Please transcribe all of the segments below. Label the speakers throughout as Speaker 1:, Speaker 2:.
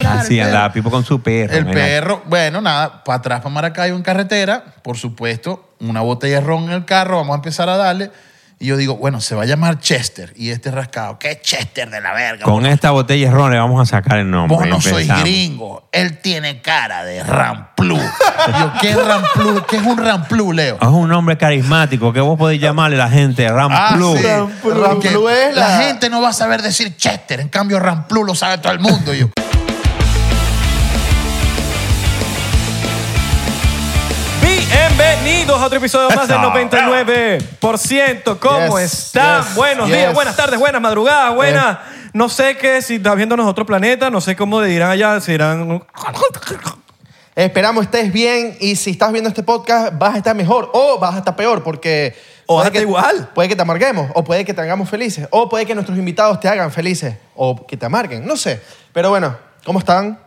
Speaker 1: Claro,
Speaker 2: Así,
Speaker 1: el
Speaker 2: andaba Pipo con su perro.
Speaker 1: El
Speaker 2: mira.
Speaker 1: perro, bueno, nada, para atrás, para Maracaibo en carretera, por supuesto, una botella de ron en el carro, vamos a empezar a darle. Y yo digo, bueno, se va a llamar Chester. Y este rascado, ¿qué Chester de la verga?
Speaker 2: Con esta botella de ron le vamos a sacar el nombre.
Speaker 1: Vos
Speaker 2: ahí
Speaker 1: no sois
Speaker 2: empezamos.
Speaker 1: gringo. Él tiene cara de Ramplú. Yo, ¿qué Ramplú? ¿Qué es un Ramplú, Leo?
Speaker 2: Es un nombre carismático que vos podéis llamarle a la gente Ram Plus.
Speaker 1: Ah, sí.
Speaker 3: Ramplú.
Speaker 1: Porque
Speaker 3: Ramplú es
Speaker 1: la...
Speaker 3: la-
Speaker 1: gente no va a saber decir Chester. En cambio, Ramplú lo sabe todo el mundo. Yo.
Speaker 4: Bienvenidos a otro episodio más del
Speaker 2: Eso.
Speaker 4: 99%. ¿Cómo
Speaker 3: Yes,
Speaker 4: están?
Speaker 3: yes,
Speaker 4: Buenos
Speaker 3: yes. Eh.
Speaker 4: días, buenas tardes, buenas madrugadas, buenas. No sé qué, si estás viéndonos otro planeta, no sé cómo dirán allá, si dirán.
Speaker 3: Esperamos estés bien y si estás viendo este podcast vas a estar mejor o vas a estar peor porque...
Speaker 4: O vas a
Speaker 3: puede
Speaker 4: estar
Speaker 3: que-
Speaker 4: igual.
Speaker 3: Puede que te amarguemos o puede que te hagamos felices o puede que nuestros invitados te hagan felices o que te amarguen, no sé. Pero bueno, ¿cómo están?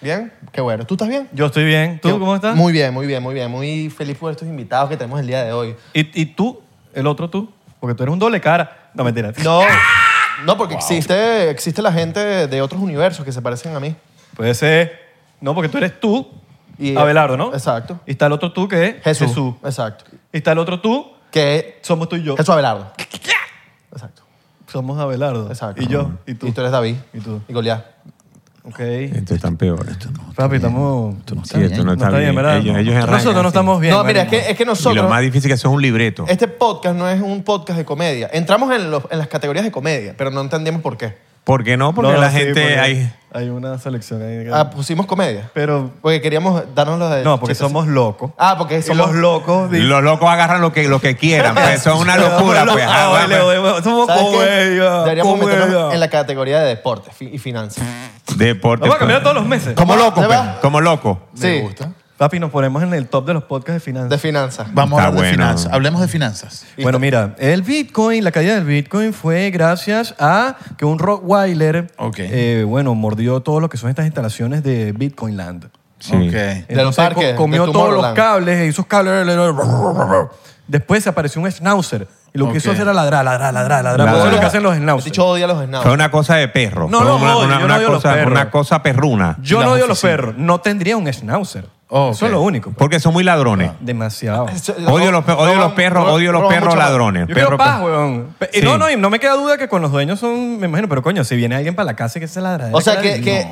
Speaker 3: ¿Bien? Qué bueno. ¿Tú estás bien?
Speaker 4: Yo estoy bien. ¿Tú
Speaker 3: Qué-
Speaker 4: cómo estás?
Speaker 3: Muy bien, muy bien, muy bien. Muy feliz por estos invitados que tenemos el día de hoy.
Speaker 4: ¿Y, y tú? ¿El otro tú? Porque tú eres un doble cara. No, mentira.
Speaker 3: No, no porque existe, existe la gente de otros universos que se parecen a mí.
Speaker 4: Puede ser. No, porque tú eres tú,
Speaker 3: Y-
Speaker 4: Abelardo, ¿no?
Speaker 3: Exacto.
Speaker 4: Y está el otro tú que es
Speaker 3: Jesús. Exacto.
Speaker 4: Y está el otro tú,
Speaker 3: Que
Speaker 4: somos tú y yo.
Speaker 3: Jesús Abelardo. Exacto.
Speaker 4: Somos Abelardo.
Speaker 3: Exacto.
Speaker 4: Y yo. Y tú.
Speaker 3: Y tú eres David.
Speaker 4: Y tú.
Speaker 3: Y Goliat.
Speaker 4: Ok.
Speaker 2: Esto están peores.
Speaker 4: Papi, estamos.
Speaker 2: Sí, esto no
Speaker 4: No
Speaker 2: está bien.
Speaker 4: ¿verdad?
Speaker 2: Ellos,
Speaker 4: No.
Speaker 2: ellos arrancan
Speaker 4: Nosotros no
Speaker 2: así.
Speaker 4: estamos bien.
Speaker 3: no, mira, es
Speaker 4: marico.
Speaker 3: que, es que
Speaker 2: Y lo
Speaker 3: nosotros.
Speaker 2: más difícil que eso es un libreto.
Speaker 3: Este podcast no es un podcast de comedia. Entramos en, los- en las categorías de comedia, pero no entendíamos por qué.
Speaker 2: ¿Por qué no? Porque
Speaker 4: No,
Speaker 2: la
Speaker 4: sí,
Speaker 2: gente
Speaker 4: porque
Speaker 2: ahí.
Speaker 4: Hay una selección ahí. que-
Speaker 3: Ah, eh, pusimos comedia.
Speaker 4: pero.
Speaker 3: Porque queríamos darnos los de.
Speaker 4: No, porque
Speaker 3: chistes.
Speaker 4: somos locos.
Speaker 3: Ah, porque
Speaker 4: Y
Speaker 3: somos.
Speaker 4: los locos. di-
Speaker 2: Los locos agarran lo que, lo que quieran. pues, eso es una locura.
Speaker 4: Los
Speaker 2: pues,
Speaker 4: locos,
Speaker 2: ah,
Speaker 4: bueno,
Speaker 2: bueno,
Speaker 4: bueno, Somos
Speaker 3: ¿sabes qué?
Speaker 4: comedia.
Speaker 3: Deberíamos meternos
Speaker 4: comedia.
Speaker 3: en la categoría de deportes fi- y finanzas.
Speaker 2: Deporte.
Speaker 4: Nos va a cambiar todos los meses.
Speaker 2: Como loco,
Speaker 3: ¿Te
Speaker 2: pues,
Speaker 3: va?
Speaker 2: como loco.
Speaker 1: Me
Speaker 3: Sí.
Speaker 1: gusta.
Speaker 4: Papi, nos ponemos en el top de los podcasts de finanzas.
Speaker 3: De finanzas.
Speaker 1: Vamos
Speaker 2: Está
Speaker 1: a hablar de
Speaker 2: bueno.
Speaker 1: finanzas. Hablemos de finanzas.
Speaker 4: Bueno, mira, el Bitcoin, la caída del Bitcoin fue gracias a que un Rottweiler,
Speaker 1: Ok.
Speaker 4: eh, bueno, mordió todo lo que son estas instalaciones de Bitcoin Land.
Speaker 2: Sí.
Speaker 1: Ok.
Speaker 3: De los
Speaker 4: Entonces,
Speaker 3: parques,
Speaker 4: co- comió
Speaker 3: de
Speaker 4: todos los
Speaker 3: Tomorrowland.
Speaker 4: cables, e hizo cables. le- le- Después se apareció un schnauzer y lo
Speaker 1: Ok.
Speaker 4: que hizo era ladrar, ladrar, ladrar, ladrar. Porque Eso es lo que hacen los
Speaker 3: El
Speaker 4: schnauzers.
Speaker 3: Dicho odia a los snouts.
Speaker 2: Fue una cosa de perro.
Speaker 4: No
Speaker 2: Fue
Speaker 4: los
Speaker 2: una,
Speaker 4: odio,
Speaker 2: una-
Speaker 4: yo no
Speaker 2: una
Speaker 4: odio los
Speaker 2: cosa,
Speaker 4: perros.
Speaker 2: una cosa perruna.
Speaker 4: Yo
Speaker 1: Las
Speaker 4: no odio los
Speaker 1: oficinas.
Speaker 4: perros, no tendría un schnauzer.
Speaker 1: Ok.
Speaker 4: Eso es lo único. pues.
Speaker 2: Porque son muy ladrones.
Speaker 1: Ah,
Speaker 4: Demasiado.
Speaker 3: Eso-
Speaker 2: Odio los, pe- odio
Speaker 3: roban-
Speaker 2: los perros,
Speaker 3: roban-
Speaker 2: odio los
Speaker 3: roban
Speaker 2: perros
Speaker 3: mucho más.
Speaker 2: ladrones.
Speaker 4: Ah, Yo
Speaker 2: Eh, Perro- pues.
Speaker 4: quiero paz, weón. Pe- y
Speaker 2: Sí.
Speaker 4: No, no, y no me queda duda que con los dueños son, me imagino, pero coño, si viene alguien para la casa y que se ladra.
Speaker 3: O sea que,
Speaker 4: ladra-
Speaker 3: que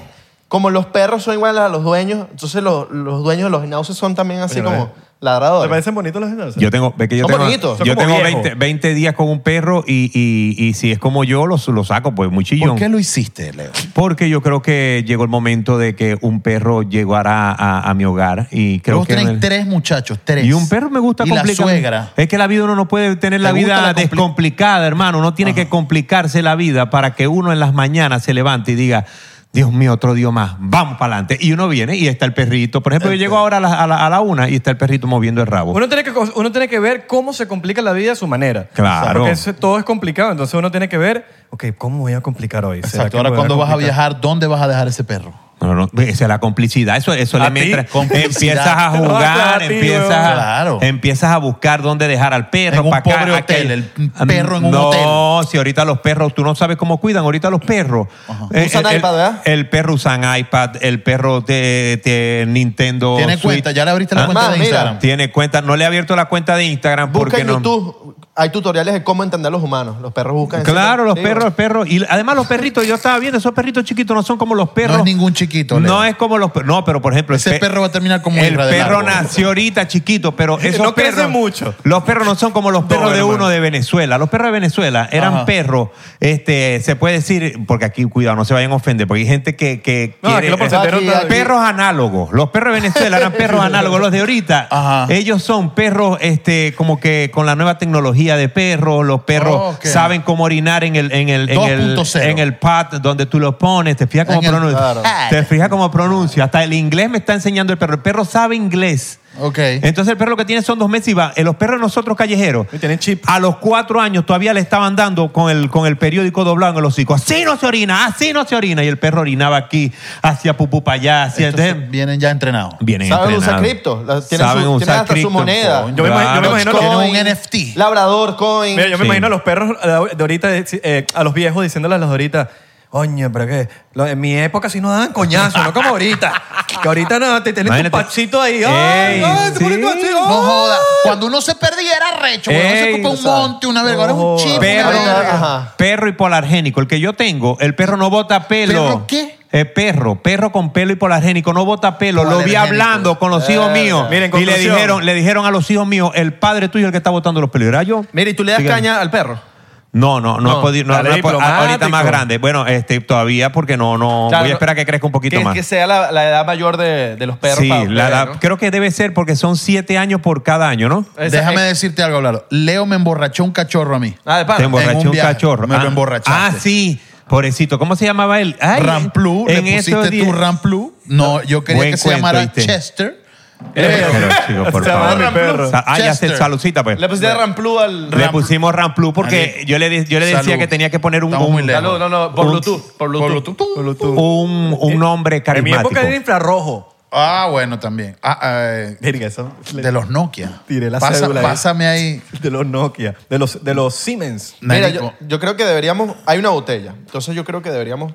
Speaker 3: como los perros son iguales a los dueños, entonces los, los dueños de los schnauts son también así
Speaker 4: Oye, no eh.
Speaker 3: como
Speaker 4: es.
Speaker 3: ladradores.
Speaker 4: ¿Te parecen bonitos los schnauzer?
Speaker 2: Yo tengo, ve que yo
Speaker 3: Son
Speaker 2: tengo,
Speaker 3: bonitos.
Speaker 4: Son
Speaker 2: yo
Speaker 4: como
Speaker 2: tengo
Speaker 4: viejos.
Speaker 2: 20, 20 días con un perro y, y- y si es como yo, lo, lo saco, pues muy chillón.
Speaker 1: ¿Por qué lo hiciste, Leo?
Speaker 2: Porque yo creo que llegó el momento de que un perro llegara a, a mi hogar y creo
Speaker 1: Vos
Speaker 2: que...
Speaker 1: tenés tres muchachos, tres.
Speaker 2: Y un perro me gusta
Speaker 1: Y la
Speaker 2: complicar.
Speaker 1: suegra.
Speaker 2: Es que la vida uno no puede tener
Speaker 1: ¿Te
Speaker 2: la
Speaker 1: gusta
Speaker 2: vida
Speaker 1: la compli-
Speaker 2: descomplicada, hermano. Uno tiene que complicarse la vida para que uno en las mañanas se levante y diga, Dios mío, otro día más, vamos para adelante. Y uno viene y está el perrito. Por ejemplo, yo llego ahora a la, a la- a la una y está el perrito moviendo el rabo.
Speaker 4: Uno tiene, que, co- uno tiene que ver cómo se complica la vida de su manera.
Speaker 2: Claro.
Speaker 4: O sea, porque eso- todo es complicado. Entonces uno tiene que ver, ok, ¿cómo voy a complicar hoy? ¿Será que
Speaker 1: Exacto. Ahora,
Speaker 4: voy
Speaker 1: cuando vas a
Speaker 4: complicar?
Speaker 1: viajar, ¿dónde vas a dejar ese perro?
Speaker 2: No, no, esa es la complicidad. Eso, eso
Speaker 4: ¿A
Speaker 2: le
Speaker 4: ti?
Speaker 2: entra-
Speaker 1: Complicidad.
Speaker 2: Empiezas a
Speaker 4: Te lo vas a
Speaker 2: jugar,
Speaker 4: clavar a ti,
Speaker 2: empiezas,
Speaker 4: weón.
Speaker 2: a,
Speaker 1: Claro.
Speaker 2: empiezas a buscar dónde dejar al perro.
Speaker 1: En un
Speaker 2: pa' acá,
Speaker 1: pobre
Speaker 2: aquel.
Speaker 1: hotel, el perro en un
Speaker 2: no,
Speaker 1: hotel.
Speaker 2: No, si ahorita los perros, tú no sabes cómo cuidan ahorita los perros. Eh,
Speaker 3: Usan
Speaker 2: el,
Speaker 3: iPad, ¿verdad?
Speaker 2: El perro usan iPad, el perro de, de Nintendo
Speaker 1: Tiene
Speaker 2: Switch.
Speaker 1: cuenta, ya le abriste la
Speaker 2: Oh, Ah,
Speaker 1: cuenta de
Speaker 3: mira.
Speaker 1: Instagram.
Speaker 2: Tiene cuenta, no le he abierto la cuenta de Instagram
Speaker 3: Busca
Speaker 2: porque
Speaker 3: en
Speaker 2: no.
Speaker 3: YouTube, hay tutoriales de cómo entender a los humanos. Los perros buscan. ese-
Speaker 2: Claro, los
Speaker 3: Sí,
Speaker 2: perros,
Speaker 3: bueno.
Speaker 2: los perros. Y además los perritos, yo estaba viendo, esos perritos chiquitos no son como los perros.
Speaker 1: No es ningún chiquito, Leo.
Speaker 2: No es como los perros. No, pero por ejemplo. el
Speaker 1: Ese
Speaker 2: pe-
Speaker 1: perro va a terminar como
Speaker 2: El
Speaker 1: Isra de
Speaker 2: perro
Speaker 1: largo.
Speaker 2: nació ahorita chiquito, pero esos
Speaker 4: No crece
Speaker 2: perros-
Speaker 4: mucho.
Speaker 2: Los perros no son como los perros de
Speaker 4: hermano.
Speaker 2: uno de Venezuela. Los perros de Venezuela eran
Speaker 1: Ajá.
Speaker 2: perros, este, se puede decir, porque aquí, cuidado, no se vayan a ofender, porque hay gente que, que
Speaker 4: No, aquí los porcenteros
Speaker 3: Aquí, aquí.
Speaker 2: perros análogos. Los perros de Venezuela eran perros análogos. Los de ahorita,
Speaker 1: Ajá.
Speaker 2: ellos son perros, este, como que con la nueva tecnología de perros, los perros
Speaker 1: Ok.
Speaker 2: saben cómo orinar en el, en el, en el,
Speaker 1: 2.0.
Speaker 2: en el pad donde tú lo pones. Te fijas cómo
Speaker 1: En el
Speaker 2: pronuncia.
Speaker 1: claro.
Speaker 2: Te fijas cómo pronuncia. Hasta el inglés me está enseñando el perro. El perro sabe inglés.
Speaker 1: Ok.
Speaker 2: Entonces el perro lo que tiene son dos meses y va. Eh, Los perros de nosotros callejeros.
Speaker 4: Y tienen chip.
Speaker 2: A los cuatro años todavía le estaban dando con el, con el periódico doblado en el hocico. Así no se orina, así no se orina. Y el perro orinaba aquí, hacía pupú para allá, hacía...
Speaker 1: Entonces,
Speaker 2: Entonces,
Speaker 1: vienen ya entrenados.
Speaker 2: Vienen
Speaker 3: Saben usar
Speaker 2: entrenados.
Speaker 3: cripto, la- tienen
Speaker 2: Saben
Speaker 3: su-
Speaker 2: usar
Speaker 3: tienen hasta su
Speaker 2: cripto,
Speaker 3: moneda.
Speaker 2: coño.
Speaker 4: Yo me imagino- yo me imagino que
Speaker 3: Dogecoin,
Speaker 1: tienen un NFT.
Speaker 3: Labrador, coin.
Speaker 4: Mira, yo me
Speaker 2: Sí.
Speaker 4: eh, imagino a los perros de ahorita, eh, a los viejos diciéndoles a los de ahorita, Oye, pero qué. Lo- en mi época sí nos daban coñazo, no como ahorita. Que ahorita no, te tenés un
Speaker 2: Imagínate.
Speaker 4: pachito ahí. ¡Ay,
Speaker 2: Ey,
Speaker 4: ay, te pones
Speaker 2: sí.
Speaker 4: tu pachito,
Speaker 1: No
Speaker 4: ¡ay!
Speaker 1: joda. Cuando uno se perdía era recho. Cuando uno se
Speaker 2: Ey,
Speaker 1: ocupa un
Speaker 4: o sea,
Speaker 1: monte, una verga. Ahora
Speaker 4: no
Speaker 1: es un
Speaker 4: joda.
Speaker 1: chip.
Speaker 2: Perro,
Speaker 1: una verga.
Speaker 3: Ajá.
Speaker 2: perro y polargénico. El que yo tengo, el perro no bota pelo.
Speaker 1: ¿Perro qué?
Speaker 2: Eh, perro, perro con pelo y polargénico, no bota pelo. Lo vi
Speaker 1: Polargénico.
Speaker 2: hablando con los hijos míos.
Speaker 4: Eh,
Speaker 2: y le
Speaker 4: Miren, conclusión.
Speaker 2: dijeron, le dijeron a los hijos míos, el padre tuyo es el que está botando los pelos. ¿Era yo?
Speaker 3: Mira, ¿y tú le das
Speaker 2: Sigue.
Speaker 3: caña al perro?
Speaker 2: No, no, no,
Speaker 3: No,
Speaker 2: he podido. No,
Speaker 4: dale
Speaker 2: no he podido-
Speaker 4: diplomático.
Speaker 2: ahorita más grande. Bueno, este, todavía porque no, no.
Speaker 3: Claro,
Speaker 2: voy a
Speaker 3: no.
Speaker 2: esperar a que crezca un poquito
Speaker 3: Que,
Speaker 2: más.
Speaker 3: que sea la, la edad mayor de, de los perros.
Speaker 2: sí,
Speaker 3: para
Speaker 2: la-
Speaker 3: ustedes,
Speaker 2: la-
Speaker 3: ¿no?
Speaker 2: creo que debe ser porque son siete años por cada año, ¿no?
Speaker 3: Esa-
Speaker 1: Déjame
Speaker 3: eh,
Speaker 1: decirte algo, Lalo. Leo me emborrachó un cachorro a mí.
Speaker 3: Ah, de pana.
Speaker 2: Te emborrachó
Speaker 1: en
Speaker 2: un,
Speaker 1: un viaje,
Speaker 2: cachorro.
Speaker 1: me lo
Speaker 2: Ah,
Speaker 1: emborrachaste.
Speaker 2: Ah, sí. Pobrecito, ¿cómo se llamaba él? Ay,
Speaker 1: Ramplú, le
Speaker 2: en estos
Speaker 1: pusiste
Speaker 2: días-
Speaker 1: tú Ramplú. No, yo quería
Speaker 2: Buen
Speaker 1: que se
Speaker 2: cuento,
Speaker 1: llamara
Speaker 2: ¿viste?
Speaker 1: Chester.
Speaker 2: Eh,
Speaker 1: Pero-
Speaker 2: pero, chico, por
Speaker 4: Se llamaba
Speaker 2: favor.
Speaker 4: mi perro.
Speaker 2: Sa- Ah, ya
Speaker 1: Chester.
Speaker 2: se salucita, pues.
Speaker 3: Le
Speaker 2: Le,
Speaker 3: pusiste Ramplú al.
Speaker 1: Ram-
Speaker 2: pusimos Ramplú porque
Speaker 1: Ahí.
Speaker 2: yo le, de- yo le decía
Speaker 1: Salud.
Speaker 2: que tenía que poner un,
Speaker 1: Estamos muy
Speaker 2: un,
Speaker 1: lejos.
Speaker 3: Salud, no, no, por
Speaker 2: Un-
Speaker 3: Bluetooth. Por
Speaker 1: Por
Speaker 3: Bluetooth.
Speaker 1: Bluetooth.
Speaker 2: un- un nombre
Speaker 4: Eh, En mi
Speaker 2: carismático.
Speaker 4: época era infrarrojo.
Speaker 1: Ah, bueno, también. Ah, eh,
Speaker 4: Verga, eso.
Speaker 1: de los Nokia.
Speaker 4: Tiré la
Speaker 1: Pasa-
Speaker 4: cédula ahí.
Speaker 1: Pásame ahí.
Speaker 4: De los Nokia, de los, de los Siemens.
Speaker 3: Mira,
Speaker 1: Marico.
Speaker 3: yo, yo creo que deberíamos. Hay una botella. Entonces yo creo que deberíamos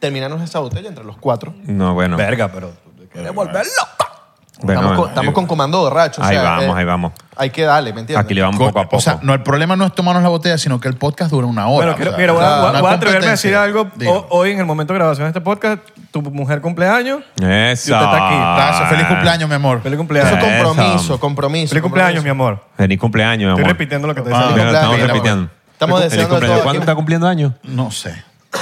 Speaker 3: terminarnos esa botella entre los cuatro.
Speaker 2: No, bueno.
Speaker 4: Verga, pero. Queremos volver loco.
Speaker 2: Bueno,
Speaker 3: estamos,
Speaker 2: bueno.
Speaker 3: con, estamos con comando borracho. o
Speaker 2: Ahí
Speaker 3: sea, eh,
Speaker 2: vamos, ahí vamos.
Speaker 3: Hay que darle, ¿me entiendes?
Speaker 2: Aquí le vamos poco a poco.
Speaker 1: O sea, no, el problema no es tomarnos la botella, sino que el podcast dura una hora.
Speaker 4: Bueno, quiero-
Speaker 1: o sea,
Speaker 4: mira, voy, a-
Speaker 1: una
Speaker 4: voy a- voy a atreverme a
Speaker 1: competencia.
Speaker 4: decir algo. Oh,
Speaker 1: Digo.
Speaker 4: O- hoy, en el momento de grabación de este podcast, tu mujer cumpleaños.
Speaker 2: Eso.
Speaker 4: usted está aquí.
Speaker 1: Tazo,
Speaker 2: Ah.
Speaker 1: feliz cumpleaños, mi amor.
Speaker 4: oh. Feliz
Speaker 3: Eso
Speaker 4: cumpleaños.
Speaker 3: es compromiso,
Speaker 2: Eso.
Speaker 3: compromiso.
Speaker 4: Feliz cumpleaños, mi amor.
Speaker 2: Feliz cumpleaños, mi
Speaker 4: Estoy
Speaker 2: amor.
Speaker 4: repitiendo lo que te
Speaker 1: Ah,
Speaker 4: decía.
Speaker 2: Pero estamos
Speaker 3: Cumpleaños.
Speaker 2: repitiendo.
Speaker 3: Estamos
Speaker 2: Feliz
Speaker 3: deseando
Speaker 2: cumpleaños.
Speaker 3: a todos
Speaker 2: ¿Cuándo
Speaker 3: que-
Speaker 2: está cumpliendo años?
Speaker 1: No sé.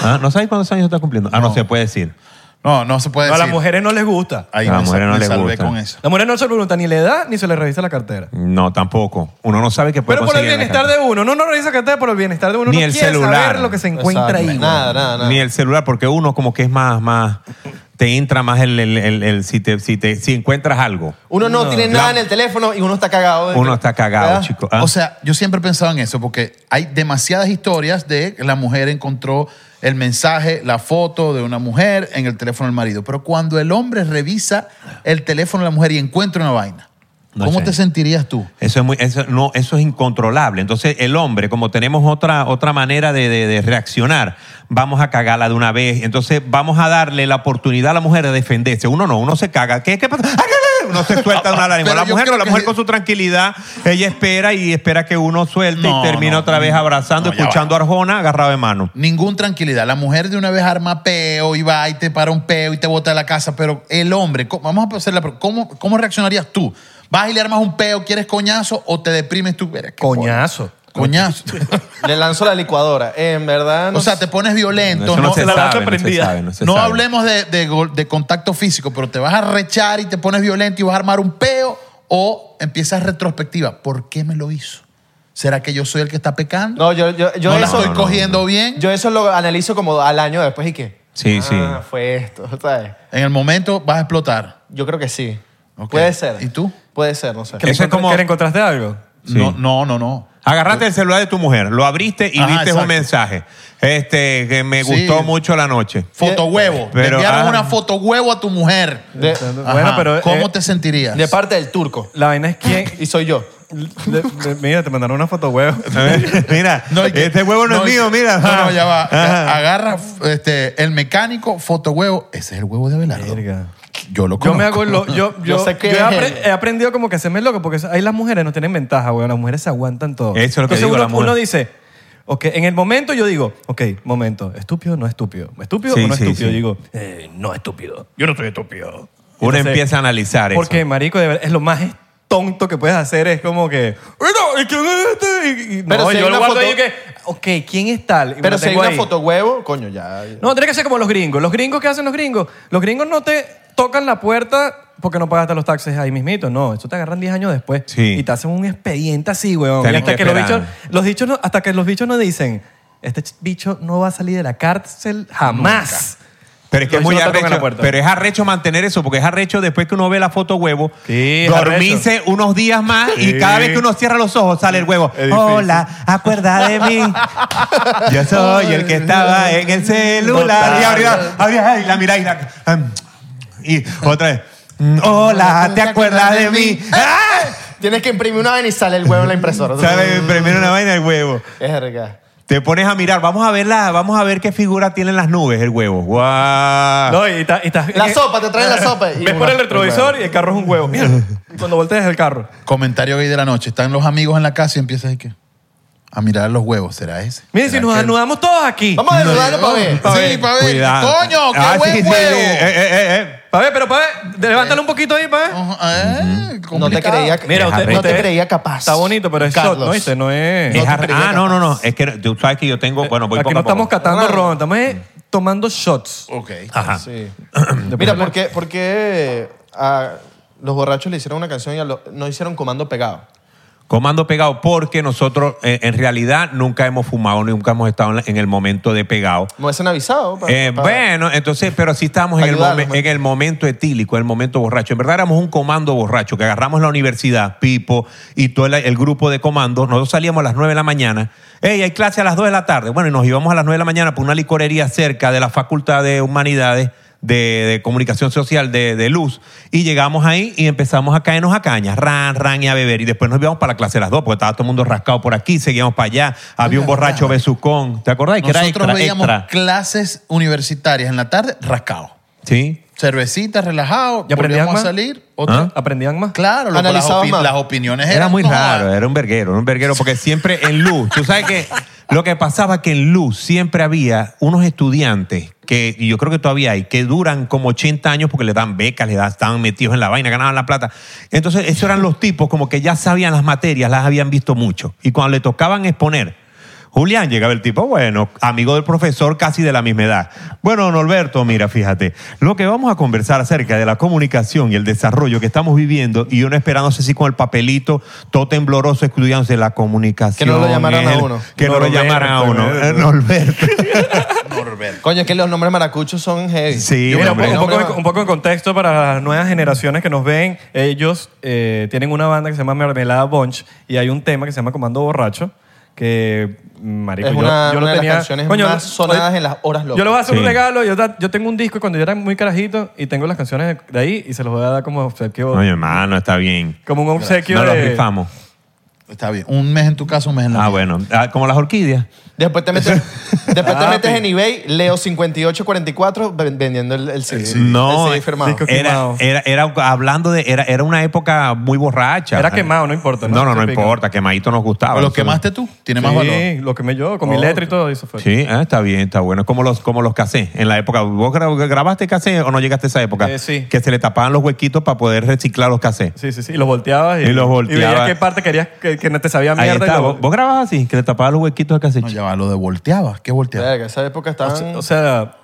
Speaker 2: Ah, ¿No sabes cuántos años está cumpliendo? Ah, no,
Speaker 1: No.
Speaker 2: se puede decir.
Speaker 1: No, no se puede
Speaker 4: No, a
Speaker 1: decir.
Speaker 4: las mujeres no les gusta.
Speaker 1: Ahí
Speaker 2: A las
Speaker 1: me
Speaker 2: mujeres
Speaker 1: sal-
Speaker 2: no
Speaker 1: me
Speaker 2: les
Speaker 1: salvé
Speaker 2: gusta.
Speaker 1: con eso.
Speaker 4: La mujer no se pregunta ni le edad ni se le revisa la cartera.
Speaker 2: No, tampoco. Uno no sabe qué puede
Speaker 4: Pero por el
Speaker 2: conseguir en la
Speaker 4: bienestar
Speaker 2: calle.
Speaker 4: de uno, no no revisa cartera por el bienestar de uno,
Speaker 2: Ni
Speaker 4: uno
Speaker 2: el
Speaker 4: quiere
Speaker 2: celular.
Speaker 4: saber lo que se
Speaker 3: Exacto.
Speaker 4: encuentra ahí.
Speaker 3: Nada, nada, nada.
Speaker 2: Ni el celular, porque uno como que es más, más, te entra más el, el- el- el- si, te, si, te, si encuentras algo.
Speaker 3: Uno no, tiene nada
Speaker 2: La-
Speaker 3: en el teléfono y uno está cagado.
Speaker 2: Uno está cagado,
Speaker 3: ¿Verdad?
Speaker 2: chico. ¿Ah?
Speaker 1: O sea, yo siempre he pensado en eso porque hay demasiadas historias de que la mujer encontró el mensaje, la foto de una mujer en el teléfono del marido. Pero cuando el hombre revisa el teléfono de la mujer y encuentra una vaina,
Speaker 2: No
Speaker 1: ¿cómo
Speaker 2: sé.
Speaker 1: te sentirías tú?
Speaker 2: Eso es, muy, eso, no, eso es incontrolable. Entonces, el hombre, como tenemos otra, otra manera de, de- de reaccionar, vamos a cagarla de una vez. Entonces, vamos a darle la oportunidad a la mujer de defenderse. Uno no, uno se caga. ¿Qué, qué pasa? ¡Ah, qué, qué! Uno se suelta de una lágrima.
Speaker 1: Pero
Speaker 2: La
Speaker 1: yo
Speaker 2: mujer,
Speaker 1: creo
Speaker 2: no, la
Speaker 1: que
Speaker 2: mujer
Speaker 1: sí.
Speaker 2: con su tranquilidad, ella espera y espera que uno suelte
Speaker 1: No,
Speaker 2: y termina
Speaker 1: no,
Speaker 2: otra vez
Speaker 1: no,
Speaker 2: abrazando,
Speaker 1: no, ya
Speaker 2: escuchando a Arjona agarrado de mano.
Speaker 1: Ningún tranquilidad. La mujer de una vez arma peo y va y te para un peo y te bota de la casa, pero el hombre, ¿cómo- vamos a hacer la pre- ¿cómo, ¿cómo reaccionarías tú? ¿Vas y le armas un peo, quieres coñazo o te deprimes tú? Verga, qué
Speaker 4: Coñazo.
Speaker 1: Coñazo.
Speaker 3: Le lanzó la licuadora. En verdad. no
Speaker 1: o sea, te
Speaker 3: sé.
Speaker 1: pones violento.
Speaker 2: Eso no,
Speaker 1: no-
Speaker 2: se
Speaker 4: la lanza
Speaker 2: sabe, no se
Speaker 4: prendida.
Speaker 2: sabe, no se
Speaker 1: No
Speaker 2: sabe.
Speaker 1: hablemos de, de gol- de contacto físico, pero te vas a rechar y te pones violento y vas a armar un peo o empiezas retrospectiva. ¿Por qué me lo hizo? ¿Será que yo soy el que está pecando?
Speaker 3: No, yo, yo, yo
Speaker 1: ¿No la
Speaker 3: eso.
Speaker 1: estoy
Speaker 2: no,
Speaker 1: cogiendo bien.
Speaker 3: Yo eso lo analizo como al año después y que.
Speaker 2: Sí,
Speaker 3: ah,
Speaker 2: sí.
Speaker 3: Fue esto, ¿sabes?
Speaker 1: en el momento vas a explotar.
Speaker 3: Yo creo que sí.
Speaker 1: Ok.
Speaker 3: Puede ser.
Speaker 1: ¿Y tú?
Speaker 3: Puede ser, no sé.
Speaker 4: ¿Que le,
Speaker 2: Eso es
Speaker 4: encontr-
Speaker 2: como-
Speaker 4: que le encontraste algo?
Speaker 2: Sí.
Speaker 1: No, no, no, no.
Speaker 2: Agarraste el celular de tu mujer, lo abriste y
Speaker 1: Ajá,
Speaker 2: viste
Speaker 1: exacto.
Speaker 2: un mensaje. Este, que me
Speaker 1: Sí.
Speaker 2: gustó mucho la noche.
Speaker 1: Fotohuevo. Te
Speaker 2: Pero,
Speaker 1: enviaron
Speaker 2: ah.
Speaker 1: una fotohuevo a tu mujer.
Speaker 3: De,
Speaker 1: Ajá.
Speaker 4: Bueno, pero,
Speaker 1: ¿Cómo
Speaker 4: eh,
Speaker 1: te sentirías?
Speaker 3: de parte del turco.
Speaker 4: La vaina es quién.
Speaker 3: Y soy yo.
Speaker 4: Le- le- mira, te mandaron una foto huevo.
Speaker 2: A ver, mira,
Speaker 1: No, y que-
Speaker 2: este huevo no,
Speaker 1: no,
Speaker 2: es
Speaker 1: y-
Speaker 2: mío, mira.
Speaker 1: No, no, ya va.
Speaker 2: Ajá.
Speaker 1: Agarra este, el mecánico, fotohuevo. Ese es el huevo de Abelardo.
Speaker 4: Verga.
Speaker 1: Yo lo
Speaker 4: Yo
Speaker 1: conozco.
Speaker 4: me hago lo, yo, yo,
Speaker 3: Yo sé que
Speaker 4: yo he,
Speaker 3: es
Speaker 4: apre-
Speaker 3: él.
Speaker 4: he aprendido como que hacerme loco porque ahí las mujeres no tienen ventaja, güey. Las mujeres se aguantan todo.
Speaker 2: Eso es lo que
Speaker 4: Entonces
Speaker 2: digo,
Speaker 4: uno,
Speaker 2: la mujer.
Speaker 4: uno dice, ok, en el momento yo digo, ok, momento, estúpido, no estúpido. ¿Estúpido
Speaker 2: Sí,
Speaker 4: o no
Speaker 2: sí,
Speaker 4: estúpido?
Speaker 2: sí.
Speaker 4: Digo, eh, no estúpido. Yo no soy estúpido.
Speaker 2: Uno
Speaker 4: Entonces,
Speaker 2: empieza a analizar eso.
Speaker 4: Porque, marico, de verdad, es lo más tonto que puedes hacer. Es como que, bueno, ¿y quién es este? Y- y-
Speaker 3: Pero
Speaker 4: no,
Speaker 3: si hay
Speaker 4: yo lo
Speaker 3: una
Speaker 4: guardo
Speaker 3: foto-
Speaker 4: ahí que, ok, ¿quién es tal? Y me
Speaker 3: Pero
Speaker 4: lo
Speaker 3: si hay
Speaker 4: tengo
Speaker 3: una
Speaker 4: ahí.
Speaker 3: foto huevo, coño, ya.
Speaker 4: No, tiene que ser como los gringos. ¿Los gringos qué hacen los gringos? Los gringos no te tocan la puerta porque no pagaste los taxes ahí mismito. No, eso te agarran 10 años después.
Speaker 2: Sí.
Speaker 4: Y te hacen un expediente así, weón.
Speaker 2: Tienes
Speaker 4: Y hasta
Speaker 2: que
Speaker 4: que, los
Speaker 2: esperar.
Speaker 4: bichos, los dichos no- hasta que los bichos no dicen, este ch- bicho no va a salir de la cárcel jamás.
Speaker 2: pero es que es
Speaker 4: Los
Speaker 2: muy
Speaker 4: bichos no tocan la
Speaker 2: arrecho.
Speaker 4: puerta.
Speaker 2: Pero es arrecho mantener eso, porque es arrecho después que uno ve la foto huevo,
Speaker 4: Sí, es
Speaker 2: dormirse unos días más
Speaker 4: Sí.
Speaker 2: y cada vez que uno cierra los ojos sale el huevo.
Speaker 4: difícil.
Speaker 2: Hola, acuerda de mí. Yo soy el que estaba en el celular. Y abría, abría, y la mirá y la- Y otra vez. "Mm, Hola, ¿te acuerdas de mí? ¡Ah!
Speaker 3: Tienes que imprimir una vaina y sale el huevo en la impresora.
Speaker 2: Sale primero una vaina el huevo.
Speaker 3: Verga.
Speaker 2: Te pones a mirar, vamos a ver la, vamos a ver qué figura tienen las nubes, el huevo. ¡Guau!
Speaker 4: No, y está- y está-
Speaker 3: La sopa, pues, te traen la sopa. Y
Speaker 4: Ves por
Speaker 3: una-
Speaker 4: el retrovisor y el carro es un huevo. Mira. Y cuando volteas el carro.
Speaker 1: Comentario gay de la noche. Están los amigos en la casa y empiezas ¿y qué? a mirar los huevos. ¿Será ese?
Speaker 4: Miren, si
Speaker 1: ¿Será
Speaker 4: nos
Speaker 1: aquel?
Speaker 4: anudamos todos aquí.
Speaker 3: Vamos a desnudarlo para ver.
Speaker 4: Pa'
Speaker 1: Sí,
Speaker 4: ver.
Speaker 1: para ver.
Speaker 2: Cuidado.
Speaker 1: ¡Coño, qué
Speaker 2: Ah,
Speaker 1: buen
Speaker 2: sí, sí,
Speaker 1: huevo!
Speaker 2: sí. Eh, eh, eh, eh.
Speaker 4: Pa' ver, pero pa' ver.
Speaker 3: Eh.
Speaker 4: Levántalo un poquito ahí, pa' ver.
Speaker 1: Ajá, eh,
Speaker 3: No te
Speaker 1: complicado.
Speaker 3: creía,
Speaker 4: Mira, usted-
Speaker 3: no te
Speaker 4: usted-
Speaker 3: creía capaz.
Speaker 4: Está bonito, pero es shot,
Speaker 3: Carlos.
Speaker 4: ¿no? viste? No es...
Speaker 2: Es
Speaker 3: te
Speaker 2: arre-
Speaker 3: creía
Speaker 2: ah, no, no, no.
Speaker 3: capaz.
Speaker 2: Es que tú sabes que yo tengo. Bueno, pues voy
Speaker 4: Eh,
Speaker 2: poco
Speaker 4: aquí no
Speaker 2: a poco. ¿Ah?
Speaker 4: estamos catando ron, estamos eh, tomando shots.
Speaker 1: Ok.
Speaker 2: Ajá.
Speaker 3: Sí. Mira, ¿por qué, por qué eh, a los borrachos le hicieron una canción y a los- no hicieron comando pegado?
Speaker 2: Comando pegado porque nosotros eh, en realidad nunca hemos fumado, nunca hemos estado en la- en el momento de pegado.
Speaker 3: ¿No hubiesen avisado? pa-
Speaker 2: Eh,
Speaker 3: pa-
Speaker 2: bueno, entonces, pero sí estábamos en el,
Speaker 3: Ayudarnos,
Speaker 2: momen-
Speaker 3: man.
Speaker 2: en el momento etílico, en el momento borracho. En verdad éramos un comando borracho, que agarramos la universidad, Pipo y todo el, el grupo de comandos. Nosotros salíamos a las 9 de la mañana. Ey, hay clase a las 2 de la tarde. Bueno, y nos íbamos a las 9 de la mañana por una licorería cerca de la Facultad de Humanidades de, de Comunicación Social de, de Luz. Y llegamos ahí y empezamos a caernos a cañas, ran, ran y a beber. Y después nos íbamos para la clase a las 2, porque estaba todo el mundo rascado por aquí, seguíamos para allá. Había un borracho besucón. ¿Te acordás? Que era
Speaker 1: Nosotros
Speaker 2: extra,
Speaker 1: veíamos
Speaker 2: extra.
Speaker 1: clases universitarias en la tarde, rascado.
Speaker 2: Sí.
Speaker 1: Cervecita, relajado,
Speaker 4: ¿Y aprendías
Speaker 1: volvíamos a
Speaker 4: más?
Speaker 1: salir.
Speaker 4: ¿Ah?
Speaker 1: Otra.
Speaker 4: ¿Aprendían más?
Speaker 1: Claro, loco, las,
Speaker 3: Analizabas
Speaker 1: opi-
Speaker 3: más.
Speaker 1: las opiniones eran
Speaker 2: Era muy
Speaker 1: no,
Speaker 2: raro, eh. era un verguero, era un verguero, porque siempre en luz, tú sabes que lo que pasaba que en luz siempre había unos estudiantes que, y yo creo que todavía hay, que duran como 80 años porque le dan becas, le dan, estaban metidos en la vaina, ganaban la plata. Entonces, esos eran los tipos como que ya sabían las materias, las habían visto mucho. Y cuando le tocaban exponer, Julián llegaba el tipo, bueno, amigo del profesor, casi de la misma edad. Bueno, Norberto, mira, fíjate, lo que vamos a conversar acerca de la comunicación y el desarrollo que estamos viviendo y uno esperándose así con el papelito todo tembloroso estudiándose la comunicación.
Speaker 3: Que no lo llamaran a
Speaker 2: el-
Speaker 3: uno.
Speaker 2: Que no lo
Speaker 4: Norberto,
Speaker 2: llamaran a uno.
Speaker 4: Norberto.
Speaker 2: Eh, Norberto.
Speaker 1: Norberto.
Speaker 3: Coño, es que los nombres maracuchos son heavy.
Speaker 2: Sí,
Speaker 4: Y mira, un,
Speaker 2: hombre.
Speaker 4: poco, un
Speaker 3: hombre,
Speaker 4: poco de-
Speaker 3: va.
Speaker 4: un poco de contexto para las nuevas generaciones que nos ven. Ellos eh, tienen una banda que se llama Mermelada Bunch y hay un tema que se llama Comando Borracho que, marico,
Speaker 3: Es
Speaker 4: yo-
Speaker 3: una,
Speaker 4: yo, lo
Speaker 3: una de
Speaker 4: tenía...
Speaker 3: las canciones
Speaker 4: Coño,
Speaker 3: más
Speaker 4: hoy-
Speaker 3: sonadas en las horas locas.
Speaker 4: Yo les voy a hacer
Speaker 2: Sí.
Speaker 4: un regalo. Yo, ta- yo tengo un disco y cuando yo era muy carajito y tengo las canciones de ahí y se los voy a dar como obsequio.
Speaker 2: Oye, hermano, está bien.
Speaker 4: como un obsequio
Speaker 2: No lo
Speaker 4: de...
Speaker 2: rifamos.
Speaker 1: Está bien. Un mes en tu casa, un mes en la
Speaker 2: Ah,
Speaker 1: mía.
Speaker 2: bueno. Ah, Como las orquídeas.
Speaker 3: Después te metes, después te
Speaker 4: Ah,
Speaker 3: metes
Speaker 4: pi.
Speaker 3: en eBay, Leo 5844 ven- vendiendo el, el CD.
Speaker 2: No,
Speaker 3: el CD firmado.
Speaker 4: disco
Speaker 2: era,
Speaker 4: quemado.
Speaker 2: era, era hablando de era, era una época muy borracha.
Speaker 4: Era quemado, no importa, ¿no?
Speaker 2: No, no, no,
Speaker 4: Típico.
Speaker 2: importa, quemadito nos gustaba.
Speaker 1: Pero lo
Speaker 2: Nosotros-
Speaker 1: quemaste tú, tiene más
Speaker 4: sí,
Speaker 1: valor.
Speaker 4: lo quemé yo, con mi
Speaker 3: Oh,
Speaker 4: letra y todo eso fue.
Speaker 2: Sí, ah, está bien, está bueno. Es como los, como los cassettes. En la época, ¿vos gra- grabaste cassette o no llegaste a esa época?
Speaker 4: Eh, sí.
Speaker 2: Que se le tapaban los huequitos para poder reciclar los cassettes.
Speaker 4: Sí, sí, sí. Y los volteabas y,
Speaker 2: Y los volteabas.
Speaker 4: veías qué parte querías que, que no te sabía
Speaker 2: Ahí
Speaker 4: mierda. y
Speaker 2: está.
Speaker 4: lo-
Speaker 2: ¿Vos, vos grababas así? Que le tapabas los huequitos al cassette.
Speaker 1: Ah, No, ya va, lo de volteabas. ¿Qué volteabas?
Speaker 3: Verga, esa época
Speaker 4: o,
Speaker 3: estaban...
Speaker 4: sea, ah. o sea,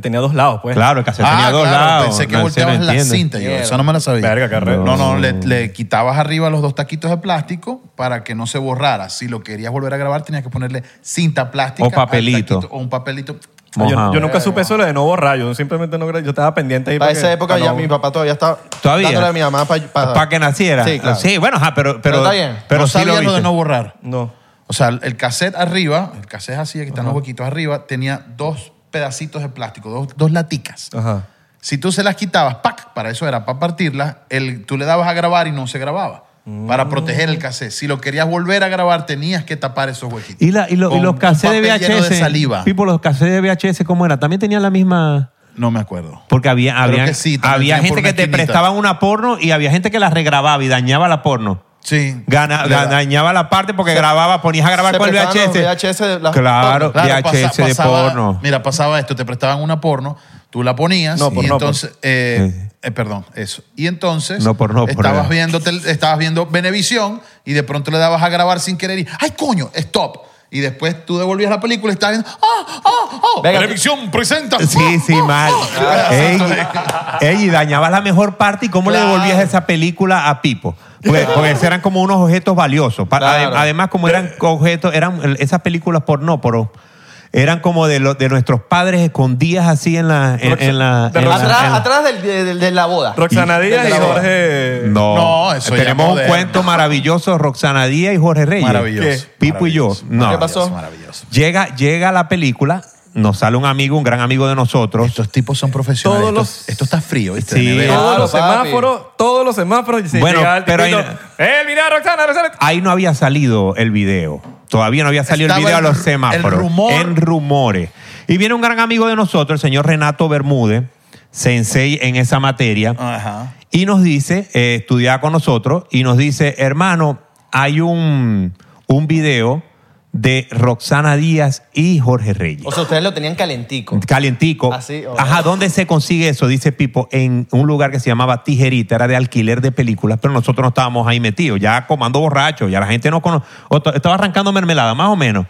Speaker 4: tenía dos lados, pues.
Speaker 2: claro, el cassette
Speaker 1: ah,
Speaker 2: tenía dos
Speaker 1: claro,
Speaker 2: lados.
Speaker 1: pensé que
Speaker 2: No, se lo
Speaker 1: volteabas la
Speaker 2: entiende.
Speaker 1: cinta. Yo,
Speaker 3: Mierda.
Speaker 1: eso no me la sabía.
Speaker 4: Verga, qué arrecho.
Speaker 1: No, no, le, le quitabas arriba los dos taquitos de plástico para que no se borrara. Si lo querías volver a grabar, tenías que ponerle cinta plástica.
Speaker 2: O papelito.
Speaker 1: al taquito, o un papelito.
Speaker 4: Yo, yo
Speaker 2: Mojado.
Speaker 4: nunca supe eso lo de no borrar. Yo simplemente no gra- Yo estaba pendiente ahí.
Speaker 3: para
Speaker 4: que-
Speaker 3: esa época
Speaker 4: para
Speaker 3: ya
Speaker 4: no-
Speaker 3: mi papá todavía estaba
Speaker 2: ¿Todavía?
Speaker 3: dándole a mi mamá para...
Speaker 2: Para que naciera.
Speaker 3: Sí, claro.
Speaker 2: bueno, ajá, pero. Pero,
Speaker 3: Pero está bien.
Speaker 2: pero
Speaker 1: no
Speaker 2: sí
Speaker 1: sabía
Speaker 2: lo
Speaker 1: lo, de
Speaker 2: viste.
Speaker 1: no borrar.
Speaker 4: No.
Speaker 1: O sea, el cassette arriba, el cassette así, aquí están los huequitos arriba, tenía dos pedacitos de plástico, dos, dos laticas.
Speaker 4: Ajá.
Speaker 1: Si tú se las quitabas, ¡pac! Para eso era, para partirlas, el, tú le dabas a grabar y no se grababa.
Speaker 2: Mm.
Speaker 1: Para proteger el cassette. Si lo querías volver a grabar, tenías que tapar esos huequitos.
Speaker 2: Y, la- y, lo- y
Speaker 1: Con
Speaker 2: los cassettes de
Speaker 1: papel lleno
Speaker 2: VHS.
Speaker 1: de saliva.
Speaker 2: Pipo, los cassettes de VHS, ¿cómo era? También tenían la misma.
Speaker 1: No me acuerdo.
Speaker 2: Porque había,
Speaker 1: Creo
Speaker 2: había,
Speaker 1: que sí, también
Speaker 2: había
Speaker 1: tenían por
Speaker 2: gente que te
Speaker 1: mezquinitas.
Speaker 2: prestaban una porno y había gente que la regrababa y dañaba la porno.
Speaker 1: Sí.
Speaker 2: Gana,
Speaker 1: Le
Speaker 2: ga-
Speaker 1: da-
Speaker 2: dañaba la parte porque grababa, ponías a grabar
Speaker 3: se
Speaker 2: con el
Speaker 3: prestaban los
Speaker 2: VHS.
Speaker 3: VHS de las
Speaker 2: claro,
Speaker 1: Claro,
Speaker 2: VHS
Speaker 1: pasa-
Speaker 2: de
Speaker 1: pasaba-
Speaker 2: porno.
Speaker 1: Mira, pasaba esto, te prestaban una porno, tú la ponías
Speaker 4: No,
Speaker 1: y
Speaker 4: porno,
Speaker 1: entonces, eh, eh, perdón, eso. Y entonces
Speaker 2: No, porno, porno.
Speaker 1: estabas viendo tel- estabas viendo Venevisión y de pronto le dabas a grabar sin querer y ay coño, stop. Y después tú devolvías la película y estabas viendo ah ah ah.
Speaker 3: Venga,
Speaker 1: Venevisión presenta.
Speaker 2: Sí, sí, mal. Ey, ey, y dañabas la mejor parte y cómo le
Speaker 1: Claro.
Speaker 2: devolvías esa película a Pipo. Porque, porque esos eran como unos objetos valiosos. Pa- ade-
Speaker 3: Claro.
Speaker 2: Además, como eran objetos, eran el- esas películas pornóporos. Eran como de, lo- de nuestros padres escondidas así en la... En, en la,
Speaker 4: De
Speaker 2: en la-
Speaker 3: Atrás,
Speaker 2: en la-
Speaker 3: atrás del- de, de- de la boda.
Speaker 4: Roxana
Speaker 3: Y-
Speaker 4: Díaz
Speaker 3: de
Speaker 4: y
Speaker 3: la boda.
Speaker 4: Jorge.
Speaker 2: No,
Speaker 1: No, eso ya
Speaker 2: tenemos un
Speaker 1: moderno.
Speaker 2: cuento maravilloso, Roxana Díaz y Jorge Reyes.
Speaker 1: Maravilloso.
Speaker 2: Que Pipo y yo.
Speaker 1: maravilloso,
Speaker 2: No.
Speaker 3: ¿Qué pasó?
Speaker 1: Maravilloso.
Speaker 2: Llega, llega la película, nos sale un amigo, un gran amigo de nosotros.
Speaker 1: Estos tipos son profesionales.
Speaker 4: Todos
Speaker 1: Esto-
Speaker 4: los-
Speaker 1: esto, está frío, ¿viste?
Speaker 2: Sí.
Speaker 1: De nevera.
Speaker 4: Todos
Speaker 3: Claro,
Speaker 4: los
Speaker 3: papi.
Speaker 4: semáforos, todos los semáforos. y se
Speaker 2: Bueno,
Speaker 4: llegaba el
Speaker 2: pero
Speaker 4: tipito,
Speaker 2: ahí-
Speaker 4: ¡Eh, mira, Roxana, Roxana!
Speaker 2: Ahí no había salido el video. Todavía no había salido el
Speaker 1: Estaba
Speaker 2: video a
Speaker 1: el
Speaker 2: los
Speaker 1: ru-
Speaker 2: semáforos.
Speaker 1: el rumor.
Speaker 2: En rumores. Y viene un gran amigo de nosotros, el señor Renato Bermúdez, sensei en esa materia,
Speaker 1: Ah. Ajá.
Speaker 2: y nos dice, eh, estudiaba con nosotros, y nos dice, hermano, hay un, un video de Roxana Díaz y Jorge Reyes.
Speaker 3: O sea, ustedes lo tenían calentico.
Speaker 2: Calientico.
Speaker 3: Así, o-
Speaker 2: Ajá, ¿dónde se consigue eso? Dice Pipo, en un lugar que se llamaba Tijerita, era de alquiler de películas, pero nosotros no estábamos ahí metidos, ya comando borracho, ya la gente no conoce. Estaba arrancando mermelada, más o menos.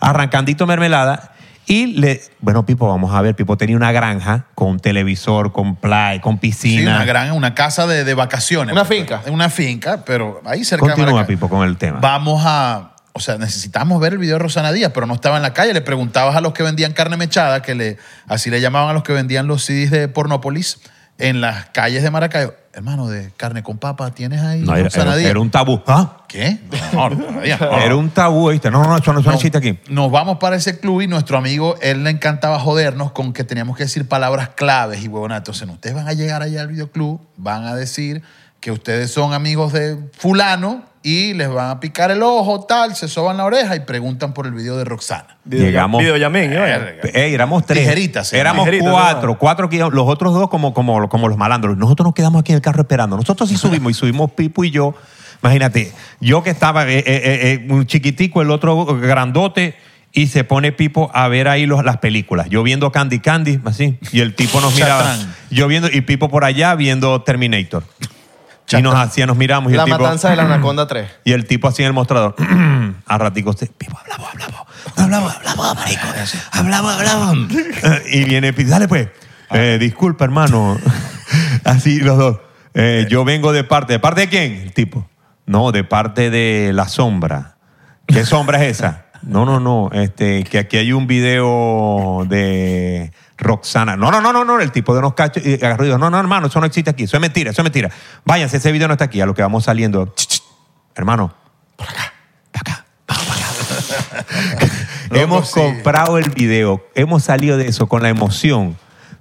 Speaker 2: Arrancandito mermelada. Y le, bueno, Pipo, vamos a ver, Pipo tenía una granja con televisor, con play, con
Speaker 1: Sí,
Speaker 2: piscina.
Speaker 1: una gran, una casa de, de vacaciones.
Speaker 3: Una finca.
Speaker 1: Una finca, pero ahí cerca de
Speaker 2: Continúa,
Speaker 1: Maracay.
Speaker 2: Pipo, con el tema.
Speaker 1: Vamos a. O sea, necesitamos ver el video de Rosana Díaz, pero no estaba en la calle. Le preguntabas a los que vendían carne mechada, que le, así le llamaban a los que vendían los CDs de Pornópolis en las calles de Maracaibo. Hermano, de carne con papa, ¿tienes ahí
Speaker 2: No, era,
Speaker 1: Rosana
Speaker 2: era-
Speaker 1: Díaz?
Speaker 2: era un tabú. ¿Ah?
Speaker 1: ¿Qué? No, no, todavía no.
Speaker 2: Era un tabú, ¿viste? No, no, no, eso no, eso no
Speaker 1: No,
Speaker 2: existe aquí.
Speaker 1: Nos vamos para ese club y nuestro amigo, él le encantaba jodernos con que teníamos que decir palabras claves y huevonato. Entonces, no, ustedes van a llegar allá al videoclub, van a decir que ustedes son amigos de fulano y les van a picar el ojo, tal, se soban la oreja y preguntan por el video de Roxana.
Speaker 2: Llegamos.
Speaker 4: Videollamín, ¿eh?
Speaker 2: Ey, éramos tres.
Speaker 1: Tijerita, sí.
Speaker 2: éramos
Speaker 4: Tijerita,
Speaker 2: cuatro,
Speaker 4: ¿no?
Speaker 2: cuatro que los otros dos como, como, como los malandros. Nosotros nos quedamos aquí en el carro esperando. Nosotros sí subimos y subimos Pipo y yo. Imagínate, yo que estaba eh, eh, eh, eh, un chiquitico, el otro grandote, y se pone Pipo a ver ahí los- las películas. Yo viendo Candy Candy, así, y el tipo nos miraba.
Speaker 1: Chatán.
Speaker 2: Yo viendo, y Pipo por allá viendo Terminator. Y nos hacía, nos miramos. Y
Speaker 3: La
Speaker 2: el tipo,
Speaker 3: matanza de la Anaconda 3.
Speaker 2: y el tipo así en el mostrador. a ratico usted, Pipo, hablamos, hablamos. Hablamos, hablamos, marico. Hablamos, hablamos. Eh, y viene Pipo, dale pues. Eh, disculpa, hermano. así los dos. Eh, yo vengo de parte. ¿De parte de quién? El tipo. No, de parte de la sombra. ¿Qué sombra es esa? No, no, no. Este, que aquí hay un video de Roxana. No, no, no, no, no. El tipo de unos cachos y agarró y dijo, no, no, hermano, eso no existe aquí. Eso es mentira, eso es mentira. Váyanse, ese video no está aquí. A lo que vamos saliendo. Ch, ch, hermano, por acá, para acá, vamos para acá.
Speaker 1: Loco,
Speaker 2: hemos
Speaker 1: sí.
Speaker 2: comprado el video, hemos salido de eso con la emoción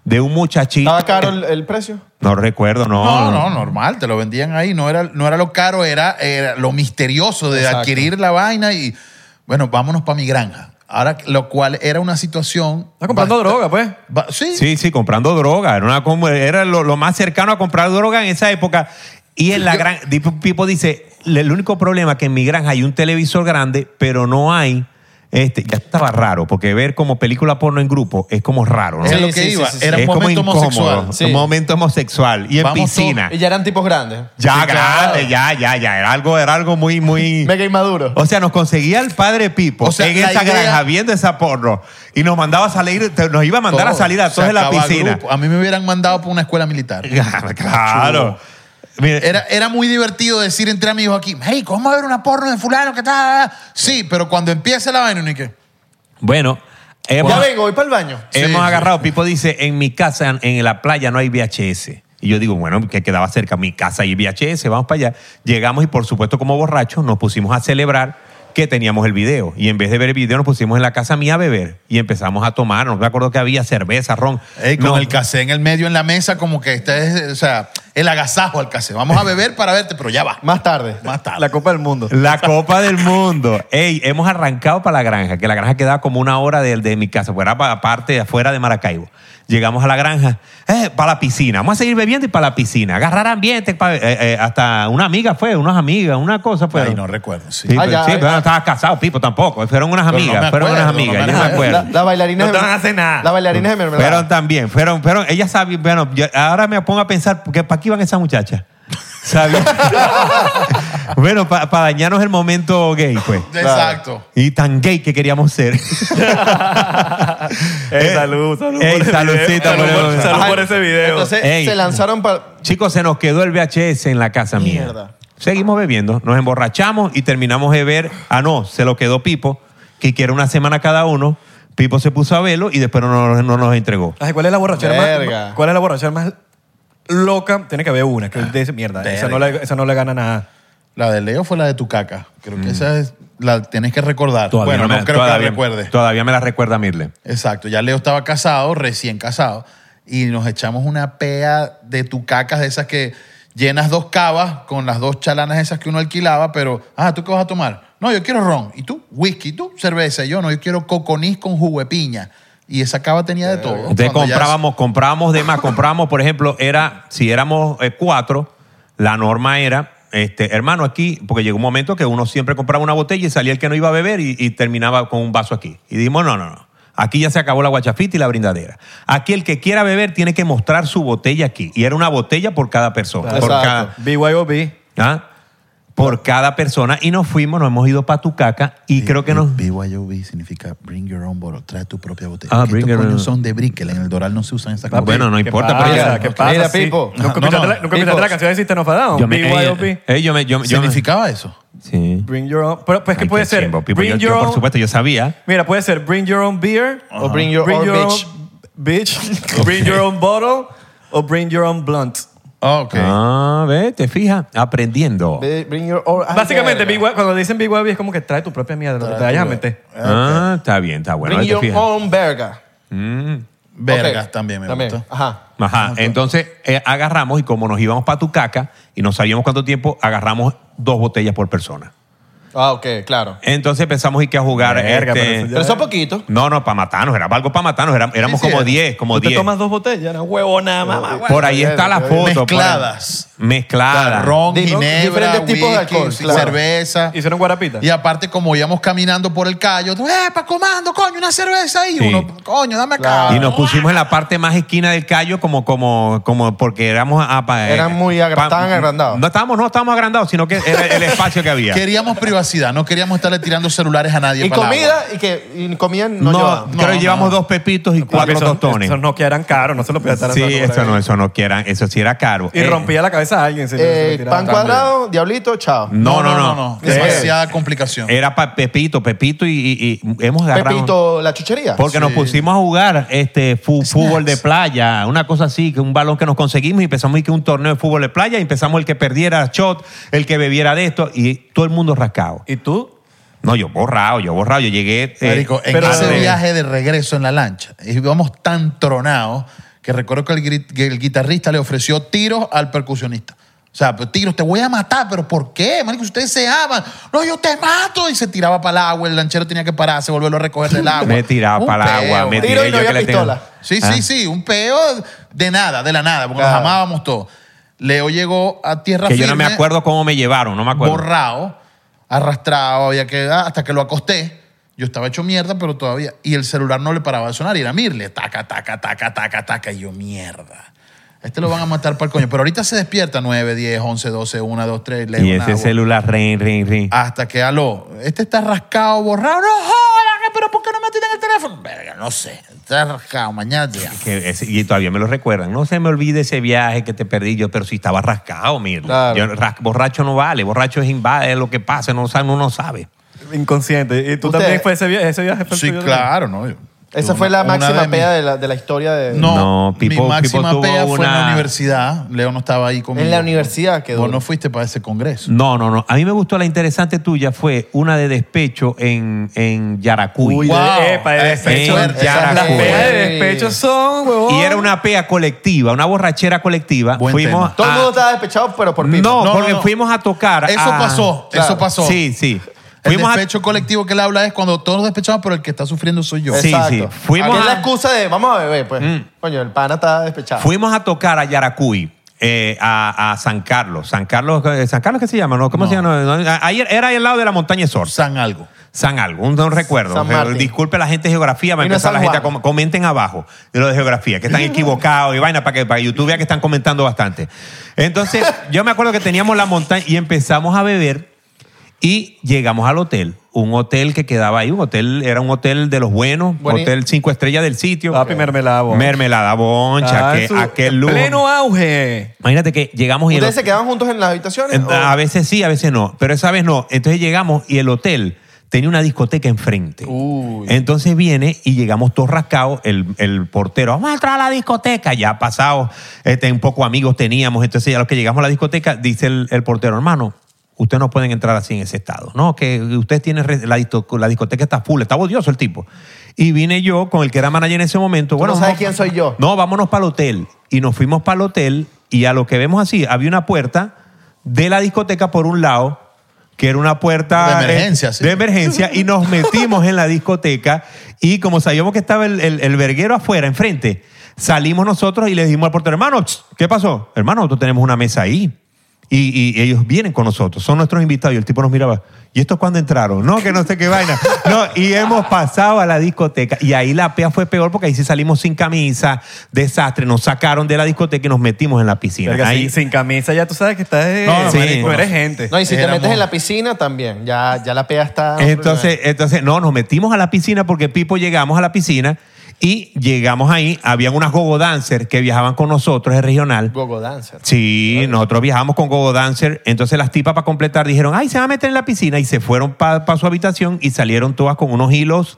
Speaker 2: de un muchachito.
Speaker 3: ¿Estaba caro el, el precio?
Speaker 2: No recuerdo, no.
Speaker 1: No, no, normal, te lo vendían ahí. No era, no era lo caro, era, era lo misterioso de
Speaker 3: Exacto.
Speaker 1: adquirir la vaina y, bueno, vámonos para mi granja. Ahora, lo cual era una situación...
Speaker 4: Está comprando
Speaker 1: bast-
Speaker 4: droga, pues.
Speaker 1: ba- sí,
Speaker 2: Sí, sí, comprando droga. Era, una com- era lo, lo más cercano a comprar droga en esa época. Y en la gran. Dipo- Pipo dice: "Le- el único problema es que en mi granja hay un televisor grande, pero no hay. Este, ya estaba raro, porque ver como película porno en grupo es como raro, ¿no?
Speaker 1: Es
Speaker 3: Sí,
Speaker 1: lo que
Speaker 3: sí,
Speaker 1: iba.
Speaker 3: sí, sí, sí.
Speaker 1: Era un
Speaker 2: Es como
Speaker 1: momento
Speaker 2: incómodo,
Speaker 1: homosexual.
Speaker 3: Sí.
Speaker 2: Un momento homosexual. Y en
Speaker 1: Vamos
Speaker 2: piscina.
Speaker 3: Y ya eran tipos grandes.
Speaker 2: Ah. Ya
Speaker 3: Sí, claro.
Speaker 2: grande, ya, ya, ya. Era algo, era algo muy, muy.
Speaker 3: Mega inmaduro.
Speaker 2: O sea, nos conseguía el padre Pipo
Speaker 1: O sea,
Speaker 2: en
Speaker 1: la
Speaker 2: esa
Speaker 1: idea-
Speaker 2: granja viendo esa porno y nos mandaba a salir, te- nos iba a mandar a
Speaker 1: Todo.
Speaker 2: salir a
Speaker 1: Se
Speaker 2: todos de la
Speaker 1: acaba
Speaker 2: piscina.
Speaker 1: grupo. A mí me hubieran mandado por una escuela militar.
Speaker 2: claro. Mira,
Speaker 1: Era, era muy divertido decir entre amigos aquí, marico, vamos a ver una porno de fulano que está... Sí, pero cuando empieza la vaina, ni que...
Speaker 2: bueno, Eh. hemos,
Speaker 3: Ya vengo, voy para el baño.
Speaker 2: hemos
Speaker 1: Sí,
Speaker 2: agarrado. Pipo dice: En mi casa, en- en la playa, no hay VHS. Y yo digo, bueno, que quedaba cerca mi casa y VHS, vamos para allá. Llegamos y, por supuesto, como borrachos, nos pusimos a celebrar que teníamos el video. Y en vez de ver el video, nos pusimos en la casa mía a beber. Y empezamos a tomar. No me acuerdo que había cerveza, ron.
Speaker 1: Ey, con
Speaker 2: Nos-
Speaker 1: el casé en el medio en la mesa, como que este es, o sea, el agasajo al casé. Vamos a beber para verte, pero ya va.
Speaker 3: Más tarde.
Speaker 1: Más tarde.
Speaker 4: La Copa del Mundo.
Speaker 2: La Copa del Mundo. Ey, hemos arrancado para la granja, que la granja quedaba como una hora de, de mi casa, fuera para aparte, afuera de Maracaibo. Llegamos a la granja, eh, para la piscina. Vamos a seguir bebiendo y para la piscina. Agarrar ambiente, pa- eh, eh, hasta una amiga fue, unas amigas, una cosa fue.
Speaker 1: Ay, no recuerdo, sí.
Speaker 2: Sí,
Speaker 3: Ah,
Speaker 2: pero,
Speaker 3: ya,
Speaker 2: sí,
Speaker 3: ya.
Speaker 2: pero no estaba casado, Pipo, tampoco. Fueron unas
Speaker 1: Pero no
Speaker 2: amigas,
Speaker 1: me
Speaker 2: fueron unas
Speaker 1: acuerdo,
Speaker 2: amigas,
Speaker 1: no me
Speaker 2: yo no me acuerdo.
Speaker 3: La, la bailarina
Speaker 4: No
Speaker 3: de-
Speaker 4: te van a hacer nada.
Speaker 3: La bailarina de mermelada.
Speaker 2: Fueron también, fueron, fueron, ellas sabían, bueno, yo- ahora me pongo a pensar, porque ¿para qué iban esas muchachas? ¿Sabes? bueno, para dañarnos el momento gay, pues.
Speaker 1: Exacto.
Speaker 2: Y tan gay que queríamos ser. Eh,
Speaker 4: Ey, salud, salud.
Speaker 2: Ey,
Speaker 4: por el
Speaker 2: saludcita
Speaker 4: video.
Speaker 2: por el
Speaker 4: Salud por-
Speaker 2: video.
Speaker 4: Salud por ese video.
Speaker 3: Entonces
Speaker 2: Ey.
Speaker 3: se lanzaron para.
Speaker 2: Chicos, se nos quedó el VHS en la casa mía.
Speaker 3: Mierda.
Speaker 2: Seguimos bebiendo, nos emborrachamos y terminamos de ver. Ah, no, se lo quedó Pipo, que quiere una semana cada uno. Pipo se puso a velo y después no, no- no nos entregó.
Speaker 4: Ay, ¿cuál es la borrachera
Speaker 3: Verga.
Speaker 4: más? ¿Cuál es la borrachera más loca? Tiene que haber una,
Speaker 2: Ah,
Speaker 4: que dice, mierda, esa no, le, esa no le gana nada.
Speaker 1: La de Leo fue la de tu caca. Creo que esa es, la tienes que recordar. bueno,
Speaker 2: me-
Speaker 1: no creo que la
Speaker 2: Mm. todavía-
Speaker 1: recuerdes.
Speaker 2: Todavía me la recuerda Mirle.
Speaker 1: Exacto, ya Leo estaba casado, recién casado, y nos echamos una pea de tucacas de esas que llenas dos cavas con las dos chalanas esas que uno alquilaba, pero, ah, ¿tú qué vas a tomar? No, yo quiero ron. ¿Y tú? Whisky. ¿Y tú? Cerveza. Y yo no, yo quiero coconís con jugo de piña. Y esa cava tenía de todo.
Speaker 2: Entonces
Speaker 1: Cuando ya-
Speaker 2: comprábamos, comprábamos de más, comprábamos, por ejemplo, era, si éramos eh, cuatro, la norma era, este, hermano, aquí, porque llegó un momento que uno siempre compraba una botella y salía el que no iba a beber y, y terminaba con un vaso aquí. Y dijimos, no, no, no. Aquí ya se acabó la guachafita y la brindadera. Aquí el que quiera beber tiene que mostrar su botella aquí. Y era una botella por cada persona.
Speaker 3: Claro.
Speaker 2: Por
Speaker 3: Exacto.
Speaker 2: cada,
Speaker 4: BYOB.
Speaker 2: ¿ah? por cada persona. Y nos fuimos, nos hemos ido para Tucaca y creo que nos...
Speaker 1: BYOB significa Bring Your Own Bottle, trae tu propia botella.
Speaker 2: Ah,
Speaker 1: Que
Speaker 2: bring
Speaker 1: estos
Speaker 2: your
Speaker 1: coños
Speaker 2: own.
Speaker 1: son de Brickell, en el Doral no se usan esas
Speaker 2: Ah,
Speaker 1: cosas.
Speaker 2: bueno, no importa. pero
Speaker 3: pasa?
Speaker 2: ya-
Speaker 3: ¿Qué pasa,
Speaker 4: sí.
Speaker 3: Pipo?
Speaker 4: Nunca escuchaste
Speaker 1: No, no.
Speaker 4: la- nunca escuchaste la
Speaker 3: Pipos.
Speaker 4: canción de System of a Down.
Speaker 2: yo me-
Speaker 4: BYOB.
Speaker 2: eh, eh, yo me- yo me- yo me-
Speaker 1: ¿Significaba eso?
Speaker 2: Sí.
Speaker 4: Bring your own. Pero pues que
Speaker 2: Ay,
Speaker 4: puede
Speaker 2: qué
Speaker 4: ser.
Speaker 2: chimbo, Pipo.
Speaker 4: Bring
Speaker 2: Yo-
Speaker 4: your
Speaker 2: yo,
Speaker 4: own.
Speaker 2: por supuesto, yo sabía.
Speaker 4: Mira, puede ser bring your own beer.
Speaker 3: O Oh, bring your own bitch.
Speaker 4: bitch. Bring your own bottle. O bring your own blunt.
Speaker 1: Ok.
Speaker 2: Ah, ve, te fijas, aprendiendo.
Speaker 3: Be- Bring your own- ay,
Speaker 4: Básicamente,
Speaker 3: verga.
Speaker 4: Big Wa- cuando dicen Big Wavy es como que trae tu propia mierda, lo que te vayas a meter.
Speaker 2: Ah, está bien, está bueno.
Speaker 3: Bring
Speaker 2: ahí te
Speaker 3: your
Speaker 2: fijas.
Speaker 3: own verga.
Speaker 1: Vergas
Speaker 3: Ok.
Speaker 1: también me gusta.
Speaker 3: Ajá.
Speaker 2: Ajá, entonces eh, agarramos y como nos íbamos para Tucaca y no sabíamos cuánto tiempo, agarramos dos botellas por persona.
Speaker 3: Ah, ok, claro.
Speaker 2: Entonces empezamos y que a jugar. este-
Speaker 4: Verga, pero eso
Speaker 3: Pero eso es poquito.
Speaker 2: No, no, para matarnos, era algo para matarnos, era- éramos
Speaker 1: Sí, sí,
Speaker 2: como
Speaker 1: era.
Speaker 2: 10, como
Speaker 4: Tú te
Speaker 2: 10.
Speaker 4: tomas dos botellas, una huevona, mamá. güey.
Speaker 2: Por ahí
Speaker 3: Bueno,
Speaker 2: está la
Speaker 3: pero
Speaker 2: foto. por ahí.
Speaker 1: Mezcladas.
Speaker 2: Mezcladas.
Speaker 1: Ron,
Speaker 3: Di-
Speaker 1: ginebra,
Speaker 3: diferentes tipos de
Speaker 1: whisky,
Speaker 3: alcohol,
Speaker 1: sí,
Speaker 3: claro.
Speaker 1: cerveza.
Speaker 4: Hicieron guarapita.
Speaker 1: Y aparte, como íbamos caminando por el callo, tú, ¡epa, comando, coño, una cerveza ahí!
Speaker 2: Sí.
Speaker 1: Uno, coño, dame acá.
Speaker 3: Claro.
Speaker 2: Y nos pusimos en la parte más esquina del callo como, como, como porque éramos... a- pa-
Speaker 3: Eran muy agra-
Speaker 2: pa-
Speaker 3: estaban agrandados.
Speaker 2: No estábamos, no estábamos agrandados, sino que era el espacio que había.
Speaker 1: Queríamos privacidad, no queríamos estarle tirando celulares a nadie.
Speaker 3: Y
Speaker 1: para el agua.
Speaker 3: comida, y que y comida no,
Speaker 2: No,
Speaker 3: llevaba.
Speaker 2: creo que
Speaker 1: no,
Speaker 2: llevamos
Speaker 1: no.
Speaker 2: dos pepitos y
Speaker 4: Papi,
Speaker 2: cuatro
Speaker 4: esos-
Speaker 2: tostones.
Speaker 4: Esos no quedan caros, no se los podía estar
Speaker 2: sí,
Speaker 4: lanzando por
Speaker 2: eso
Speaker 4: ahí.
Speaker 2: no, eso no quieran, eso sí era caro.
Speaker 4: Y
Speaker 2: Eh,
Speaker 4: rompía la cabeza a alguien. si no se
Speaker 3: Eh,
Speaker 4: lo tiraban.
Speaker 3: pan cuadrado, diablito, chao.
Speaker 2: No, no, no.
Speaker 3: no.
Speaker 2: Eh,
Speaker 1: Demasiada complicación.
Speaker 2: Era para Pepito, Pepito y, y- y hemos agarrado.
Speaker 3: Pepito, la chuchería.
Speaker 2: Porque nos pusimos a jugar este fu- fútbol de playa, una cosa así, que un balón que nos conseguimos y empezamos y que un torneo de fútbol de playa y empezamos el que perdiera shot, el que bebiera de esto y todo el mundo rascado.
Speaker 4: ¿Y tú?
Speaker 2: No, yo borrado, yo borrado, yo llegué. eh,
Speaker 1: Marico, en
Speaker 4: pero-
Speaker 1: ese viaje de regreso en la lancha, íbamos tan tronados que recuerdo que el, gri- que el guitarrista le ofreció tiros al percusionista. O sea, pues, tiros, te voy a matar, pero ¿por qué? Marico, si ustedes se aman, no, yo te mato. Y se tiraba para el agua, el lanchero tenía que pararse, volverlo a recoger del agua.
Speaker 2: Me tiraba
Speaker 1: Un
Speaker 2: para el agua,
Speaker 1: peo.
Speaker 2: me
Speaker 3: Tiro
Speaker 2: tiré
Speaker 3: y no
Speaker 2: yo que
Speaker 3: había
Speaker 2: le tengo-
Speaker 3: pistola.
Speaker 1: Sí,
Speaker 2: Ah.
Speaker 1: sí, sí, un peo de nada, de la nada, porque
Speaker 3: Claro.
Speaker 1: nos amábamos todos. Leo llegó a tierra
Speaker 2: Que yo
Speaker 1: firme
Speaker 2: no me acuerdo cómo me llevaron, no me acuerdo.
Speaker 1: borrado, arrastrado, había que ah, hasta que lo acosté. Yo estaba hecho mierda, pero todavía. Y el celular no le paraba de sonar. Y era Mirle, taca, taca, taca, taca, taca. Y yo, mierda. a Este lo van a matar para el coño. Pero ahorita se despierta 9, 10, 11, 12, 1, 2, 3.
Speaker 2: y ese celular, ring, ring, ring.
Speaker 1: Hasta que aló. Este está rascado, borrado. No jodan, pero ¿por qué no me atienden el teléfono? Verga, no sé. Está rascado, mañana ya.
Speaker 2: Que ese- y todavía me lo recuerdan. No se me olvide ese viaje que te perdí yo, pero si estaba rascado, mira.
Speaker 3: Claro.
Speaker 2: Yo, ras- borracho no vale, borracho es invade, es lo que pasa, no, sa- uno no sabe.
Speaker 4: Inconsciente. ¿Y tú
Speaker 3: Usted-
Speaker 4: también fue ese viaje? Ese viaje fue el
Speaker 1: Sí,
Speaker 4: tuyo también?
Speaker 1: claro, ¿no? Yo-
Speaker 3: Esa
Speaker 1: una-
Speaker 3: fue la
Speaker 1: una
Speaker 3: máxima
Speaker 1: de mis-
Speaker 3: pea de la, de la historia de.
Speaker 1: No,
Speaker 2: No, Pipo-
Speaker 1: mi máxima
Speaker 2: Pipo tuvo
Speaker 1: pea fue en la
Speaker 2: una-
Speaker 1: universidad. Leo no estaba ahí conmigo.
Speaker 3: En la universidad quedó.
Speaker 1: Vos no fuiste para ese congreso.
Speaker 2: No, no, no. A mí me gustó la interesante tuya, fue una de despecho en, en Yaracuy.
Speaker 4: Uy,
Speaker 1: Wow.
Speaker 4: de, epa, de
Speaker 1: Eh,
Speaker 4: despecho.
Speaker 2: en
Speaker 4: Las
Speaker 2: Yaracuy.
Speaker 4: peas de despecho son, huevón.
Speaker 2: Y era una pea colectiva, una borrachera colectiva.
Speaker 1: Buen
Speaker 2: fuimos
Speaker 1: tema.
Speaker 3: Todo el
Speaker 2: a-
Speaker 3: mundo estaba despechado, pero por Pipo.
Speaker 2: Ah. No,
Speaker 1: No,
Speaker 2: porque
Speaker 1: no, no.
Speaker 2: fuimos a tocar.
Speaker 1: Eso
Speaker 2: a-
Speaker 1: pasó,
Speaker 3: claro.
Speaker 1: eso pasó.
Speaker 2: Sí, sí.
Speaker 1: El
Speaker 2: Fuimos a-
Speaker 1: despecho colectivo que él habla es cuando todos despechamos, pero el que está sufriendo soy yo.
Speaker 2: Sí.
Speaker 3: Exacto.
Speaker 2: Fuimos
Speaker 3: Aquí es
Speaker 2: a-
Speaker 3: la excusa de vamos a beber, pues. Coño, el pana está despechado.
Speaker 2: Fuimos a tocar a Yaracuy. eh, a, a San Carlos. San Carlos, eh, ¿San Carlos qué se llama? ¿No? ¿Cómo
Speaker 1: No.
Speaker 2: se llama? No, no, ahí era ahí al lado de la montaña Sor.
Speaker 1: San algo.
Speaker 2: San algo, un- no recuerdo.
Speaker 3: San
Speaker 2: Eh,
Speaker 3: Martín.
Speaker 2: Disculpe la gente de geografía, va a
Speaker 3: Y no
Speaker 2: empezar
Speaker 3: San
Speaker 2: la gente a
Speaker 3: Juan.
Speaker 2: com- comenten abajo de lo de geografía, que están equivocados y vaina para que para que YouTube vea que están comentando bastante. Entonces, yo me acuerdo que teníamos la montaña y empezamos a beber y llegamos al hotel, un hotel que quedaba ahí, un hotel era un hotel de los buenos,
Speaker 3: Boni-
Speaker 2: hotel cinco estrellas del sitio.
Speaker 4: Papi, Ah, mermelada, boncha.
Speaker 2: Mermelada boncha,
Speaker 4: Ah,
Speaker 2: que,
Speaker 4: su-
Speaker 2: aquel lujo.
Speaker 4: Pleno auge.
Speaker 2: Imagínate que llegamos y el
Speaker 3: ¿Ustedes se
Speaker 2: hotel-
Speaker 3: quedaban juntos en las habitaciones?
Speaker 2: Ent-
Speaker 3: o-
Speaker 2: A veces sí, a veces no. Pero esa vez no. Entonces llegamos y el hotel tenía una discoteca enfrente.
Speaker 3: Uy.
Speaker 2: Entonces viene y llegamos todos rascados, el, el portero, vamos a entrar a la discoteca. Ya pasados, este, un poco amigos teníamos. Entonces ya los que llegamos a la discoteca, dice el, el portero, hermano, ustedes no pueden entrar así en ese estado. No, que ustedes tienen, re- la, disco- la discoteca está full, está odioso el tipo. Y vine yo con el que era manager en ese momento.
Speaker 3: Tú
Speaker 2: bueno,
Speaker 3: no sabes
Speaker 2: vamos-
Speaker 3: quién soy yo.
Speaker 2: no, vámonos para el hotel. Y nos fuimos para el hotel y a lo que vemos así, había una puerta de la discoteca por un lado, que era una puerta
Speaker 1: De emergencia,
Speaker 2: eh,
Speaker 1: sí.
Speaker 2: de emergencia, y nos metimos en la discoteca y como sabíamos que estaba el, el, el verguero afuera, enfrente, salimos nosotros y le dijimos al portero, hermano, ch, ¿qué pasó? Hermano, nosotros tenemos una mesa ahí. Y, y ellos vienen con nosotros, son nuestros invitados. Y el tipo nos miraba, ¿y estos cuándo entraron? No, que no sé qué vaina. No, y hemos pasado a la discoteca. Y ahí la pea fue peor porque ahí sí salimos sin camisa, desastre. Nos sacaron de la discoteca y nos metimos en la piscina.
Speaker 4: Verga,
Speaker 2: ahí,
Speaker 4: sin, sin camisa ya tú sabes que estás... eh,
Speaker 2: No, no,
Speaker 4: sí,
Speaker 2: marico, no.
Speaker 4: eres gente.
Speaker 3: No, y si te
Speaker 1: Éramos-
Speaker 3: metes en la piscina también, ya, ya la pea está...
Speaker 2: Entonces, entonces, no, nos metimos a la piscina porque Pipo llegamos a la piscina y llegamos ahí. Habían unas gogo dancers que viajaban con nosotros, el regional.
Speaker 3: Gogo Dancer.
Speaker 2: Sí, nosotros viajamos con Gogo Dancer. Entonces las tipas para completar dijeron, ay, se va a meter en la piscina. Y se fueron para su habitación y salieron todas con unos hilos.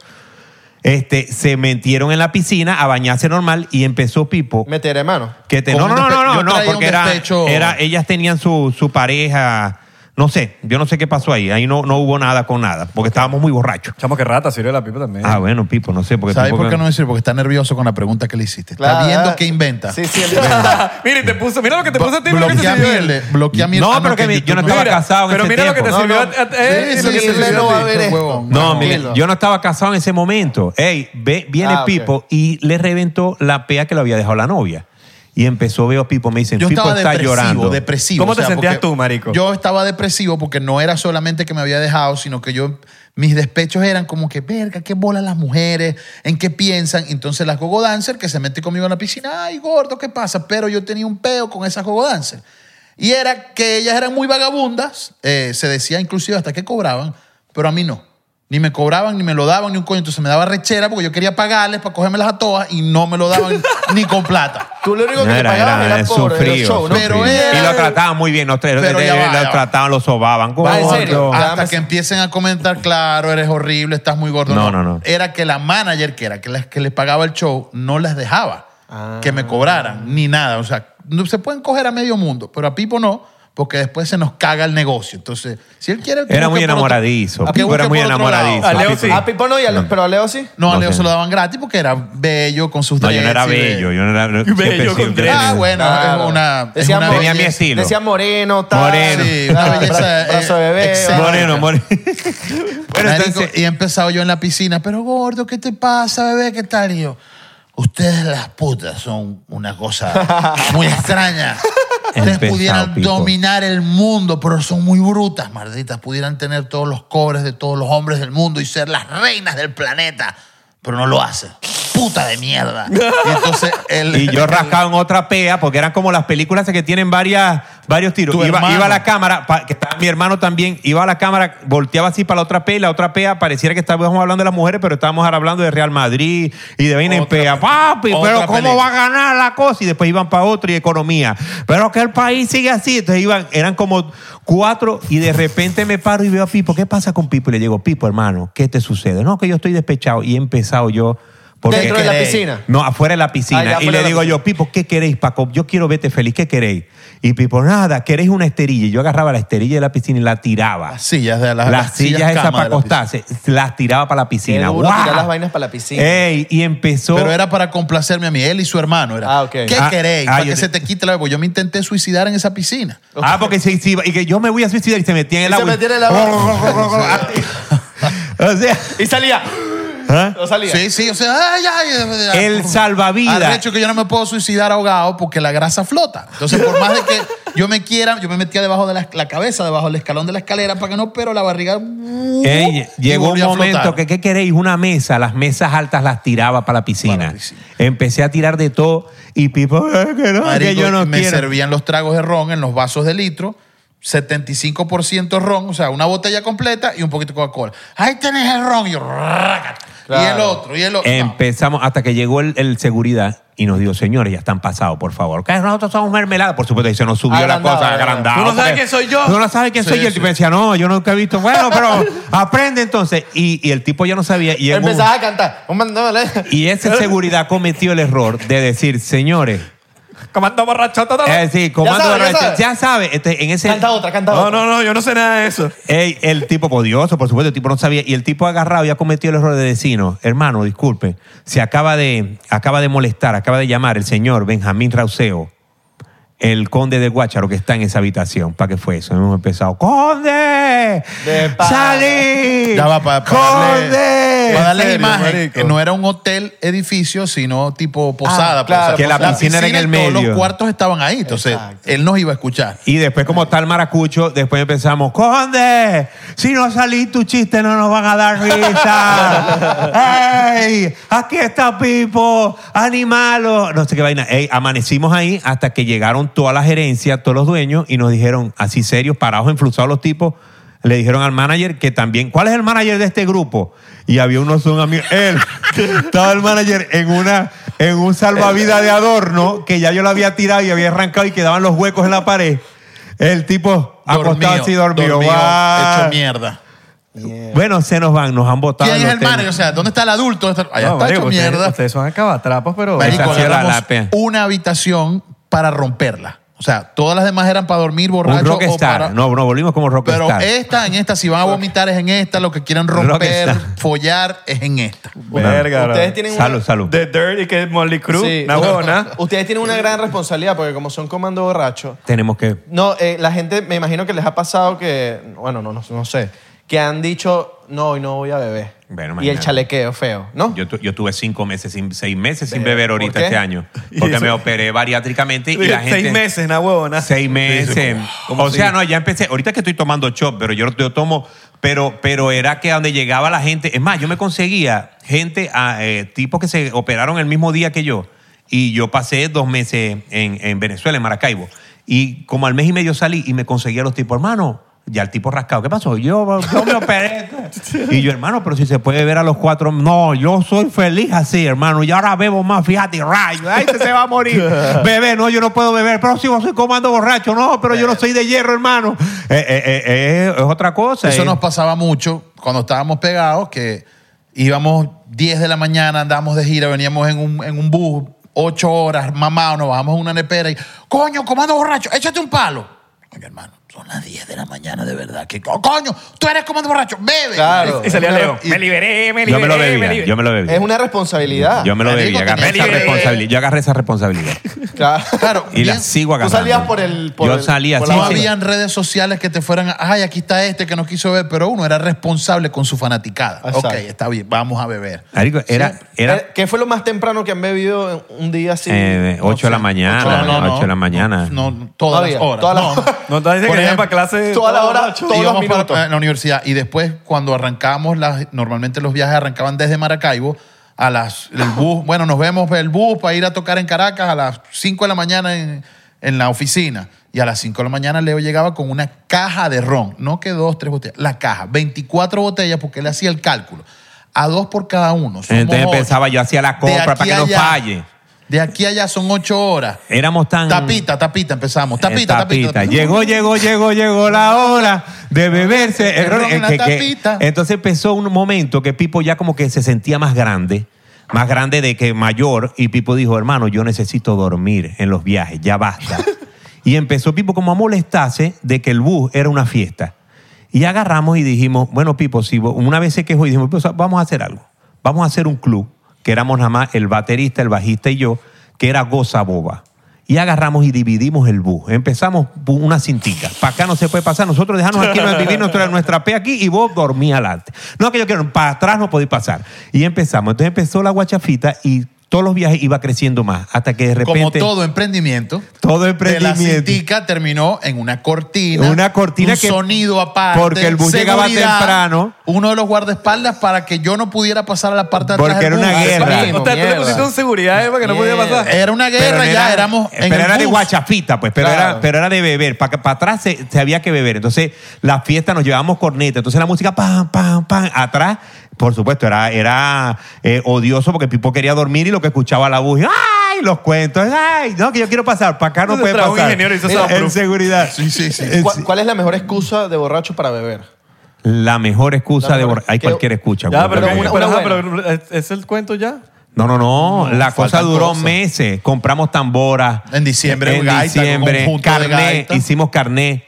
Speaker 2: Este, se metieron en la piscina a bañarse normal y empezó Pipo.
Speaker 3: Meteré mano.
Speaker 2: Que te,
Speaker 1: Con
Speaker 2: no,
Speaker 1: un
Speaker 2: no, no,
Speaker 1: despe-
Speaker 2: no,
Speaker 1: yo
Speaker 2: no,
Speaker 1: traía
Speaker 2: porque
Speaker 1: un
Speaker 2: era,
Speaker 1: despecho-
Speaker 2: era- ellas tenían su, su pareja, no sé, yo no sé qué pasó ahí, ahí no, no hubo nada con nada, porque estábamos muy borrachos.
Speaker 4: Chamo, que rata, sirve la pipa también.
Speaker 2: Ah, bueno, Pipo, no sé, porque
Speaker 1: Eh. ¿Sabes
Speaker 2: tampoco-
Speaker 1: por qué no decir? Porque está nervioso con la pregunta que le hiciste. Está
Speaker 3: Claro,
Speaker 1: viendo
Speaker 3: ¿verdad?
Speaker 1: qué inventa.
Speaker 3: Sí, sí.
Speaker 4: mira, y te puso, mira lo que te puso a ti. mira lo que te
Speaker 1: Bloquea
Speaker 4: sirvió él.
Speaker 1: miel. eh, Bloquea miel. Ah,
Speaker 2: No, pero que mi- yo no estaba
Speaker 4: Mira,
Speaker 2: casado en
Speaker 4: pero
Speaker 2: ese
Speaker 4: mira lo que te
Speaker 2: tiempo.
Speaker 4: sirvió.
Speaker 3: No,
Speaker 4: a-
Speaker 3: no.
Speaker 4: a- eh,
Speaker 1: Sí,
Speaker 4: lo que
Speaker 1: sí,
Speaker 4: te
Speaker 1: sí,
Speaker 4: sirvió
Speaker 1: no
Speaker 4: a ti.
Speaker 1: va a
Speaker 3: ver
Speaker 1: haber
Speaker 3: esto.
Speaker 1: esto.
Speaker 2: No,
Speaker 3: No,
Speaker 2: mire,
Speaker 3: Milo.
Speaker 2: yo no estaba casado en ese momento. Ey, ve- viene
Speaker 3: Ah, ok.
Speaker 2: Pipo y le reventó la pea que le había dejado la novia. Y empezó, veo a Pipo, me dicen,
Speaker 1: Yo
Speaker 2: Pipo
Speaker 1: estaba
Speaker 2: está
Speaker 1: depresivo,
Speaker 2: llorando.
Speaker 1: depresivo.
Speaker 4: ¿Cómo te sentías
Speaker 1: porque
Speaker 4: tú, marico?
Speaker 1: Yo estaba depresivo porque no era solamente que me había dejado, sino que yo, mis despechos eran como que, verga, qué bolas las mujeres, en qué piensan. Entonces las gogo dancer que se mete conmigo en la piscina, ay, gordo, ¿qué pasa? Pero yo tenía un peo con esas gogo dancer. Y era que ellas eran muy vagabundas, eh, se decía inclusive hasta que cobraban, pero a mí no. Ni me cobraban, ni me lo daban, ni un coño. Entonces me daba rechera porque yo quería pagarles para cogérmelas a todas y no me lo daban ni con plata.
Speaker 3: Tú lo único
Speaker 2: No,
Speaker 3: que te
Speaker 2: era,
Speaker 3: pagabas
Speaker 2: era,
Speaker 3: era,
Speaker 2: eh,
Speaker 3: por el
Speaker 2: sufrido,
Speaker 3: show, ¿no?
Speaker 1: Pero
Speaker 2: sufrido.
Speaker 1: era-
Speaker 2: Y lo trataban muy bien, los tres,
Speaker 1: Pero ya va, ya
Speaker 2: lo
Speaker 1: va.
Speaker 2: trataban, los sobaban.
Speaker 3: Va, en serio.
Speaker 2: gordo.
Speaker 1: Hasta
Speaker 3: Dame-
Speaker 1: que empiecen a comentar, claro, eres horrible, estás muy gordo.
Speaker 2: No, no, no.
Speaker 1: Era que la manager, que era que las que les pagaba el show, no las dejaba
Speaker 3: Ah.
Speaker 1: que me cobraran, ni nada. O sea, no, se pueden coger a medio mundo, pero a Pipo no, porque después se nos caga el negocio. Entonces, si él quiere... que
Speaker 2: Era
Speaker 1: busque
Speaker 2: muy
Speaker 1: por otro-
Speaker 2: enamoradizo.
Speaker 1: que
Speaker 2: Pipo
Speaker 1: busque
Speaker 2: era muy
Speaker 1: por otro lado.
Speaker 2: enamoradizo.
Speaker 4: A Ah, Leo
Speaker 2: Pipo.
Speaker 4: sí.
Speaker 3: A Pipo no, y a Leo- pero a Leo sí.
Speaker 1: No, a
Speaker 2: No
Speaker 1: Leo
Speaker 2: sé.
Speaker 1: se lo daban gratis porque era bello con sus
Speaker 2: No, yo no era
Speaker 1: dreads y de-
Speaker 2: bello, yo no era
Speaker 4: Bello
Speaker 2: siempre he sido
Speaker 4: con
Speaker 2: un
Speaker 4: dreads.
Speaker 1: Ah,
Speaker 2: genio.
Speaker 1: bueno,
Speaker 3: Claro.
Speaker 1: es una... es
Speaker 3: Decía
Speaker 1: una
Speaker 3: mo-
Speaker 2: Tenía mi
Speaker 1: belleza.
Speaker 2: estilo.
Speaker 3: Decía moreno, tal.
Speaker 2: Moreno.
Speaker 1: Sí, una
Speaker 3: Bra-
Speaker 1: belleza,
Speaker 3: Brazo de
Speaker 1: eh,
Speaker 3: bebé.
Speaker 1: excelente.
Speaker 2: Moreno,
Speaker 3: ¿verdad?
Speaker 2: moreno. Bueno,
Speaker 1: Marico,
Speaker 2: entonces,
Speaker 1: y he empezado yo en la piscina, pero gordo, ¿qué te pasa, bebé? ¿Qué tal? Y yo, ustedes las putas son una cosa muy extraña. Ustedes
Speaker 2: Empezado,
Speaker 1: pudieran
Speaker 2: Pipo.
Speaker 1: dominar el mundo, pero son muy brutas, malditas. Pudieran tener todos los cobres de todos los hombres del mundo y ser las reinas del planeta, pero no lo hacen. Puta de mierda. Y entonces él-
Speaker 2: Y yo rascaba en otra pea, porque eran como las películas que tienen varias, varios tiros.
Speaker 1: Tu
Speaker 2: Iba,
Speaker 1: hermano.
Speaker 2: iba a la cámara, pa- que estaba mi hermano también, iba a la cámara, volteaba así para la otra pea, y la otra pea pareciera que estábamos hablando de las mujeres, pero estábamos ahora hablando de Real Madrid y de vaina en
Speaker 1: Otra-
Speaker 2: pea. Papi,
Speaker 1: otra
Speaker 2: pero ¿cómo
Speaker 1: película.
Speaker 2: va a ganar la cosa? Y después iban para otro y economía. Pero que el país sigue así. Entonces iban, eran como cuatro y de repente me paro y veo a Pipo. ¿Qué pasa con Pipo? Y le digo, Pipo, hermano, ¿qué te sucede? No, que yo estoy despechado y he empezado yo. Porque
Speaker 3: Dentro de la
Speaker 1: queréis?
Speaker 3: piscina.
Speaker 2: no, afuera de la piscina.
Speaker 3: Ah, ya,
Speaker 2: y
Speaker 3: afuera
Speaker 2: le
Speaker 3: de la
Speaker 2: digo yo, Pipo, ¿qué queréis, Paco? Yo quiero verte feliz, ¿qué queréis? Y Pipo, nada, queréis una esterilla. Y yo agarraba la esterilla de la piscina y la tiraba.
Speaker 1: Las sillas de
Speaker 2: Las,
Speaker 1: las, las
Speaker 2: sillas, esas
Speaker 1: cama
Speaker 2: para
Speaker 1: de la piscina.
Speaker 2: acostarse, las tiraba para la
Speaker 3: Qué
Speaker 2: piscina.
Speaker 3: duro
Speaker 2: ¡Guau! Eh,
Speaker 3: tirar las vainas para la piscina.
Speaker 2: Ey, y empezó.
Speaker 1: Pero era para complacerme a mí, él y su hermano. Era,
Speaker 3: Ah, ok.
Speaker 1: ¿Qué
Speaker 2: Ah,
Speaker 1: queréis?
Speaker 2: ah,
Speaker 1: para
Speaker 2: yo
Speaker 1: que
Speaker 2: te-
Speaker 1: se te quite la Porque Yo me intenté suicidar en esa piscina.
Speaker 2: Ah, porque se, se iba- y que yo me voy a suicidar y se metía en el
Speaker 3: Y se
Speaker 2: agua.
Speaker 3: metía en el agua.
Speaker 2: o sea,
Speaker 3: Y salía.
Speaker 2: ¿ah?
Speaker 3: No salía.
Speaker 1: Sí, sí, o sea, ay, ay, ay, ay.
Speaker 2: El salvavidas.
Speaker 1: Arrecho que yo no me puedo suicidar ahogado porque la grasa flota. Entonces, por más de que yo me quiera, yo me metía debajo de la, la cabeza, debajo del escalón de la escalera para que no, pero la barriga. uh,
Speaker 2: Ey,
Speaker 1: y
Speaker 2: llegó un
Speaker 1: volvió a
Speaker 2: momento
Speaker 1: flotar.
Speaker 2: que, ¿qué queréis? Una mesa, las mesas altas las tiraba para la piscina.
Speaker 1: Para la piscina.
Speaker 2: Empecé a tirar de todo y Pipo, "Eh, que no, que
Speaker 1: Marico,
Speaker 2: yo no
Speaker 1: me
Speaker 2: quiero.
Speaker 1: servían los tragos de ron en los vasos de litro. 75% ron, o sea, una botella completa y un poquito de Coca-Cola. Ahí tenés el ron. Y, yo, rácata. y el
Speaker 3: Claro.
Speaker 1: otro, y el otro. No.
Speaker 2: Empezamos hasta que llegó el, el seguridad y nos dijo, señores, ya están pasados, por favor. Que nosotros somos mermelada. Por supuesto, y se nos subió la
Speaker 3: Agrandado,
Speaker 2: cosa
Speaker 3: agrandado.
Speaker 2: agrandada.
Speaker 4: Tú no sabes quién soy yo.
Speaker 2: Tú no sabes quién
Speaker 1: Sí,
Speaker 2: soy yo. El tipo
Speaker 1: sí.
Speaker 2: decía, no, yo nunca he visto. Bueno, pero aprende entonces. Y, y el tipo ya no sabía. Y, en un-
Speaker 3: Empezaba a cantar. Un mandole.
Speaker 2: y ese seguridad cometió el error de decir, señores,
Speaker 4: Comando borracho. ta, ta, ta.
Speaker 2: es decir, comando
Speaker 3: sabe, ya
Speaker 2: borracho,
Speaker 3: sabe.
Speaker 2: ya sabe, este, en ese...
Speaker 3: Canta otra, canta
Speaker 4: No,
Speaker 3: otra.
Speaker 4: no, no, yo no sé nada de eso.
Speaker 2: Ey, el tipo podioso, por supuesto, el tipo no sabía. Y el tipo agarrado y ha cometido el error de decirnos, hermano, disculpe, se acaba de, acaba de molestar, acaba de llamar el señor Benjamín Rauseo. el conde de Guácharo que está en esa habitación. ¿Para qué fue eso? Hemos empezado. ¡Conde!
Speaker 3: De pa-
Speaker 2: ¡Salí!
Speaker 1: Ya va para darle,
Speaker 2: ¡Conde!
Speaker 1: pa' darle
Speaker 3: ¿En serio,
Speaker 1: imagen.
Speaker 3: marico?
Speaker 1: que No era un hotel edificio, sino tipo posada.
Speaker 3: Ah, claro,
Speaker 1: pues, o sea,
Speaker 2: que la piscina era en el
Speaker 1: y todos
Speaker 2: medio.
Speaker 1: Los cuartos estaban ahí, entonces
Speaker 3: Exacto.
Speaker 1: él nos iba a escuchar.
Speaker 2: Y después, como tal maracucho, después empezamos, ¡Conde! Si no salís tu chiste, no nos van a dar risa. ¡Ey! Aquí está Pipo, animalo. No sé qué vaina. Ey, amanecimos ahí hasta que llegaron toda la gerencia, todos los dueños, y nos dijeron, así serios, parados, enfluzados los tipos, le dijeron al manager que también, ¿cuál es el manager de este grupo? Y había unos un amigo, él, estaba el manager en una en un salvavidas de adorno que ya yo lo había tirado y había arrancado y quedaban los huecos en la pared. El tipo acostado
Speaker 1: Dormido,
Speaker 2: así dormido.
Speaker 1: dormido,
Speaker 2: guau.
Speaker 1: hecho mierda.
Speaker 2: bueno, se nos van, nos han botado.
Speaker 1: ¿Quién es
Speaker 2: los
Speaker 1: el
Speaker 2: tenis.
Speaker 1: manager? O sea, ¿dónde está el adulto? ¿Dónde está- Allá
Speaker 4: No,
Speaker 1: está
Speaker 4: marico,
Speaker 1: hecho
Speaker 4: ustedes-
Speaker 1: mierda.
Speaker 4: Ustedes son acabatrapos, pero...
Speaker 1: Marico,
Speaker 2: Esa sí era la
Speaker 1: agarramos
Speaker 2: pea.
Speaker 1: una habitación para romperla. O sea, todas las demás eran para dormir
Speaker 2: Un
Speaker 1: borracho o
Speaker 2: rockstar.
Speaker 1: para...
Speaker 2: No, no, volvimos como rockstar.
Speaker 1: Pero esta, en esta, si van a vomitar es en esta, lo que quieran romper,
Speaker 2: Rockstar.
Speaker 1: follar es en esta.
Speaker 4: Verga, bro.
Speaker 3: Ustedes tienen
Speaker 2: Salud,
Speaker 3: una...
Speaker 2: salud.
Speaker 4: The Dirt y que Molly Crew.
Speaker 3: Sí.
Speaker 4: Una huevona.
Speaker 3: Ustedes tienen una gran responsabilidad porque como son comando borracho,
Speaker 2: Tenemos que...
Speaker 3: No, eh, la gente, me imagino que les ha pasado que, bueno, no, no, no sé, que han dicho, no, hoy no voy a beber.
Speaker 2: Bueno,
Speaker 3: y el
Speaker 2: imagínate.
Speaker 3: chalequeo feo, ¿no?
Speaker 2: Yo, tu- yo tuve cinco meses, sin, seis meses sin
Speaker 3: Verga,
Speaker 2: beber
Speaker 3: ¿por
Speaker 2: ahorita
Speaker 3: qué?
Speaker 2: este año.
Speaker 4: Y
Speaker 2: Porque
Speaker 4: eso-
Speaker 2: me operé bariátricamente y la gente...
Speaker 4: Seis meses, una huevona.
Speaker 2: Seis meses.
Speaker 4: ¿Cómo
Speaker 2: o sea,
Speaker 4: así?
Speaker 2: no, ya empecé. Ahorita que estoy tomando chop, pero yo, yo tomo. Pero, pero era que a donde llegaba la gente. Es más, yo me conseguía gente, a, eh, tipos que se operaron el mismo día que yo. Y yo pasé dos meses en, en Venezuela, en Maracaibo. Y como al mes y medio salí y me conseguía los tipos, hermano. Ya el tipo rascado, ¿qué pasó? Yo, yo me operé. Y yo, hermano, pero si se puede ver a los cuatro. No, yo soy feliz así, hermano. Y ahora bebo más, fíjate, y rayo. Ay, se, se va a morir. Bebé, no, yo no puedo beber. Pero si vos soy comando borracho, no, pero yo
Speaker 3: Eh.
Speaker 2: no soy de hierro, hermano. Eh, eh, eh, eh, es otra cosa.
Speaker 1: Eso
Speaker 2: eh.
Speaker 1: nos pasaba mucho cuando estábamos pegados, que íbamos 10 de la mañana, andábamos de gira, veníamos en un, en un bus, 8 horas, mamá, nos bajamos en una nepera y, coño, comando borracho, échate un palo. Coño, hermano, son las 10 de la mañana, de verdad. Que, co- coño, tú eres comando borracho, bebe.
Speaker 3: Claro.
Speaker 4: Y salía
Speaker 3: Es una-
Speaker 4: Leo. Me liberé, me liberé.
Speaker 2: yo me lo bebía,
Speaker 4: liberé".
Speaker 2: yo me lo bebía.
Speaker 3: Eh, Es una responsabilidad.
Speaker 2: Yo me lo
Speaker 1: Marico,
Speaker 2: bebía, agarré
Speaker 1: tenía-
Speaker 2: esa responsabilidad. Yo agarré esa responsabilidad.
Speaker 3: Claro.
Speaker 1: Claro,
Speaker 2: Y la
Speaker 1: bien,
Speaker 2: sigo
Speaker 3: Tú
Speaker 2: agarrando.
Speaker 3: salías por el- por
Speaker 2: yo
Speaker 3: el-
Speaker 2: salía,
Speaker 3: por
Speaker 2: sí,
Speaker 3: la
Speaker 1: No
Speaker 2: sí.
Speaker 1: habían redes sociales que te fueran, ay, aquí está este que no quiso ver, pero uno era responsable con su fanaticada.
Speaker 3: Exacto.
Speaker 1: Ok, está bien, vamos a beber.
Speaker 2: Marico, era, era
Speaker 3: Eh, ¿Qué fue lo más temprano que han bebido en un día así?
Speaker 2: Eh,
Speaker 3: No
Speaker 2: 8 de
Speaker 3: sé.
Speaker 2: la mañana,
Speaker 3: Ocho de la
Speaker 1: No, no, no.
Speaker 2: 8 de la mañana.
Speaker 1: No, no, todas
Speaker 3: Todavía,
Speaker 1: las horas.
Speaker 3: todas las
Speaker 1: no.
Speaker 3: horas.
Speaker 4: No, entonces
Speaker 1: Por
Speaker 4: que venían
Speaker 1: ejemplo,
Speaker 4: para clase...
Speaker 3: Toda la hora,
Speaker 4: borracho.
Speaker 3: todos los
Speaker 1: íbamos para-
Speaker 3: minutos.
Speaker 1: a la universidad y después cuando arrancamos las normalmente los viajes arrancaban desde Maracaibo a las el bus bueno nos vemos el bus para ir a tocar en Caracas a las 5 de la mañana en, en la oficina y a las 5 de la mañana Leo llegaba con una caja de ron no que dos tres botellas la caja 24 botellas porque él hacía el cálculo a dos por cada uno somos
Speaker 2: Entonces
Speaker 1: ocho.
Speaker 2: pensaba yo hacía la
Speaker 1: De
Speaker 2: compra
Speaker 1: aquí
Speaker 2: para que
Speaker 1: a
Speaker 2: no
Speaker 1: allá-
Speaker 2: falle.
Speaker 1: de aquí a allá son 8 horas
Speaker 2: Éramos tan.
Speaker 1: tapita tapita empezamos
Speaker 2: Eh,
Speaker 1: tapita tapita, tapita.
Speaker 2: Llegó, llegó, llegó, llegó la hora de beberse.
Speaker 1: El ron en
Speaker 2: Eh,
Speaker 1: la
Speaker 2: que- que-
Speaker 1: tapita.
Speaker 2: entonces empezó un momento que Pipo ya como que se sentía más grande, más grande de que mayor, y Pipo dijo, hermano, yo necesito dormir en los viajes, ya basta. y empezó Pipo como a molestarse de que el bus era una fiesta. Y agarramos y dijimos, bueno, Pipo, si vo- una vez se quejó y dijimos, "Pipo, sa- vamos a hacer algo. Vamos a hacer un club, que éramos nada más el baterista, el bajista y yo, que era Goza Boba. Y agarramos y dividimos el bus. Empezamos bu- una cintica. Para acá no se puede pasar. Nosotros dejamos aquí nos dividimos nuestra, nuestra P aquí y vos dormí adelante. No, que yo quiero, para atrás no podéis pasar. Y empezamos. Entonces empezó la guachafita y todos los viajes iba creciendo más. Hasta que de
Speaker 1: como
Speaker 2: repente.
Speaker 1: todo emprendimiento
Speaker 2: todo
Speaker 1: De la
Speaker 2: emprendimiento.
Speaker 1: cintica terminó en una cortina.
Speaker 2: Una cortina
Speaker 1: un
Speaker 2: que-
Speaker 1: sonido aparte.
Speaker 2: porque el bus llegaba
Speaker 1: seguridad,
Speaker 2: temprano.
Speaker 1: Uno de los guardaespaldas para que yo no pudiera pasar a la parte de atrás
Speaker 2: Porque
Speaker 1: del
Speaker 2: era una
Speaker 1: bus.
Speaker 2: guerra.
Speaker 1: Así
Speaker 4: O
Speaker 1: mismo.
Speaker 4: sea, tú le
Speaker 3: Mierda.
Speaker 4: pusiste un seguridad eh, para que no podía
Speaker 3: Mierda.
Speaker 4: pasar.
Speaker 1: Era una guerra,
Speaker 2: Pero no
Speaker 1: ya éramos en
Speaker 2: pero
Speaker 1: el
Speaker 2: era de
Speaker 1: bus.
Speaker 2: guachafita, pues, pero,
Speaker 3: Claro.
Speaker 2: era, pero era de beber. Para atrás se, se había que beber. Entonces, la fiesta nos llevábamos corneta. Entonces, la música, pam, pam, pam. Atrás, por supuesto, era, era eh, odioso porque Pipo quería dormir y lo que escuchaba la voz, ¡ay! Los cuentos, ¡ay! No, que yo quiero pasar. Para acá no
Speaker 4: Entonces,
Speaker 2: puede
Speaker 4: trajo
Speaker 2: pasar.
Speaker 4: un ingeniero y hizo
Speaker 2: Mira, en
Speaker 4: soundproof.
Speaker 2: seguridad.
Speaker 1: Sí, sí, sí.
Speaker 2: Eh,
Speaker 3: ¿Cuál,
Speaker 2: sí.
Speaker 3: cuál es la mejor excusa de borracho para beber?
Speaker 2: La mejor excusa
Speaker 3: La
Speaker 2: de
Speaker 3: mejor-
Speaker 2: borrar. Hay
Speaker 3: que-
Speaker 2: cualquier escucha.
Speaker 4: Ya,
Speaker 2: güey,
Speaker 4: pero,
Speaker 2: porque-
Speaker 3: una-
Speaker 4: pero,
Speaker 3: una
Speaker 4: ajá, pero, ¿es- ¿es el cuento ya?
Speaker 2: No, no, no. la cosa
Speaker 1: faltan
Speaker 2: duró
Speaker 1: cosas.
Speaker 2: meses. Compramos tamboras.
Speaker 1: En diciembre,
Speaker 2: En
Speaker 1: gaita,
Speaker 2: diciembre.
Speaker 1: conjunto de
Speaker 2: Carné.
Speaker 1: gaita.
Speaker 2: Hicimos carné.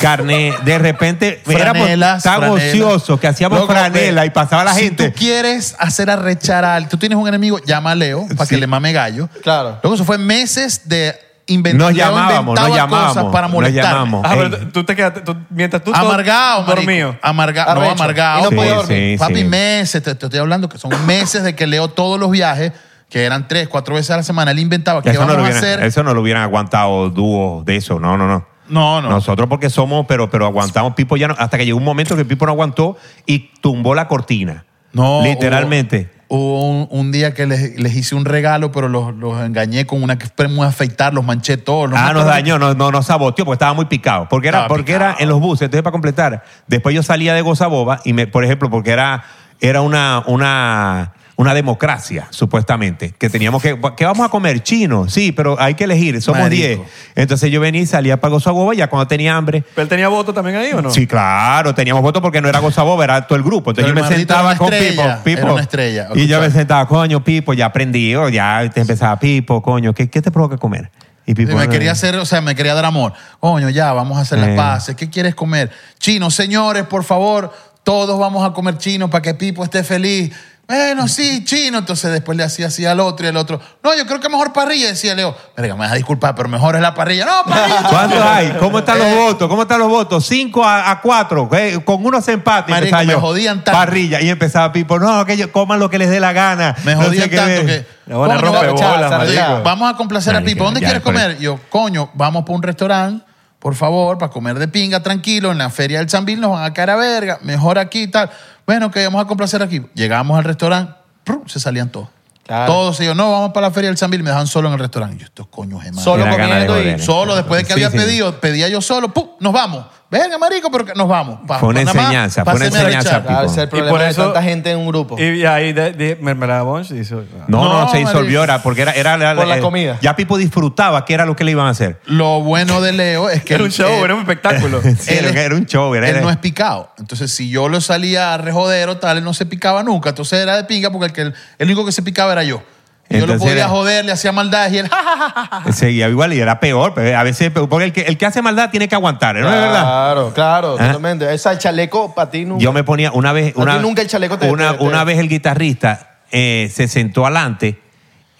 Speaker 2: Carné. De repente éramos
Speaker 1: Franelas,
Speaker 2: tan
Speaker 1: franelas.
Speaker 2: ociosos que hacíamos
Speaker 1: Loco,
Speaker 2: franela
Speaker 1: ve,
Speaker 2: y pasaba la
Speaker 1: Si
Speaker 2: gente.
Speaker 1: tú quieres hacer arrechar a alguien, tú tienes un enemigo, llama a Leo para
Speaker 2: Sí.
Speaker 1: que le mame gallo.
Speaker 3: Claro.
Speaker 1: Luego eso fue meses de inven-
Speaker 2: Nos
Speaker 1: Leo
Speaker 2: llamábamos,
Speaker 1: inventaba
Speaker 2: nos llamábamos,
Speaker 1: cosas para
Speaker 2: nos
Speaker 1: molestarme.
Speaker 2: llamábamos.
Speaker 4: Ah, pero
Speaker 2: Ey.
Speaker 4: tú- tú te quedaste. tú- mientras tú. todo
Speaker 1: Amargado, marico.
Speaker 4: Dormido.
Speaker 2: Ah.
Speaker 1: Amarga- no,
Speaker 3: Arrecho.
Speaker 1: amargado.
Speaker 3: Y no
Speaker 1: Sí,
Speaker 3: podía
Speaker 1: sí,
Speaker 2: dormir.
Speaker 1: Papi,
Speaker 2: sí.
Speaker 1: meses, te, te estoy hablando que son meses de que leo todos los viajes, que eran tres, cuatro veces a la semana. Él inventaba qué
Speaker 2: Eso no,
Speaker 1: vamos
Speaker 2: lo
Speaker 1: a
Speaker 2: hubieran,
Speaker 1: hacer.
Speaker 2: eso no lo hubieran aguantado dúos de eso, no, no, no.
Speaker 1: No, no.
Speaker 2: Nosotros porque somos, pero, pero aguantamos Pipo ya no, hasta que llegó un momento que Pipo no aguantó y tumbó la cortina.
Speaker 1: No,
Speaker 2: Literalmente.
Speaker 1: Hubo, hubo un, un día que les, les hice un regalo, pero los, los engañé con una que fue muy afeitar, los manché todos. los-
Speaker 2: Ah, nos dañó, no, no, nos saboteó porque estaba muy picado. Porque era,
Speaker 1: Estaba
Speaker 2: porque era
Speaker 1: picado.
Speaker 2: en los buses. Entonces, para completar, después yo salía de Gozaboba y, me, por ejemplo, porque era, era una, una, una democracia, supuestamente, que teníamos que. ¿Qué vamos a comer? Chino, sí, pero hay que elegir, somos
Speaker 1: Marico.
Speaker 2: 10. Entonces yo venía y salía para Gozaboba y ya cuando tenía hambre.
Speaker 4: ¿Pero él tenía voto también ahí o no?
Speaker 2: Sí, claro, teníamos votos porque no era Gozaboba, era todo el grupo. Entonces
Speaker 1: Pero
Speaker 2: yo
Speaker 1: el
Speaker 2: me
Speaker 1: maldito
Speaker 2: sentaba
Speaker 1: era una
Speaker 2: con
Speaker 1: estrella,
Speaker 2: Pipo. Pipo.
Speaker 1: era una estrella,
Speaker 2: Y yo
Speaker 1: escucha.
Speaker 2: me sentaba, coño, Pipo, ya aprendí, oh, ya te empezaba, Pipo, coño, ¿qué, qué te provoca comer? Y
Speaker 1: Sí,
Speaker 2: Pipo.
Speaker 1: me
Speaker 2: no,
Speaker 1: quería
Speaker 2: no.
Speaker 1: hacer, o sea, me quería dar amor. Coño, ya, vamos a hacer las
Speaker 2: Eh.
Speaker 1: paces. ¿Qué quieres comer? Chino, señores, por favor, todos vamos a comer chino para que Pipo esté feliz. Bueno, sí, chino. Entonces después le hacía así al otro y al otro. No, yo creo que mejor parrilla, decía Leo. Verga, me vas a disculpar, pero mejor es la parrilla. No, parrilla.
Speaker 2: ¿Cuántos hay? ¿Cómo están
Speaker 1: Eh.
Speaker 2: los votos? ¿Cómo están los votos? 5 a, a 4. Con uno se empate. y
Speaker 1: Marico,
Speaker 2: empezaba
Speaker 1: me
Speaker 2: yo,
Speaker 1: jodían tanto.
Speaker 2: Parrilla. Y empezaba Pipo. No, que ellos coman lo que les dé la gana.
Speaker 1: Me
Speaker 2: no sé
Speaker 1: jodían
Speaker 2: qué
Speaker 1: tanto
Speaker 2: ver".
Speaker 1: que.
Speaker 4: La buena
Speaker 1: coño,
Speaker 4: rompe
Speaker 1: vamos-
Speaker 4: bolas,
Speaker 1: chao,
Speaker 4: marico.
Speaker 1: ya, Vamos a complacer a
Speaker 2: Marico,
Speaker 1: Pipo. ¿Dónde
Speaker 2: ya, pues.
Speaker 1: quieres
Speaker 2: por
Speaker 1: comer? Yo, coño, vamos para un restaurante, por favor, para comer de pinga, tranquilo. En la feria del Zambil nos van a caer a verga. Mejor aquí y tal. Bueno, que vamos a complacer aquí. Llegamos al restaurante, ¡prum! se salían todos.
Speaker 3: Claro.
Speaker 1: Todos ellos, no, vamos para la feria del Zambil. Me dejan solo en el restaurante. Yo, estos coños de ¿eh? madre.
Speaker 3: Solo
Speaker 2: Tiene ganas de
Speaker 3: comiendo y-
Speaker 2: joder.
Speaker 1: Solo después de que
Speaker 2: Sí,
Speaker 1: había
Speaker 2: sí.
Speaker 1: pedido, pedía yo solo, ¡pum! Nos vamos. Venga, marico, pero que- nos vamos. Pa-
Speaker 2: Fue una
Speaker 1: pa- nada más,
Speaker 2: enseñanza, fue una
Speaker 1: pásenme a
Speaker 2: enseñanza,
Speaker 1: rechar.
Speaker 2: Pipo.
Speaker 3: Claro, ese es el
Speaker 2: Y
Speaker 3: problema
Speaker 4: por
Speaker 3: de
Speaker 4: eso-
Speaker 3: tanta gente en un grupo.
Speaker 4: Y ahí de, de mermelada Bunch dice. "Ah".
Speaker 2: No, no,
Speaker 1: No,
Speaker 2: se disolvió.
Speaker 1: marico.
Speaker 2: Era porque era. era, era-
Speaker 3: Por la
Speaker 2: eh,
Speaker 3: comida.
Speaker 2: Ya Pipo disfrutaba que era lo que le iban a hacer.
Speaker 1: Lo bueno de Leo es que.
Speaker 4: Era un
Speaker 1: él-
Speaker 4: show,
Speaker 1: él-
Speaker 4: era un espectáculo.
Speaker 2: Sí,
Speaker 1: Él
Speaker 2: era,
Speaker 1: es-
Speaker 2: era un show. Era,
Speaker 1: él
Speaker 2: era-
Speaker 1: no es picado. Entonces, si yo lo salía a rejoder o tal, él no se picaba nunca. Entonces era de pinga porque el, que- el único que se picaba era yo. Y yo lo
Speaker 2: Entonces
Speaker 1: podía
Speaker 2: era-
Speaker 1: joder, le hacía maldades y él, ¡ja, ja, ja, ja, ja!
Speaker 2: Seguía igual y era peor. pero a veces, porque el que, el que hace maldad tiene que aguantar. ¿No es verdad?
Speaker 3: Claro, claro,
Speaker 2: ¿Ah?
Speaker 3: totalmente. Esa chaleco para ti nunca.
Speaker 2: Yo me ponía una vez.
Speaker 3: A
Speaker 2: Una,
Speaker 3: ti nunca el chaleco te-
Speaker 2: una,
Speaker 3: te- te-
Speaker 2: una vez el guitarrista eh, se sentó adelante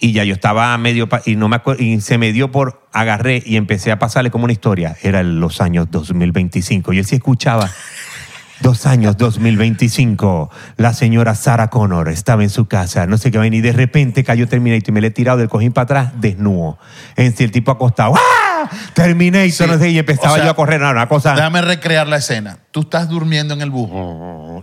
Speaker 2: y ya yo estaba medio. pa- Y no me acuerdo. Y se me dio por. Agarré y empecé a pasarle como una historia. Era en los años 2025. Y él sí escuchaba. Dos años, 2025. La señora Sarah Connor estaba en su casa, no sé qué vaina, y de repente cayó Terminator y me le he tirado del cojín para atrás, desnudo. En sí, el tipo acostado. ¡Ah! Terminator,
Speaker 1: Sí.
Speaker 2: no sé, y empezaba
Speaker 1: O sea,
Speaker 2: yo a correr. No, una cosa.
Speaker 1: Déjame recrear la escena. Tú estás durmiendo en el bus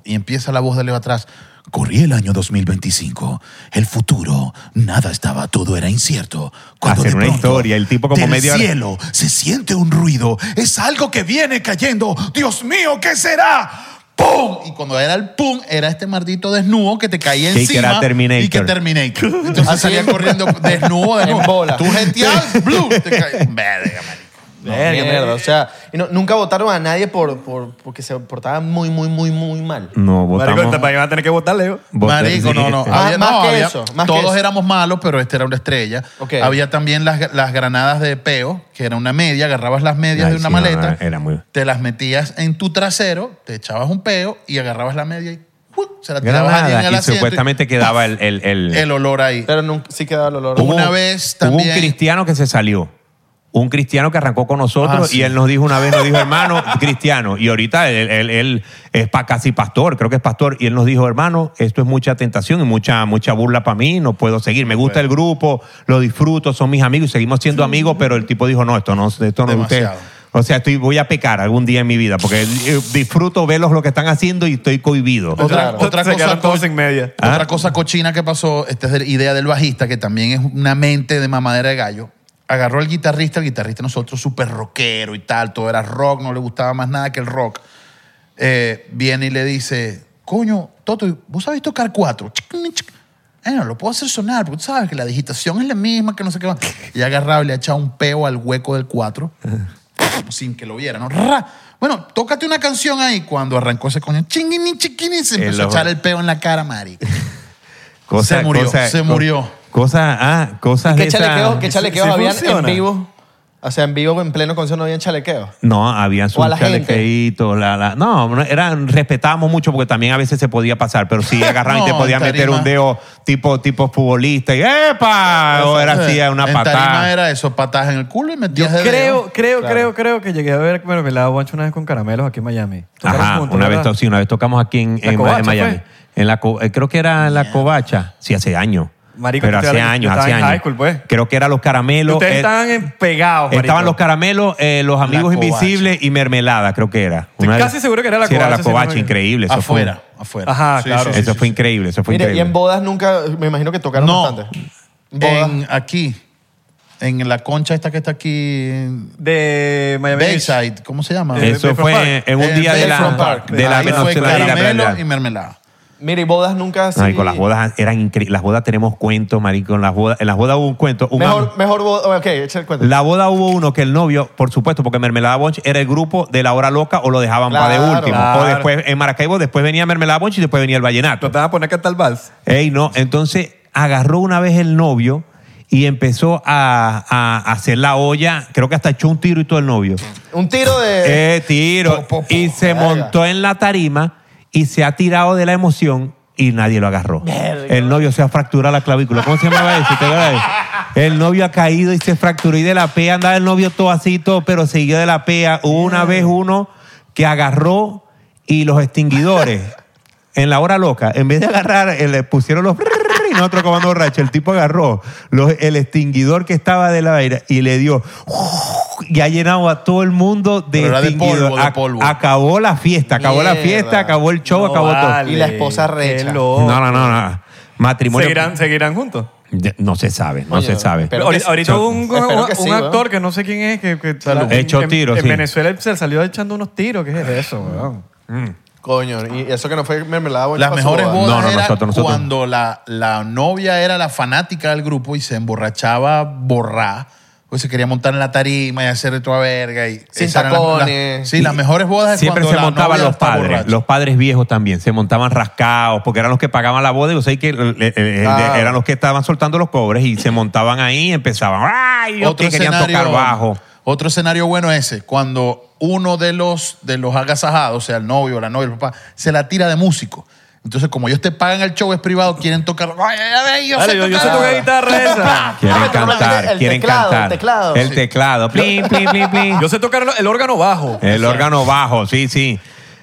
Speaker 1: y empieza la voz de Leo atrás. Corrí el año 2025. El futuro, nada estaba, todo era incierto. Cuando
Speaker 2: Hacer
Speaker 1: de
Speaker 2: una
Speaker 1: pronto,
Speaker 2: historia, el tipo como
Speaker 1: del
Speaker 2: media hora-
Speaker 1: cielo se siente un ruido. Es algo que viene cayendo. Dios mío, ¿qué será? ¡Pum! Y cuando era el pum, era este maldito desnudo que te caía
Speaker 2: Sí, que
Speaker 1: encima.
Speaker 2: era Terminator.
Speaker 1: Y que Terminator. Entonces salían corriendo desnudo, desnudo.
Speaker 3: En bola.
Speaker 1: Tú genteabas, ¡blum! Te caía. Verga, marico.
Speaker 3: No, mierda, o sea, y no- nunca votaron a nadie por, por, porque se portaba muy, muy, muy, muy mal.
Speaker 2: No,
Speaker 4: Marico,
Speaker 2: votamos.
Speaker 4: te- para que van a tener que votar, Leo.
Speaker 2: Votar,
Speaker 1: Marico,
Speaker 2: sí.
Speaker 1: no, no.
Speaker 3: Más-
Speaker 1: Había-
Speaker 3: Ah, más
Speaker 1: no,
Speaker 3: que
Speaker 1: había-
Speaker 3: eso, más que
Speaker 1: todos
Speaker 3: eso.
Speaker 1: éramos malos, pero este era una estrella.
Speaker 3: Ok.
Speaker 1: Había también las, las granadas de peo, que era una media, agarrabas las medias
Speaker 2: Ay,
Speaker 1: de una
Speaker 2: sí, no,
Speaker 1: maleta,
Speaker 2: no, era muy-
Speaker 1: te las metías en tu trasero, te echabas un peo y agarrabas la media y ¡uy! se la tirabas allí en
Speaker 2: Granada,
Speaker 1: el
Speaker 2: y
Speaker 1: asiento y
Speaker 2: supuestamente quedaba el... el, el-
Speaker 1: el olor ahí.
Speaker 3: Pero nunca, sí quedaba el olor.
Speaker 1: Hubo- una vez
Speaker 2: Hubo
Speaker 1: también-
Speaker 2: un cristiano que se salió. Un cristiano que arrancó con nosotros
Speaker 1: Ah, sí.
Speaker 2: y él nos dijo una vez, nos dijo, hermano, cristiano. Y ahorita él, él- él es pa- casi pastor, creo que es pastor. Y él nos dijo, hermano, esto es mucha tentación y mucha, mucha burla para mí, no puedo seguir. Me gusta el grupo, lo disfruto, son mis amigos y seguimos siendo amigos, pero el tipo dijo, no, esto no, esto no es usted.
Speaker 1: Demasiado.
Speaker 2: O sea, estoy, voy a pecar algún día en mi vida porque eh, disfruto verlos lo que están haciendo y estoy cohibido.
Speaker 1: Otra-
Speaker 3: Claro.
Speaker 1: otra
Speaker 4: Se
Speaker 1: cosa
Speaker 4: quedaron todos
Speaker 1: co-
Speaker 4: sin media.
Speaker 2: Ah.
Speaker 1: Otra cosa cochina que pasó, esta es de la idea del bajista, que también es una mente de mamadera de gallo. Agarró al guitarrista, el guitarrista nosotros súper rockero y tal, todo era rock, no le gustaba más nada que el rock. Eh, viene y le dice, coño, Toto, ¿vos sabés tocar cuatro? Chiquini, chiqui. Eh, no, lo puedo hacer sonar, porque tú sabes que la digitación es la misma, que no sé qué más. Y ha agarrado y le ha echado un peo al hueco del cuatro sin que lo viera, ¿no? Ra. Bueno, tócate una canción ahí. Cuando arrancó ese coño, chinguini, chiquini, se empezó
Speaker 2: El
Speaker 1: a echar
Speaker 2: ojo.
Speaker 1: el peo en la cara, marico.
Speaker 2: Cosa-
Speaker 1: Se murió,
Speaker 2: cosa-
Speaker 1: se
Speaker 2: co-
Speaker 1: murió.
Speaker 2: Cosas, ah, cosas
Speaker 3: ¿Qué
Speaker 2: de esas-
Speaker 3: chalequeos, qué chalequeos
Speaker 4: sí
Speaker 3: habían en
Speaker 4: funciona.
Speaker 3: vivo? O sea, en vivo, en pleno concierto, no habían chalequeos.
Speaker 2: No, habían
Speaker 3: O
Speaker 2: sus
Speaker 3: a la gente.
Speaker 2: chalequeitos. La, la- no, no, eran, respetábamos mucho porque también a veces se podía pasar, pero sí agarraban y te
Speaker 1: No,
Speaker 2: podían
Speaker 1: en
Speaker 2: meter
Speaker 1: tarima.
Speaker 2: un dedo tipo, tipo futbolista y ¡epa! O era así, una
Speaker 1: en
Speaker 2: patada.
Speaker 1: Tarima era eso, patadas en el culo y
Speaker 4: Yo
Speaker 1: metías de
Speaker 4: creo,
Speaker 1: dedo.
Speaker 4: creo, creo, creo que llegué a ver Mermelada Bonch una vez con caramelos aquí en Miami. Tocaron
Speaker 2: Ajá,
Speaker 4: juntos,
Speaker 2: una vez,
Speaker 4: ¿verdad?
Speaker 2: to- sí, una vez tocamos aquí en,
Speaker 4: La
Speaker 2: en-
Speaker 4: Covacha,
Speaker 2: en Miami.
Speaker 4: fue.
Speaker 2: En la, co- eh, creo que era en la covacha. Sí, hace años.
Speaker 4: Marico,
Speaker 2: pero
Speaker 4: yo
Speaker 2: hace
Speaker 4: estaba- yo
Speaker 2: años,
Speaker 4: estaba
Speaker 2: hace
Speaker 4: en
Speaker 2: años.
Speaker 4: high school, pues.
Speaker 2: Creo que era los caramelos.
Speaker 4: Ustedes
Speaker 2: eh,
Speaker 4: estaban en- pegados.
Speaker 2: Estaban
Speaker 4: marico.
Speaker 2: los caramelos, eh, los amigos
Speaker 1: Covacha.
Speaker 2: invisibles y mermelada, creo que era.
Speaker 4: Estoy
Speaker 2: Una de-
Speaker 4: casi seguro que era la
Speaker 2: Sí, era la
Speaker 4: Covacha, si no me
Speaker 2: covacha,
Speaker 4: equivoco.
Speaker 2: increíble. eso fue-
Speaker 1: Afuera, afuera.
Speaker 4: Ajá, claro.
Speaker 2: eso fue increíble, eso fue
Speaker 3: Mire, y
Speaker 2: increíble.
Speaker 3: en bodas nunca, me imagino que tocaron
Speaker 1: No.
Speaker 3: bastante. Bodas.
Speaker 2: Oh.
Speaker 1: En, aquí, en la concha esta que está aquí, en
Speaker 4: De Miami. Beach.
Speaker 1: Bayside, ¿cómo se llama?
Speaker 4: Eh,
Speaker 2: Eso
Speaker 4: Bayfront
Speaker 2: fue
Speaker 4: Park.
Speaker 2: en un
Speaker 1: En
Speaker 2: día de
Speaker 1: Bayfront
Speaker 2: la
Speaker 1: Park.
Speaker 2: de la
Speaker 1: Ahí fue caramelo y
Speaker 2: venezolana.
Speaker 1: mermelada.
Speaker 3: Mire, y bodas nunca así.
Speaker 2: Marico, las bodas eran increíbles. Las bodas tenemos cuentos, marico. En las bodas, en las bodas hubo un cuento. un am-
Speaker 3: Mejor, mejor boda. Ok, echa el cuento.
Speaker 2: La boda hubo uno que el novio, por supuesto, porque Mermelada Bonch era el grupo de la hora loca o lo dejaban para de
Speaker 3: Claro,
Speaker 2: último. O
Speaker 4: claro.
Speaker 2: después en Maracaibo, después venía Mermelada Bonch y después venía el vallenato.
Speaker 4: Trataban de poner que tal vals.
Speaker 2: Ey, no. Entonces agarró una vez el novio y empezó a, a hacer la olla. Creo que hasta echó un tiro y todo el novio.
Speaker 3: Un tiro de.
Speaker 2: Eh, tiro.
Speaker 3: Po, po, po.
Speaker 2: y se
Speaker 3: Verga.
Speaker 2: montó en la tarima y se ha tirado de la emoción y nadie lo agarró. El novio se ha fracturado la clavícula. ¿Cómo se llamaba eso? ¿Te acuerdas de eso? El novio ha caído y se fracturó y de la pea andaba el novio todo así, todo, pero siguió de la pea. Hubo una vez uno que agarró y los extinguidores en la hora loca, en vez de agarrar, eh, le pusieron los y nosotros comando borracho, el tipo agarró los- el extinguidor que estaba de la aire y le dio y ha llenado a todo el mundo de
Speaker 1: Pero era de
Speaker 2: extinguidor.
Speaker 1: polvo, de
Speaker 2: Ac-
Speaker 1: polvo.
Speaker 2: acabó la fiesta, acabó la
Speaker 3: Mierda.
Speaker 2: fiesta, acabó el show,
Speaker 4: No
Speaker 2: acabó
Speaker 4: vale.
Speaker 3: Y la esposa recha.
Speaker 4: Qué
Speaker 2: todo.
Speaker 4: loco.
Speaker 2: No, no, no, no. Matrimonio.
Speaker 4: ¿Seguirán, seguirán juntos.
Speaker 2: De- No se sabe, no
Speaker 3: Coño,
Speaker 2: se sabe.
Speaker 3: pero- Espero
Speaker 4: ahorita
Speaker 3: que-
Speaker 4: ahorita hubo un,
Speaker 3: espero
Speaker 4: un-
Speaker 3: que sí,
Speaker 4: un
Speaker 3: weón.
Speaker 4: actor que no sé quién es que, que-
Speaker 1: Salud.
Speaker 4: en-
Speaker 2: Hecho
Speaker 4: en,
Speaker 2: tiro,
Speaker 4: en
Speaker 2: sí.
Speaker 4: Venezuela se salió echando unos tiros. ¿Qué es eso, weón?
Speaker 3: Coño, y eso que no fue mermelada. bonita
Speaker 1: Las
Speaker 3: para su
Speaker 1: mejores
Speaker 3: boda.
Speaker 1: bodas
Speaker 2: No, no,
Speaker 1: era
Speaker 2: nosotros, nosotros.
Speaker 1: cuando la, la novia era la fanática del grupo y se emborrachaba borrá. Pues se quería montar en la tarima y hacer de toda verga. Y
Speaker 3: Sin
Speaker 1: esas eran las-
Speaker 3: tacones.
Speaker 1: las- sí, las mejores bodas es
Speaker 2: Siempre
Speaker 1: cuando
Speaker 2: se
Speaker 1: la
Speaker 2: montaban
Speaker 1: novia
Speaker 2: los
Speaker 1: está
Speaker 2: padres,
Speaker 1: borracha.
Speaker 2: los padres viejos también, se montaban rascados, porque eran los que pagaban la boda y o sea, que el- el- el-
Speaker 3: Ah.
Speaker 2: eran los que estaban soltando los cobres y se montaban ahí y empezaban, ¡ay! Yo que querían tocar bajo.
Speaker 1: Otro escenario bueno ese, cuando uno de los, de los agasajados, sea el novio, la novia, el papá, se la tira de músico. Entonces, como ellos te pagan el show, es privado, quieren tocar. "Ay, ay, ay, yo,
Speaker 4: Dale,
Speaker 1: sé
Speaker 4: yo, yo sé
Speaker 1: tocar".
Speaker 4: tocar guitarra esa.
Speaker 2: Quieren
Speaker 3: Ah, pero no,
Speaker 2: cantar,
Speaker 3: el
Speaker 2: quieren
Speaker 3: teclado, el
Speaker 2: cantar.
Speaker 3: teclado.
Speaker 2: El
Speaker 3: Sí.
Speaker 2: teclado. Plin, plin, plin, plin.
Speaker 4: Yo sé tocar el órgano bajo.
Speaker 2: El órgano bajo, sí, sí.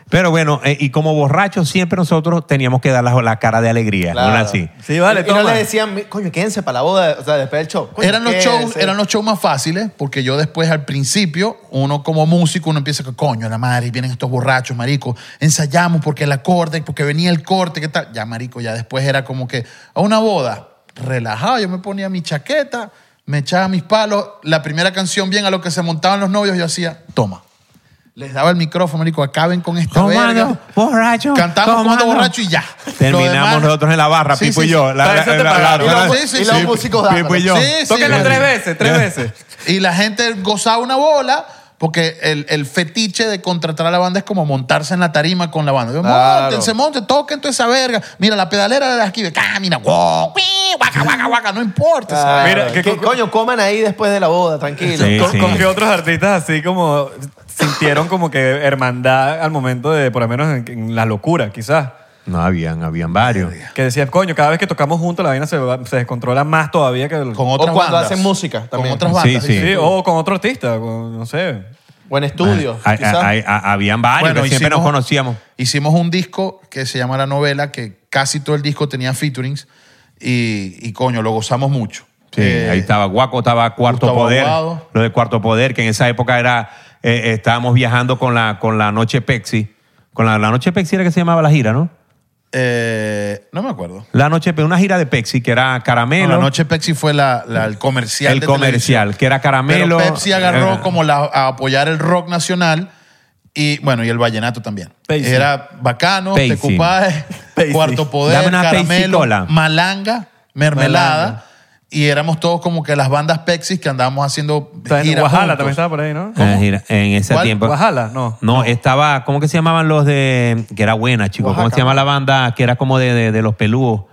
Speaker 2: Pero bueno, eh, y como borrachos siempre nosotros teníamos que dar la, la cara de alegría,
Speaker 3: Claro.
Speaker 2: ¿no era así?
Speaker 4: Sí, vale,
Speaker 3: Y no
Speaker 4: toma.
Speaker 3: le decían, "Mi- coño, quédense para la boda, o sea, después del show. Coño,
Speaker 1: eran los
Speaker 3: quédense.
Speaker 1: shows eran los shows más fáciles porque yo después al principio uno como músico uno empieza que coño la madre vienen estos borrachos marico ensayamos porque el acorde porque venía el corte qué tal ya marico ya después era como que a una boda relajado yo me ponía mi chaqueta me echaba mis palos la primera canción bien a lo que se montaban los novios yo hacía toma les daba el micrófono marico acaben con esta verga
Speaker 2: Comando, borracho.
Speaker 1: cantamos comando
Speaker 2: comando.
Speaker 1: borracho y ya
Speaker 2: Terminamos nosotros en la barra,
Speaker 1: Sí,
Speaker 2: Pipo
Speaker 1: sí,
Speaker 2: y
Speaker 1: sí.
Speaker 2: yo. La,
Speaker 4: Para eso te pagaron.
Speaker 1: Y los- sí, sí,
Speaker 2: sí,
Speaker 1: y los
Speaker 3: músicos
Speaker 2: Pipo y yo.
Speaker 1: Sí, sí,
Speaker 4: Tóquenlo
Speaker 1: sí.
Speaker 4: tres veces, tres veces.
Speaker 1: Y la gente gozaba una bola porque el, el fetiche de contratar a la banda es como montarse en la tarima con la banda.
Speaker 3: Claro.
Speaker 1: Monten, se monten, toquen toda esa verga. Mira, la pedalera de aquí, ah, mira, guau, cuí, guaca, guaca, guaca, no importa. esa
Speaker 3: Claro,
Speaker 1: verga.
Speaker 4: Mira,
Speaker 3: que,
Speaker 4: que-
Speaker 3: coño, coman ahí después de la boda, tranquilo.
Speaker 2: Sí.
Speaker 4: ¿Con, con qué otros artistas así como sintieron como que hermandad al momento de, por lo menos en, en la locura, quizás?
Speaker 2: No, habían, habían varios.
Speaker 4: Que decían, coño, cada vez que tocamos juntos la vaina se, va- se descontrola más todavía que... El,
Speaker 1: Con
Speaker 3: O
Speaker 1: otras
Speaker 3: cuando
Speaker 1: bandas.
Speaker 3: hacen música también.
Speaker 1: Con otras
Speaker 2: Sí,
Speaker 1: bandas.
Speaker 2: sí.
Speaker 4: sí, o con otro artista, con- no sé.
Speaker 3: O en estudio,
Speaker 2: Ay,
Speaker 3: quizás.
Speaker 2: ay, ay, habían varios, que siempre nos
Speaker 1: hicimos-
Speaker 2: conocíamos.
Speaker 1: Hicimos un disco que se llama La Novela, que casi todo el disco tenía featurings y, y coño, lo gozamos mucho.
Speaker 2: Sí,
Speaker 1: Eh,
Speaker 2: ahí estaba Guaco, estaba Cuarto
Speaker 1: Gustavo
Speaker 2: Poder.
Speaker 1: Aguado.
Speaker 2: Lo de Cuarto Poder, que en esa época era. eh, estábamos viajando con la, con la Noche Pepsi. Con la, la Noche Pepsi era que se llamaba la gira, ¿no?
Speaker 1: eh, no me acuerdo.
Speaker 2: La Noche Pepsi, una gira de Pepsi que era
Speaker 1: No,
Speaker 2: caramelo.
Speaker 1: la noche Pepsi fue la, la- el comercial.
Speaker 2: el
Speaker 1: de
Speaker 2: comercial,
Speaker 1: televisión.
Speaker 2: que era caramelo.
Speaker 1: Pero Pepsi agarró
Speaker 2: Eh,
Speaker 1: como la, a apoyar el rock nacional y bueno, y el vallenato también.
Speaker 4: Pepsi.
Speaker 1: Era bacano,
Speaker 2: Pepsi.
Speaker 1: Tecupades,
Speaker 4: Pepsi.
Speaker 1: Cuarto Poder,
Speaker 2: Dame una Pepsi
Speaker 1: Caramelo,
Speaker 2: Cola.
Speaker 1: Malanga, Mermelada.
Speaker 4: Malanga.
Speaker 1: Y éramos todos como que las bandas Pexis que andábamos haciendo
Speaker 4: Está en
Speaker 1: giras
Speaker 4: Guajala
Speaker 1: juntos.
Speaker 4: también estaba por ahí, ¿no?
Speaker 2: eh, gira- en ese
Speaker 1: ¿Cuál?
Speaker 2: tiempo.
Speaker 4: Guajala, no.
Speaker 2: No, estaba, ¿cómo que se llamaban los de. que era buena, chicos? ¿Cómo
Speaker 3: Oaxaca.
Speaker 2: se llama la banda que era como de, de- de los pelúos?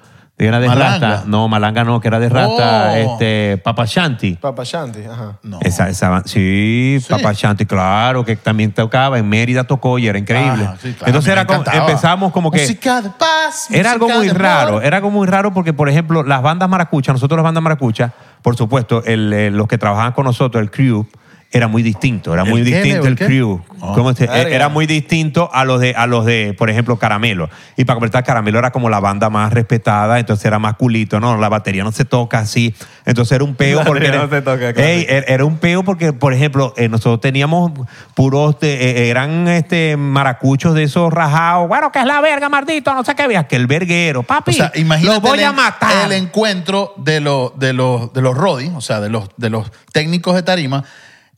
Speaker 2: Era de
Speaker 1: Malanga.
Speaker 2: Rasta. No, Malanga no, que era de Rasta.
Speaker 1: Oh.
Speaker 2: Este, Papa Shanti.
Speaker 3: Papa Shanti, ajá.
Speaker 1: No.
Speaker 2: Esa, esa ban- sí, Papa Shanti, claro, que también tocaba en Mérida, tocó y era increíble.
Speaker 1: Ah, sí, claro,
Speaker 2: Entonces
Speaker 1: me
Speaker 2: era como-
Speaker 1: encantaba.
Speaker 2: empezamos como que...
Speaker 1: Música de paz.
Speaker 2: Era algo
Speaker 1: música
Speaker 2: muy
Speaker 1: de amor.
Speaker 2: raro, era algo muy raro porque, por ejemplo, las bandas maracuchas, nosotros las bandas maracuchas, por supuesto, el, eh, los que trabajaban con nosotros, el crew, era muy distinto, era
Speaker 1: ¿El
Speaker 2: muy
Speaker 1: qué,
Speaker 2: distinto
Speaker 1: Leo,
Speaker 2: el,
Speaker 1: el qué?
Speaker 2: crew.
Speaker 1: Ah.
Speaker 2: ¿Cómo se-
Speaker 3: Verga.
Speaker 2: Era muy distinto a los de, a los de, por ejemplo, Caramelo. Y para completar, Caramelo era como la banda más respetada, entonces era más culito, ¿no? La batería no se toca así. Entonces era un peo
Speaker 4: La
Speaker 2: porque.
Speaker 4: batería
Speaker 2: Era,
Speaker 4: no se toca, claro.
Speaker 2: Ey, er- era un peo porque, por ejemplo, eh, nosotros teníamos puros, de- eh, eran este, maracuchos de esos rajados. Bueno, que es la verga, maldito, no sé qué veas, que el verguero, papi,
Speaker 1: O sea, imagínate
Speaker 2: lo voy
Speaker 1: el,
Speaker 2: a matar.
Speaker 1: el encuentro de, los de, los de los rodis, o sea, de los, de los técnicos de tarima,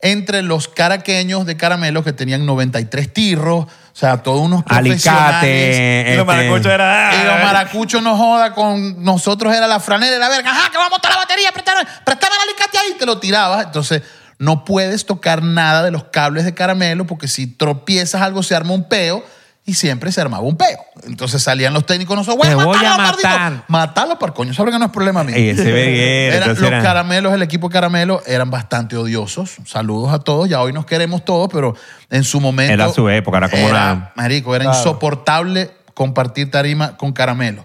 Speaker 1: entre los caraqueños de caramelo que tenían 93 tirros, o sea, todos unos profesionales.
Speaker 2: Alicate.
Speaker 4: Y los maracuchos era... ah,
Speaker 1: Y los maracuchos no joda con nosotros era la franela de la verga. Ajá, que vamos a montar la batería, préstame, préstame el alicate ahí. Te lo tirabas. Entonces, no puedes tocar nada de los cables de caramelo porque si tropiezas algo se arma un peo y siempre se armaba un peo. Entonces salían los técnicos nosotros,
Speaker 2: Te
Speaker 1: "Güey,
Speaker 2: voy a
Speaker 1: mátalo,
Speaker 2: matar".
Speaker 1: maldito". Matalo para coño, saben que no es problema mío.
Speaker 2: Y ese verguero,
Speaker 1: Era-
Speaker 2: Eh, entonces
Speaker 1: los
Speaker 2: era-
Speaker 1: caramelos, el equipo de caramelo eran bastante odiosos. Saludos a todos, ya hoy nos queremos todos, pero en su momento
Speaker 2: Era su época, era como una-
Speaker 1: Marico, era
Speaker 3: Claro.
Speaker 1: insoportable compartir tarima con caramelo.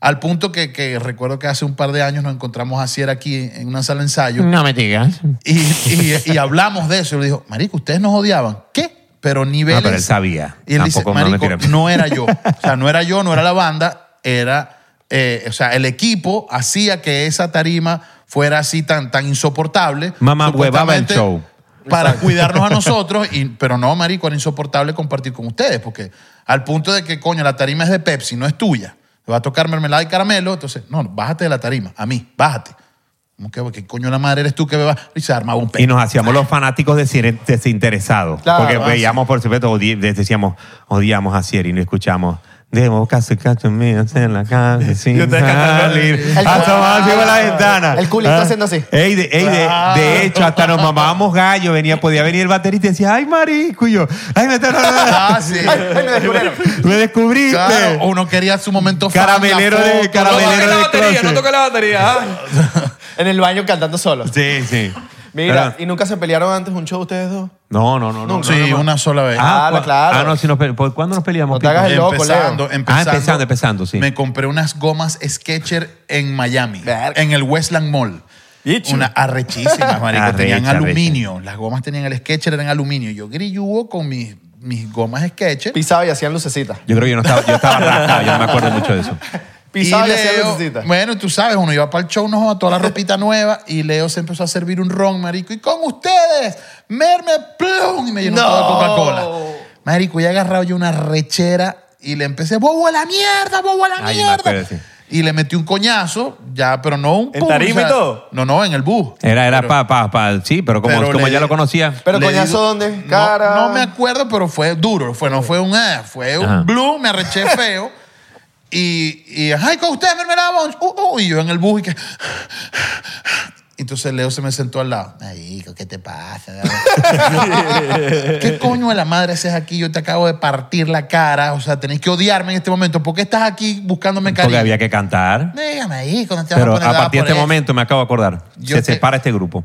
Speaker 1: Al punto que, que recuerdo que hace un par de años nos encontramos así, era aquí en una sala de ensayo,
Speaker 2: No me digas.
Speaker 1: y, y- y hablamos de eso. Y le dijo, Marico, ustedes nos odiaban. ¿Qué? Pero niveles.
Speaker 2: No, pero él sabía.
Speaker 1: Y él dice,
Speaker 2: Tampoco no me pues".
Speaker 1: "Marico,
Speaker 2: tiré".
Speaker 1: no era yo. O sea, no era yo, no era la banda, era. eh, o sea, el equipo hacía que esa tarima fuera así tan, tan insoportable.
Speaker 2: Mamá huevaba el
Speaker 1: supuestamente,
Speaker 2: show.
Speaker 1: Para
Speaker 3: Exacto.
Speaker 1: cuidarnos a nosotros, y- pero no, Marico, era insoportable compartir con ustedes, porque al punto de que, coño, la tarima es de Pepsi, no es tuya. Te va a tocar mermelada y caramelo, entonces, no, no, bájate de la tarima, a mí, bájate. ¿Cómo que, qué coño la madre eres tú que bebas? Y se armaba un peo.
Speaker 2: Y nos hacíamos los fanáticos desin- desinteresados.
Speaker 3: Claro,
Speaker 2: porque
Speaker 3: ah,
Speaker 2: veíamos, por supuesto, odi- decíamos, odiamos a Siri y no escuchamos. Debo casi cacho mío en la calle sin
Speaker 4: Y ustedes cantando.
Speaker 2: salir.
Speaker 3: El
Speaker 2: Asomarse
Speaker 3: culito.
Speaker 2: por la ventana.
Speaker 3: El culito
Speaker 2: Ah.
Speaker 3: haciendo así.
Speaker 2: Ey, de, ey, de-
Speaker 1: Claro.
Speaker 2: de hecho, hasta nos mamábamos gallo. Venía, podía venir el baterista y decía, ay, marico. Y yo, ay, me, está- no, no, no,
Speaker 1: Ah, sí.
Speaker 3: Ay, ay, me descubrieron.
Speaker 2: me descubriste.
Speaker 1: Claro, uno quería su momento fan,
Speaker 2: Caramelero
Speaker 1: la
Speaker 2: de-
Speaker 1: foto,
Speaker 4: No
Speaker 2: caramelero.
Speaker 4: toques la
Speaker 2: de
Speaker 4: batería, no
Speaker 2: closet.
Speaker 4: toques la batería. ah.
Speaker 3: En el baño cantando solo.
Speaker 2: Sí, sí.
Speaker 3: Mira,
Speaker 2: Pero-
Speaker 3: ¿y nunca se pelearon antes un show ustedes dos?
Speaker 2: no, no, no. no,
Speaker 1: lo- Sí, una sola vez.
Speaker 2: Ah,
Speaker 3: Claro,
Speaker 2: cua-
Speaker 3: claro.
Speaker 2: Ah, no, si nos pe- ¿por ¿cuándo nos peleamos?
Speaker 3: No te hagas
Speaker 2: Pipo?
Speaker 3: el loco,
Speaker 1: empezando,
Speaker 3: Leo.
Speaker 1: empezando,
Speaker 2: Ah, empezando, empezando, sí.
Speaker 1: Me compré unas gomas Sketcher en Miami,
Speaker 3: Verga.
Speaker 1: en el Westland Mall.
Speaker 4: Ichu.
Speaker 1: Una arrechísima, marico.
Speaker 2: Arrecha,
Speaker 1: tenían
Speaker 2: arrecha.
Speaker 1: aluminio. Las gomas tenían el Sketcher, eran aluminio. Yo grillugo con mis, mis gomas Sketcher.
Speaker 3: Pisaba y hacían lucecitas.
Speaker 2: Yo creo que yo no estaba, yo estaba rascado, yo no me acuerdo mucho de eso.
Speaker 1: Y
Speaker 3: Pisaba y, hacían
Speaker 1: Leo-
Speaker 3: lucecitas.
Speaker 1: bueno, tú sabes, uno iba para el show, no, toda la ropita nueva, y Leo se empezó a servir un ron, marico, y con ustedes, merme, plum, y me llenó
Speaker 3: No.
Speaker 1: todo de Coca-Cola. Marico, y he agarrado yo una rechera y le empecé, bobo a la mierda, bobo a la
Speaker 2: Ay, yo me
Speaker 1: mierda.
Speaker 2: acuerdo, sí.
Speaker 1: Y le metí un coñazo, ya, pero no un
Speaker 4: ¿En
Speaker 1: pum,
Speaker 4: tarima y todo?
Speaker 1: No, no, en el bus.
Speaker 2: Era, era
Speaker 1: Pero-
Speaker 2: pa, pa, pa, sí, pero como,
Speaker 1: pero
Speaker 2: como
Speaker 1: le-
Speaker 2: ya lo conocía.
Speaker 3: Pero
Speaker 1: le
Speaker 3: coñazo,
Speaker 1: digo-
Speaker 3: ¿dónde?
Speaker 1: No,
Speaker 3: Cara.
Speaker 1: No, me acuerdo, pero fue duro. Fue, no fue un eh, fue
Speaker 2: Ajá.
Speaker 1: un blue, me arreché feo. y, y ay, con ustedes, mermelada, vamos. Uh, uh, y yo en el bus y que. Entonces Leo se me sentó al lado. Marico, ¿qué te pasa? ¿Qué coño de la madre haces aquí? Yo te acabo de partir la cara. O sea, tenés que odiarme en este momento. ¿Por qué estás aquí buscándome
Speaker 2: porque
Speaker 1: cariño?
Speaker 2: había que cantar.
Speaker 1: Dígame ahí, cuando te vas
Speaker 2: Pero
Speaker 1: a poner
Speaker 2: a
Speaker 1: vas
Speaker 2: partir de
Speaker 1: poner
Speaker 2: este
Speaker 1: eso.
Speaker 2: momento me acabo de acordar.
Speaker 1: Yo
Speaker 2: se
Speaker 1: te-
Speaker 2: separa este grupo.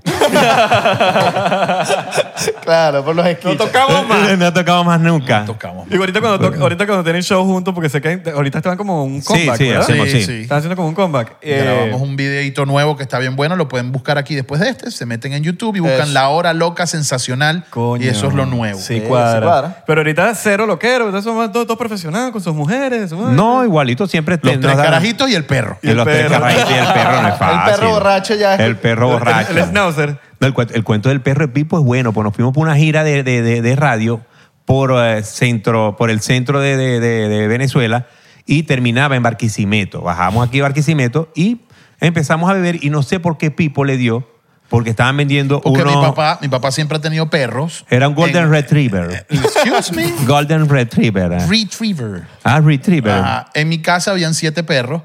Speaker 3: Claro, por los
Speaker 4: No
Speaker 3: esquites.
Speaker 4: tocamos más.
Speaker 2: no ha tocado más nunca.
Speaker 1: Tocamos.
Speaker 4: Y ahorita cuando, to- ahorita cuando tienen show juntos, porque sé que ahorita estaban como un
Speaker 2: Sí,
Speaker 4: comeback,
Speaker 2: sí,
Speaker 4: ¿verdad?
Speaker 2: hacemos,
Speaker 1: Sí,
Speaker 2: sí.
Speaker 1: sí.
Speaker 4: Están haciendo como un comeback. Eh,
Speaker 1: Grabamos un videito nuevo que está bien bueno, lo pueden buscar aquí después de este. Se meten en YouTube y buscan
Speaker 3: Eso.
Speaker 1: La Hora Loca Sensacional.
Speaker 4: Coño.
Speaker 1: Y eso es lo nuevo.
Speaker 4: Sí,
Speaker 3: Sí,
Speaker 4: cuadra.
Speaker 3: sí cuadra.
Speaker 4: Pero ahorita cero loquero. Ustedes son más- todos, todos profesionales con sus mujeres. su madre.
Speaker 2: No, igualito siempre. te-
Speaker 1: Los
Speaker 2: nos
Speaker 1: tres
Speaker 2: dan-
Speaker 1: carajitos y el perro.
Speaker 2: Y los tres
Speaker 4: perro.
Speaker 2: carajitos y el perro no es
Speaker 3: El perro
Speaker 2: fácil.
Speaker 3: borracho ya es-
Speaker 2: El perro
Speaker 4: El-
Speaker 2: borracho.
Speaker 4: El, el schnauzer.
Speaker 2: No, el, cuento, el cuento del perro de Pipo es bueno, pues nos fuimos por una gira de, de- de- de radio por, eh, centro, por el centro de, de- de- de Venezuela y terminaba en Barquisimeto. Bajamos aquí a Barquisimeto y empezamos a beber y no sé por qué Pipo le dio, porque estaban vendiendo
Speaker 1: Porque
Speaker 2: unos-
Speaker 1: mi papá, mi papá siempre ha tenido perros.
Speaker 2: Era un Golden
Speaker 1: En-
Speaker 2: Retriever.
Speaker 1: Excuse me.
Speaker 2: Golden Retriever. ¿eh?
Speaker 1: Retriever.
Speaker 2: Ah, Retriever.
Speaker 1: Ajá. En mi casa habían siete perros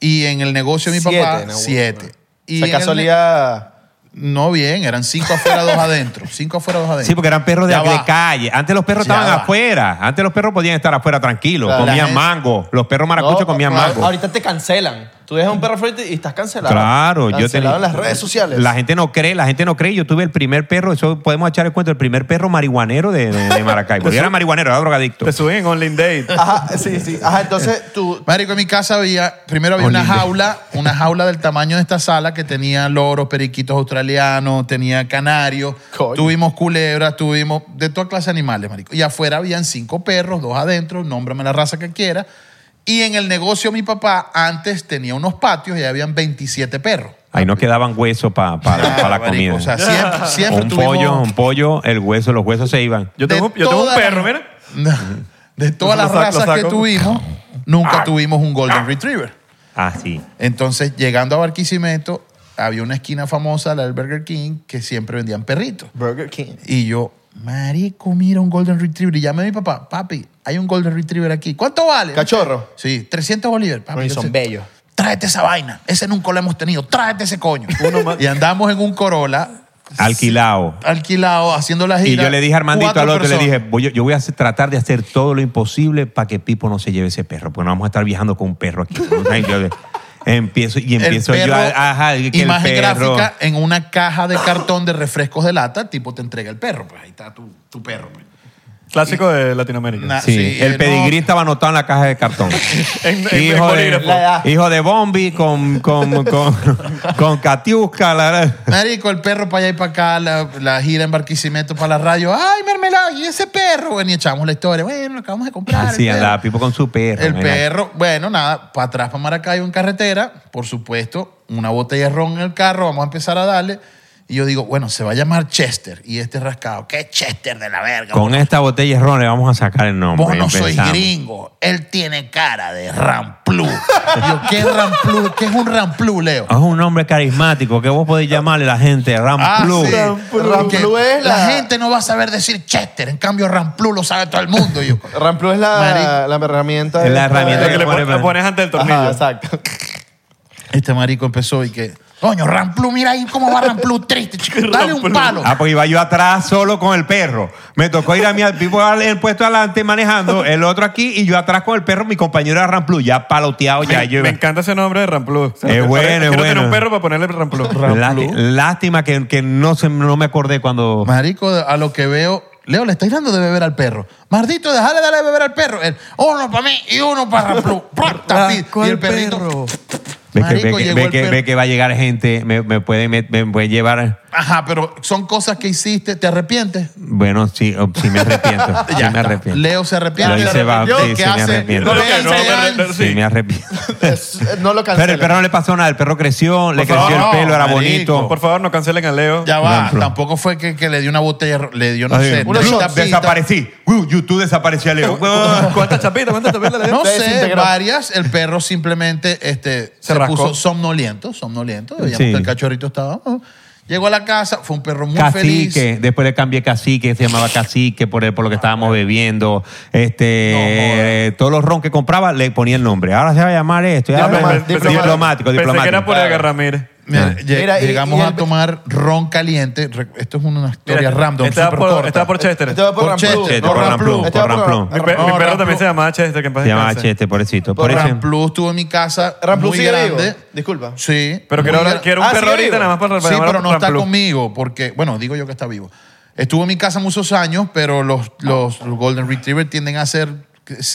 Speaker 1: y en el negocio de mi
Speaker 3: Siete,
Speaker 1: papá,
Speaker 3: no,
Speaker 1: siete. Y
Speaker 3: O
Speaker 1: en
Speaker 3: sea,
Speaker 1: el-
Speaker 3: casualidad.
Speaker 1: No bien, eran cinco afuera, dos adentro. Cinco afuera, dos adentro.
Speaker 2: Sí, porque eran perros de,
Speaker 1: Ya
Speaker 2: de
Speaker 1: va.
Speaker 2: calle. Antes los perros
Speaker 1: Ya
Speaker 2: estaban
Speaker 1: va.
Speaker 2: afuera. Antes los perros podían estar afuera tranquilos.
Speaker 3: Claro.
Speaker 1: La
Speaker 2: Comían
Speaker 1: gente-
Speaker 2: mango. Los perros maracuchos
Speaker 3: No,
Speaker 2: comían
Speaker 3: a-
Speaker 2: mango.
Speaker 3: Ahorita te cancelan. Tú dejas un perro frito y estás cancelado.
Speaker 2: Claro,
Speaker 3: cancelado
Speaker 2: tenía-
Speaker 3: en las redes sociales.
Speaker 2: La gente no cree, la gente no cree. Yo tuve el primer perro, eso podemos echar el cuento, el primer perro marihuanero de, de- de Maracaibo. Yo
Speaker 1: Pues,
Speaker 2: era marihuanero, era drogadicto.
Speaker 4: Te suben en online date.
Speaker 3: Ajá, sí, sí. Ajá, entonces tú.
Speaker 1: Marico, en mi casa había, primero había una
Speaker 2: Olindo.
Speaker 1: jaula, una jaula del tamaño de esta sala que tenía loros, periquitos australianos, tenía canarios,
Speaker 3: Coño.
Speaker 1: tuvimos culebras, tuvimos de toda clase de animales, marico. Y afuera habían cinco perros, dos adentro, nómbrame la raza que quiera. Y en el negocio mi papá antes tenía unos patios y habían 27 perros.
Speaker 2: Ahí no quedaban huesos para la
Speaker 1: Marico,
Speaker 2: comida.
Speaker 1: O sea, siempre, siempre
Speaker 2: un
Speaker 1: tuvimos-
Speaker 2: pollo, un pollo, el hueso, los huesos se iban.
Speaker 4: Yo tengo,
Speaker 1: de
Speaker 4: yo tengo un
Speaker 1: todas las-
Speaker 4: perro, mira.
Speaker 1: De todas
Speaker 4: Lo
Speaker 1: las
Speaker 4: saco, lo
Speaker 1: razas que
Speaker 4: saco. Ah.
Speaker 1: tuvimos, nunca tuvimos un Golden Retriever.
Speaker 2: Ah, sí.
Speaker 1: Entonces, llegando a Barquisimeto, había una esquina famosa, la del Burger King, que siempre vendían perritos.
Speaker 3: Burger King.
Speaker 1: Y yo, marico, mira un Golden Retriever. Y llamé a mi papá, papi, hay un Golden Retriever aquí. ¿Cuánto vale?
Speaker 3: Cachorro.
Speaker 1: Sí, 300 bolívares. Papi,
Speaker 3: Pero y son
Speaker 1: Entonces,
Speaker 3: bellos.
Speaker 1: Tráete esa vaina. Ese nunca lo hemos tenido. Tráete ese coño. y andamos en un Corolla
Speaker 2: Alquilado.
Speaker 1: alquilado haciendo la
Speaker 2: Y
Speaker 1: gira.
Speaker 2: yo le dije a Armandito
Speaker 1: cuatro
Speaker 2: al otro, le
Speaker 1: personas.
Speaker 2: dije, voy- yo voy a hacer- tratar de hacer todo lo imposible para que Pipo no se lleve ese perro, porque no vamos a estar viajando con un perro aquí. Ay, yo- empiezo y
Speaker 1: El
Speaker 2: empiezo
Speaker 1: perro,
Speaker 2: yo a, ajá, que el
Speaker 1: imagen
Speaker 2: perro-
Speaker 1: gráfica en una caja de cartón de refrescos de lata, tipo te entrega el perro, pues ahí está tu, tu perro. pues.
Speaker 4: Clásico de Latinoamérica.
Speaker 1: Nah.
Speaker 2: Sí,
Speaker 1: Sí,
Speaker 2: el
Speaker 1: eh,
Speaker 2: pedigrí
Speaker 1: no.
Speaker 2: estaba anotado en la caja de cartón.
Speaker 4: En- en- en
Speaker 2: hijo, de,
Speaker 4: bolígrafo.
Speaker 3: La edad.
Speaker 2: hijo de Bombi con, con, con, con Katiuska. la-
Speaker 1: Marico, el perro para allá y para acá, la, la gira en Barquisimeto para la radio. ¡Ay, mermelada! ¿Y ese perro? Bueno, y echamos la historia. Bueno, lo acabamos de comprar.
Speaker 2: Así
Speaker 1: el
Speaker 2: andaba
Speaker 1: perro.
Speaker 2: Pipo con su perro.
Speaker 1: El
Speaker 2: mira.
Speaker 1: perro, bueno, nada, para atrás, para Maracaibo en carretera, por supuesto, una botella de ron en el carro, vamos a empezar a darle. Y yo digo, bueno, se va a llamar Chester. Y este rascado, ¿qué Chester de la verga?
Speaker 2: Con esta botella de ron le vamos a sacar el nombre.
Speaker 1: Vos no sois
Speaker 2: empezamos.
Speaker 1: gringo. Él tiene cara de Ramplú. Yo, ¿qué es Ramplú? ¿Qué es un Ramplú, Leo?
Speaker 2: Es un nombre carismático que vos podéis llamarle a la gente
Speaker 1: Ah,
Speaker 2: Ramplu.
Speaker 1: sí.
Speaker 3: Ramplú.
Speaker 1: Porque
Speaker 3: Ramplú es la-
Speaker 1: gente no va a saber decir Chester. En cambio, Ramplú lo sabe todo el mundo. Y yo,
Speaker 3: Ramplu es la, la herramienta.
Speaker 2: Es la herramienta
Speaker 4: Lo que
Speaker 2: que
Speaker 4: le
Speaker 2: pone-
Speaker 4: pon- le pones ante el tornillo.
Speaker 3: Ajá, exacto.
Speaker 1: este marico empezó y que, coño, Ramplú, mira ahí cómo va Ramplú triste. chico. Dale un
Speaker 4: Ramplú.
Speaker 1: palo.
Speaker 2: Ah, porque iba yo atrás solo con el perro. Me tocó ir a mi Pipo al el puesto adelante manejando, el otro aquí y yo atrás con el perro. Mi compañero era Ramplu, ya paloteado, ya
Speaker 4: me,
Speaker 2: yo
Speaker 4: me
Speaker 2: iba-
Speaker 4: encanta ese nombre de Ramplú. O sea,
Speaker 2: Es
Speaker 4: que-
Speaker 2: bueno,
Speaker 4: quiero
Speaker 2: es
Speaker 4: tener
Speaker 2: bueno.
Speaker 4: un perro para ponerle Ramplú.
Speaker 2: Lásti- Lástima que, que no, se, no me acordé cuando.
Speaker 1: Marico, a lo que veo, Leo, le estáis dando de beber al perro. Mardito, déjale darle de beber al perro. Él, uno para mí y uno para Ramplú. Pra, tapi. y el perrito.
Speaker 2: Ve que, ve
Speaker 1: Marico,
Speaker 2: que-
Speaker 1: llegó
Speaker 2: ve
Speaker 1: el
Speaker 2: que-
Speaker 1: perro.
Speaker 2: ve que va a llegar gente, me, me puede, me, me puede llevar.
Speaker 1: Ajá, pero son cosas que hiciste, ¿te arrepientes?
Speaker 2: Bueno, sí, oh, sí me arrepiento. sí
Speaker 1: Ya
Speaker 2: me
Speaker 1: está.
Speaker 2: arrepiento.
Speaker 1: Leo se arrepiente.
Speaker 2: Lo hice,
Speaker 1: Se arrepintió.
Speaker 2: va, sí,
Speaker 1: ¿Qué
Speaker 2: sí, me
Speaker 1: hace?
Speaker 2: arrepiento.
Speaker 1: No le
Speaker 4: No,
Speaker 1: cancelan.
Speaker 4: no, no, no,
Speaker 2: Sí, me arrepiento.
Speaker 3: Es- no lo
Speaker 2: Pero el perro
Speaker 3: cancela.
Speaker 2: no le pasó nada, el perro creció, le
Speaker 1: Por
Speaker 2: creció
Speaker 1: favor,
Speaker 2: el pelo, era
Speaker 1: marico.
Speaker 2: bonito.
Speaker 4: Por favor, no cancelen a Leo.
Speaker 1: Ya va,
Speaker 2: Ejemplo.
Speaker 1: tampoco fue que, que le dio una botella, de ro- le dio, no
Speaker 2: Así,
Speaker 1: sé,
Speaker 2: Blue,
Speaker 1: 30 pistas.
Speaker 2: desaparecí. Blue, YouTube desapareció, Leo.
Speaker 4: ¿Cuántas chapitas? ¿Cuántas chapitas le
Speaker 1: No
Speaker 4: dieron?
Speaker 3: Se
Speaker 1: sé,
Speaker 3: desintegró.
Speaker 1: varias. El perro simplemente este, se,
Speaker 4: rascó.
Speaker 1: puso somnoliento, somnoliento. Veíamos
Speaker 2: Sí.
Speaker 1: que el cachorrito estaba... oh. Llegó a la casa, fue un perro muy
Speaker 2: Cacique,
Speaker 1: feliz. Ah,
Speaker 2: después le cambié cacique, se llamaba cacique por, el- por lo que estábamos bebiendo. Este, eh, todos los ron que compraba le ponía el nombre. Ahora se va a llamar esto. ya
Speaker 3: Ya,
Speaker 2: va a llamar-
Speaker 3: pe- pe-
Speaker 2: diplomático,
Speaker 4: Pensé que era
Speaker 2: diplomático.
Speaker 4: por Edgar Ramírez.
Speaker 1: Mira,
Speaker 2: Ah.
Speaker 1: lle-
Speaker 3: Mira, y-
Speaker 1: llegamos
Speaker 3: y
Speaker 1: a
Speaker 3: el-
Speaker 1: tomar ron caliente. Re- Esto es una historia
Speaker 4: Mira,
Speaker 1: random,
Speaker 4: estaba
Speaker 1: súper
Speaker 4: por-
Speaker 1: corta.
Speaker 4: estaba por Chester.
Speaker 3: Este va por
Speaker 1: Por
Speaker 3: Ramplú.
Speaker 1: Chester,
Speaker 2: Chete,
Speaker 3: No,
Speaker 2: por
Speaker 1: Ramplú.
Speaker 2: Ramplón,
Speaker 3: Este
Speaker 2: por
Speaker 3: va por
Speaker 2: Ramplón.
Speaker 4: Mi, pe-
Speaker 3: No,
Speaker 4: mi perro
Speaker 1: Ramplú.
Speaker 4: también se llamaba Chester, que en paz
Speaker 2: Se llamaba
Speaker 4: descanse.
Speaker 2: Chete, pobrecito. Por
Speaker 1: Por
Speaker 2: eso-
Speaker 1: Ramplú estuvo en mi casa
Speaker 3: Ramplú
Speaker 1: muy
Speaker 3: sigue vivo.
Speaker 1: grande.
Speaker 3: Disculpa.
Speaker 1: Sí.
Speaker 4: Pero quiero,
Speaker 1: muy
Speaker 4: hablar-
Speaker 1: gra-
Speaker 4: quiero un
Speaker 3: Ah,
Speaker 4: perro
Speaker 3: sí,
Speaker 4: ahorita
Speaker 3: vivo.
Speaker 4: nada más para
Speaker 1: Sí,
Speaker 4: llamar
Speaker 1: pero no está
Speaker 4: Ramplú.
Speaker 1: conmigo porque, bueno, digo yo que está vivo. Estuvo en mi casa muchos años, pero los, los Golden Retriever tienden a ser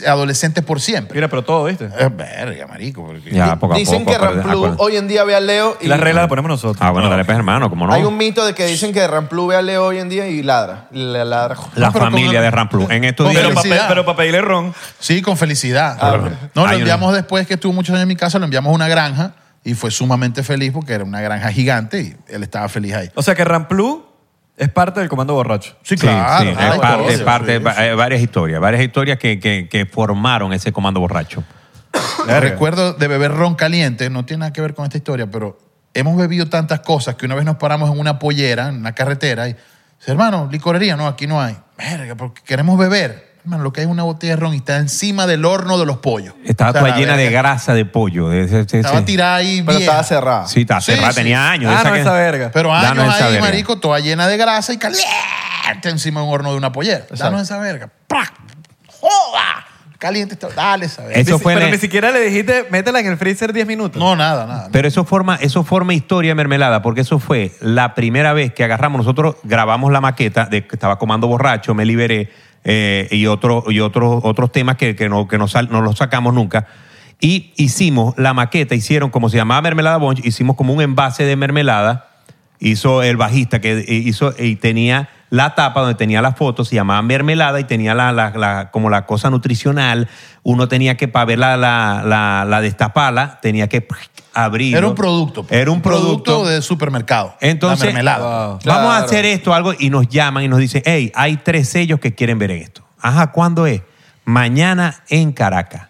Speaker 1: adolescentes por siempre.
Speaker 4: Mira, pero todo, ¿viste?
Speaker 1: Eh, verga, marico. porque-
Speaker 2: Ya, pues. poco a
Speaker 3: Dicen
Speaker 2: poco,
Speaker 3: que
Speaker 2: acuérdate,
Speaker 3: Ramplú
Speaker 2: acuérdate.
Speaker 3: hoy en día ve a Leo y...
Speaker 4: Las reglas las ponemos nosotros.
Speaker 2: Ah, bueno,
Speaker 4: No.
Speaker 2: dale, pues, hermano, como no.
Speaker 3: Hay un mito de que dicen que Ramplú ve a Leo hoy en día y ladra. Y Le ladra.
Speaker 2: La
Speaker 1: No, pero
Speaker 2: familia
Speaker 1: con-
Speaker 2: de Ramplú. En estos
Speaker 1: Con
Speaker 2: días.
Speaker 4: Pero para
Speaker 1: Felicidad.
Speaker 4: pero pa' pedirle ron.
Speaker 1: Sí, con felicidad. Ah,
Speaker 2: Hay
Speaker 1: no, lo
Speaker 2: una-
Speaker 1: enviamos después que estuvo muchos años en mi casa, lo enviamos a una granja y fue sumamente feliz porque era una granja gigante y él estaba feliz ahí.
Speaker 4: O sea que Ramplú es parte del comando borracho.
Speaker 1: Sí,
Speaker 2: Sí,
Speaker 1: claro.
Speaker 2: sí,
Speaker 1: Ah,
Speaker 2: es parte,
Speaker 1: entonces,
Speaker 2: es parte,
Speaker 1: sí,
Speaker 2: va- eh, varias historias, varias historias que, que- que formaron ese comando borracho.
Speaker 4: Verga.
Speaker 1: Recuerdo de beber ron caliente, no tiene nada que ver con esta historia, pero hemos bebido tantas cosas que una vez nos paramos en una pollera, en una carretera, y dice, hermano, licorería, no, aquí no hay. Verga, porque queremos beber. Hermano, lo que hay es una botella de ron y está encima del horno de los pollos.
Speaker 2: Estaba
Speaker 1: O sea,
Speaker 2: toda
Speaker 1: la
Speaker 2: llena de
Speaker 1: verga,
Speaker 2: grasa de pollo. de- de- de-
Speaker 1: Estaba
Speaker 2: sí.
Speaker 1: tirada ahí
Speaker 3: Pero
Speaker 1: vieja.
Speaker 3: estaba cerrada.
Speaker 2: Sí, está
Speaker 1: Sí,
Speaker 2: cerrada,
Speaker 1: sí.
Speaker 2: tenía años.
Speaker 4: Ah,
Speaker 2: esa
Speaker 4: no,
Speaker 2: que-
Speaker 4: esa verga.
Speaker 1: Ah. Pero años
Speaker 2: Danos esa
Speaker 1: ahí,
Speaker 2: verga.
Speaker 1: marico, toda llena de grasa y caliente encima de un horno de una pollera. Danos esa verga. ¡Pra! ¡Joda! caliente está. Dale, ¿sabes?
Speaker 2: Eso
Speaker 4: Ni si-
Speaker 2: fue en
Speaker 4: pero
Speaker 2: el-
Speaker 4: ni siquiera le dijiste, métela en el freezer 10 minutos.
Speaker 1: No, nada, nada.
Speaker 2: Pero eso forma, eso forma historia mermelada, porque eso fue la primera vez que agarramos, nosotros grabamos la maqueta de que estaba comando borracho, me liberé, eh, y, otro, y otro- otros temas que, que no, que no, sal- no los sacamos nunca. Y hicimos la maqueta, hicieron como se llamaba Mermelada Bunch, hicimos como un envase de mermelada, hizo el bajista que eh, hizo y tenía la tapa donde tenía las fotos, se llamaba mermelada y tenía la, la- la- como la cosa nutricional. Uno tenía que, para ver la, la, la, la destaparla, tenía que abrir.
Speaker 1: Era un producto.
Speaker 2: Era un producto.
Speaker 1: de supermercado. la
Speaker 2: Entonces,
Speaker 1: mermelada.
Speaker 2: vamos a hacer esto, algo, y nos llaman y nos dicen, hey, hay tres sellos que quieren ver esto. Ajá, ¿cuándo es? Mañana en Caracas.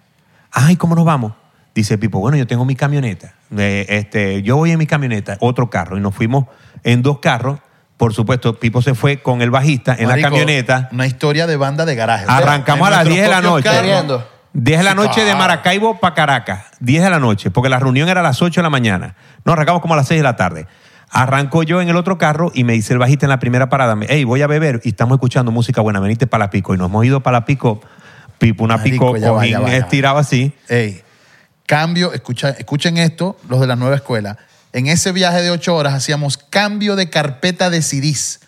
Speaker 2: Ay, ¿cómo nos vamos? Dice Pipo, bueno, yo tengo mi camioneta. Eh, este, yo voy en mi camioneta, otro carro, y nos fuimos en dos carros. Por supuesto, Pipo se fue con el bajista en la
Speaker 1: Marico,
Speaker 2: camioneta.
Speaker 1: Una historia de banda de garaje. O sea,
Speaker 2: Arrancamos a las
Speaker 1: en
Speaker 2: 10
Speaker 1: nuestros
Speaker 2: de la
Speaker 1: propios
Speaker 2: noche.
Speaker 1: carros.
Speaker 3: Corriendo.
Speaker 2: 10 de la
Speaker 1: Sí,
Speaker 2: noche de
Speaker 1: claro.
Speaker 2: Maracaibo para Caracas. 10 de la noche, porque la reunión era a las 8 de la mañana. No, arrancamos como a las 6 de la tarde. Arranco yo en el otro carro y me dice el bajista en la primera parada, hey, voy a beber y estamos escuchando música buena, veniste para la pico. Y nos hemos ido para la pico, pipo, una
Speaker 1: Marico,
Speaker 2: pico,
Speaker 1: ya va, ya
Speaker 2: cojín
Speaker 1: va, ya va.
Speaker 2: estirado así.
Speaker 1: Ey, cambio, escucha- escuchen esto, los de la nueva escuela. En ese viaje de ocho horas hacíamos cambio de carpeta de CDs.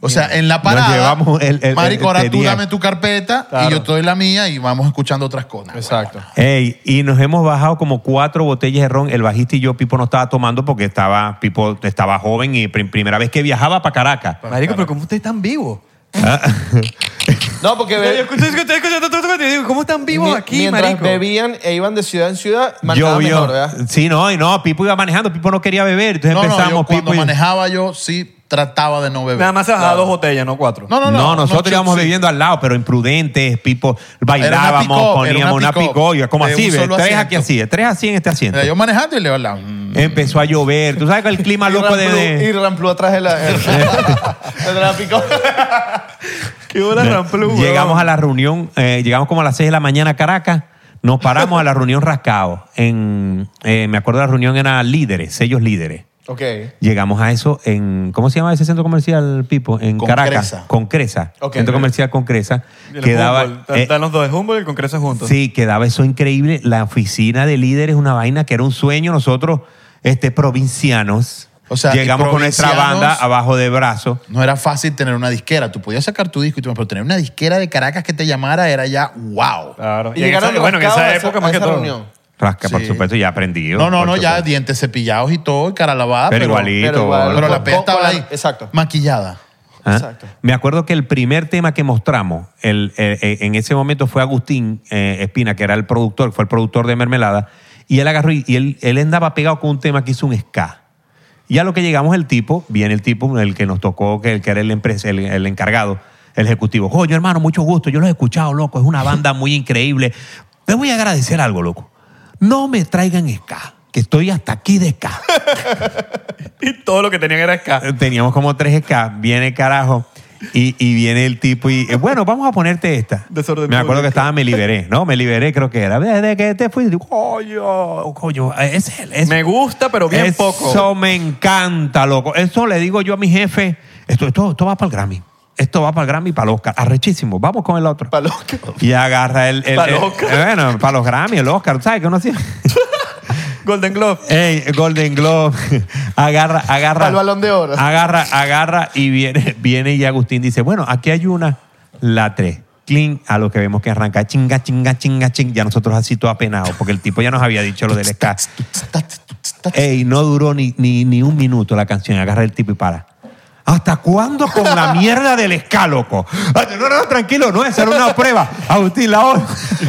Speaker 1: O sea, en la
Speaker 2: Nos
Speaker 1: parada,
Speaker 2: llevamos el- el-
Speaker 1: Marico,
Speaker 2: el-
Speaker 1: ahora tú
Speaker 2: tenía.
Speaker 1: dame tu carpeta y yo te doy la mía y vamos escuchando otras
Speaker 2: Pues
Speaker 1: cosas.
Speaker 3: Exacto.
Speaker 2: Ey, y nos hemos bajado como cuatro botellas de ron. El bajista y yo, Pipo, no estaba tomando porque estaba, Pipo estaba joven y prim- primera vez que viajaba para Caracas.
Speaker 4: Marico, pero ¿cómo ustedes están vivos?
Speaker 3: No, porque
Speaker 4: Yo
Speaker 3: be-
Speaker 4: escucho, yo estoy escuchando todo esto y digo, ¿cómo están vivos
Speaker 3: mi-
Speaker 4: aquí,
Speaker 3: mientras
Speaker 4: marico?
Speaker 3: bebían e iban de ciudad en ciudad, manejaban
Speaker 2: Llovió.
Speaker 3: mejor, ¿verdad?
Speaker 2: Sí, no, y no, Pipo iba manejando, Pipo no quería beber, entonces
Speaker 1: No, no,
Speaker 2: empezamos,
Speaker 1: yo cuando
Speaker 2: Pipo. y-
Speaker 1: manejaba yo sí trataba de no beber.
Speaker 4: Nada más se bajaba dos botellas, no cuatro.
Speaker 1: No,
Speaker 2: No,
Speaker 1: no, no.
Speaker 2: nosotros
Speaker 1: no,
Speaker 2: íbamos
Speaker 1: sí.
Speaker 2: bebiendo al lado, pero imprudentes, Pipo,
Speaker 1: una
Speaker 2: bailábamos,
Speaker 1: pick-up, era
Speaker 2: poníamos
Speaker 1: una
Speaker 2: una
Speaker 1: pick-up
Speaker 2: picoya, como
Speaker 1: de
Speaker 2: así,
Speaker 1: un
Speaker 2: ¿ves?
Speaker 1: solo
Speaker 2: tres
Speaker 1: asiento.
Speaker 2: aquí así, tres así en este asiento.
Speaker 1: Mira, yo manejando y le hablaba. mm.
Speaker 2: Empezó a llover, tú sabes con el clima loco de... de-
Speaker 3: Y Ramplu atrás de la, de la pico.
Speaker 4: Qué hora
Speaker 2: de-
Speaker 4: Ramplu, weón.
Speaker 2: llegamos a la reunión, eh, llegamos como a las 6 de la mañana a Caracas, nos paramos a la reunión rascado. En, eh, me acuerdo la reunión era líderes, sellos líderes.
Speaker 3: Ok.
Speaker 2: Llegamos a eso en. ¿Cómo se llama ese centro comercial, Pipo? En
Speaker 1: Con
Speaker 2: Caracas.
Speaker 1: Cresa.
Speaker 2: Con Cresa.
Speaker 3: Ok.
Speaker 2: Centro comercial con Cresa.
Speaker 4: Y el
Speaker 2: Quedaba.
Speaker 4: Humboldt,
Speaker 2: eh,
Speaker 4: Están los dos de Humboldt y el Congreso juntos.
Speaker 2: sí, quedaba eso increíble. La oficina de líderes, una vaina que era un sueño. Nosotros, este, provincianos.
Speaker 1: O sea, y
Speaker 2: llegamos con nuestra
Speaker 1: provincianos-
Speaker 2: banda abajo de brazo.
Speaker 1: No era fácil tener una disquera. Tú podías sacar tu disco y todo, pero tener una disquera de Caracas que te llamara era ya wow.
Speaker 2: Ah,
Speaker 4: Claro.
Speaker 3: Y
Speaker 4: en
Speaker 3: llegaron
Speaker 4: esa- bueno, en
Speaker 3: rascados
Speaker 4: esa
Speaker 3: a
Speaker 4: época más
Speaker 3: a
Speaker 4: que
Speaker 3: esa
Speaker 4: todo.
Speaker 3: reunión.
Speaker 2: Rasca, por
Speaker 1: Sí.
Speaker 2: supuesto, ya aprendido.
Speaker 1: No, no,
Speaker 2: por
Speaker 1: no, ya
Speaker 2: supuesto.
Speaker 1: dientes cepillados y todo, y cara lavada.
Speaker 2: pues- Pero igualito.
Speaker 3: pero igual.
Speaker 1: Pero la
Speaker 3: Con-
Speaker 1: pesta
Speaker 3: con-
Speaker 1: estaba
Speaker 3: con la-
Speaker 1: ahí.
Speaker 3: exacto.
Speaker 1: Maquillada.
Speaker 2: ¿Ah?
Speaker 3: Exacto.
Speaker 2: Me acuerdo que el primer tema que mostramos el- eh, eh, en ese momento fue Agustín eh, Espina, que era el productor, fue el productor de Mermelada, y él agarró y, y él, él andaba pegado con un tema que hizo un ska. Y a lo que llegamos el tipo, viene el tipo, el que nos tocó, que, el que era el, empres- el, el encargado, el ejecutivo. Coño, hermano, mucho gusto, yo los he escuchado, loco, es una banda muy increíble. Te voy a agradecer algo, loco. No me traigan ska, que estoy hasta aquí de ska.
Speaker 4: Y todo lo que tenían era ska.
Speaker 2: Teníamos como tres SK, viene carajo. Y, y viene el tipo y, eh, bueno, vamos a ponerte esta.
Speaker 4: Desorden
Speaker 2: me acuerdo
Speaker 4: público.
Speaker 2: que estaba Me Liberé, ¿no? Me Liberé creo que era. Desde que te fuiste, digo, coño, coño, eh, es él. es-
Speaker 4: Me gusta, pero bien
Speaker 2: eso
Speaker 4: poco.
Speaker 2: me encanta, loco. Eso le digo yo a mi jefe, esto, esto, esto va para el Grammy. Esto va para el Grammy y para el Oscar. Arrechísimo, vamos con el otro.
Speaker 3: Pa' los que-
Speaker 2: Y agarra el... el-
Speaker 4: Para los
Speaker 2: el-
Speaker 4: Oscar.
Speaker 2: eh, bueno, para los Grammy, el Oscar, ¿sabes? Que uno siempre...
Speaker 4: Golden Globe.
Speaker 2: Ey, Golden Globe. agarra, agarra.
Speaker 3: Al Balón de Oro.
Speaker 2: Agarra, agarra y viene, viene y Agustín dice, bueno, aquí hay una, la 3. Clean, a lo que vemos que arranca chinga, chinga, chinga, chinga. Ya nosotros así todo apenados, porque el tipo ya nos había dicho lo del ska. Ey, no duró ni, ni, ni un minuto la canción. Agarra el tipo y para. ¿Hasta cuándo con la mierda del ska, loco? Ay, No, no, no, tranquilo, no, esa era una prueba. Agustín, la otra.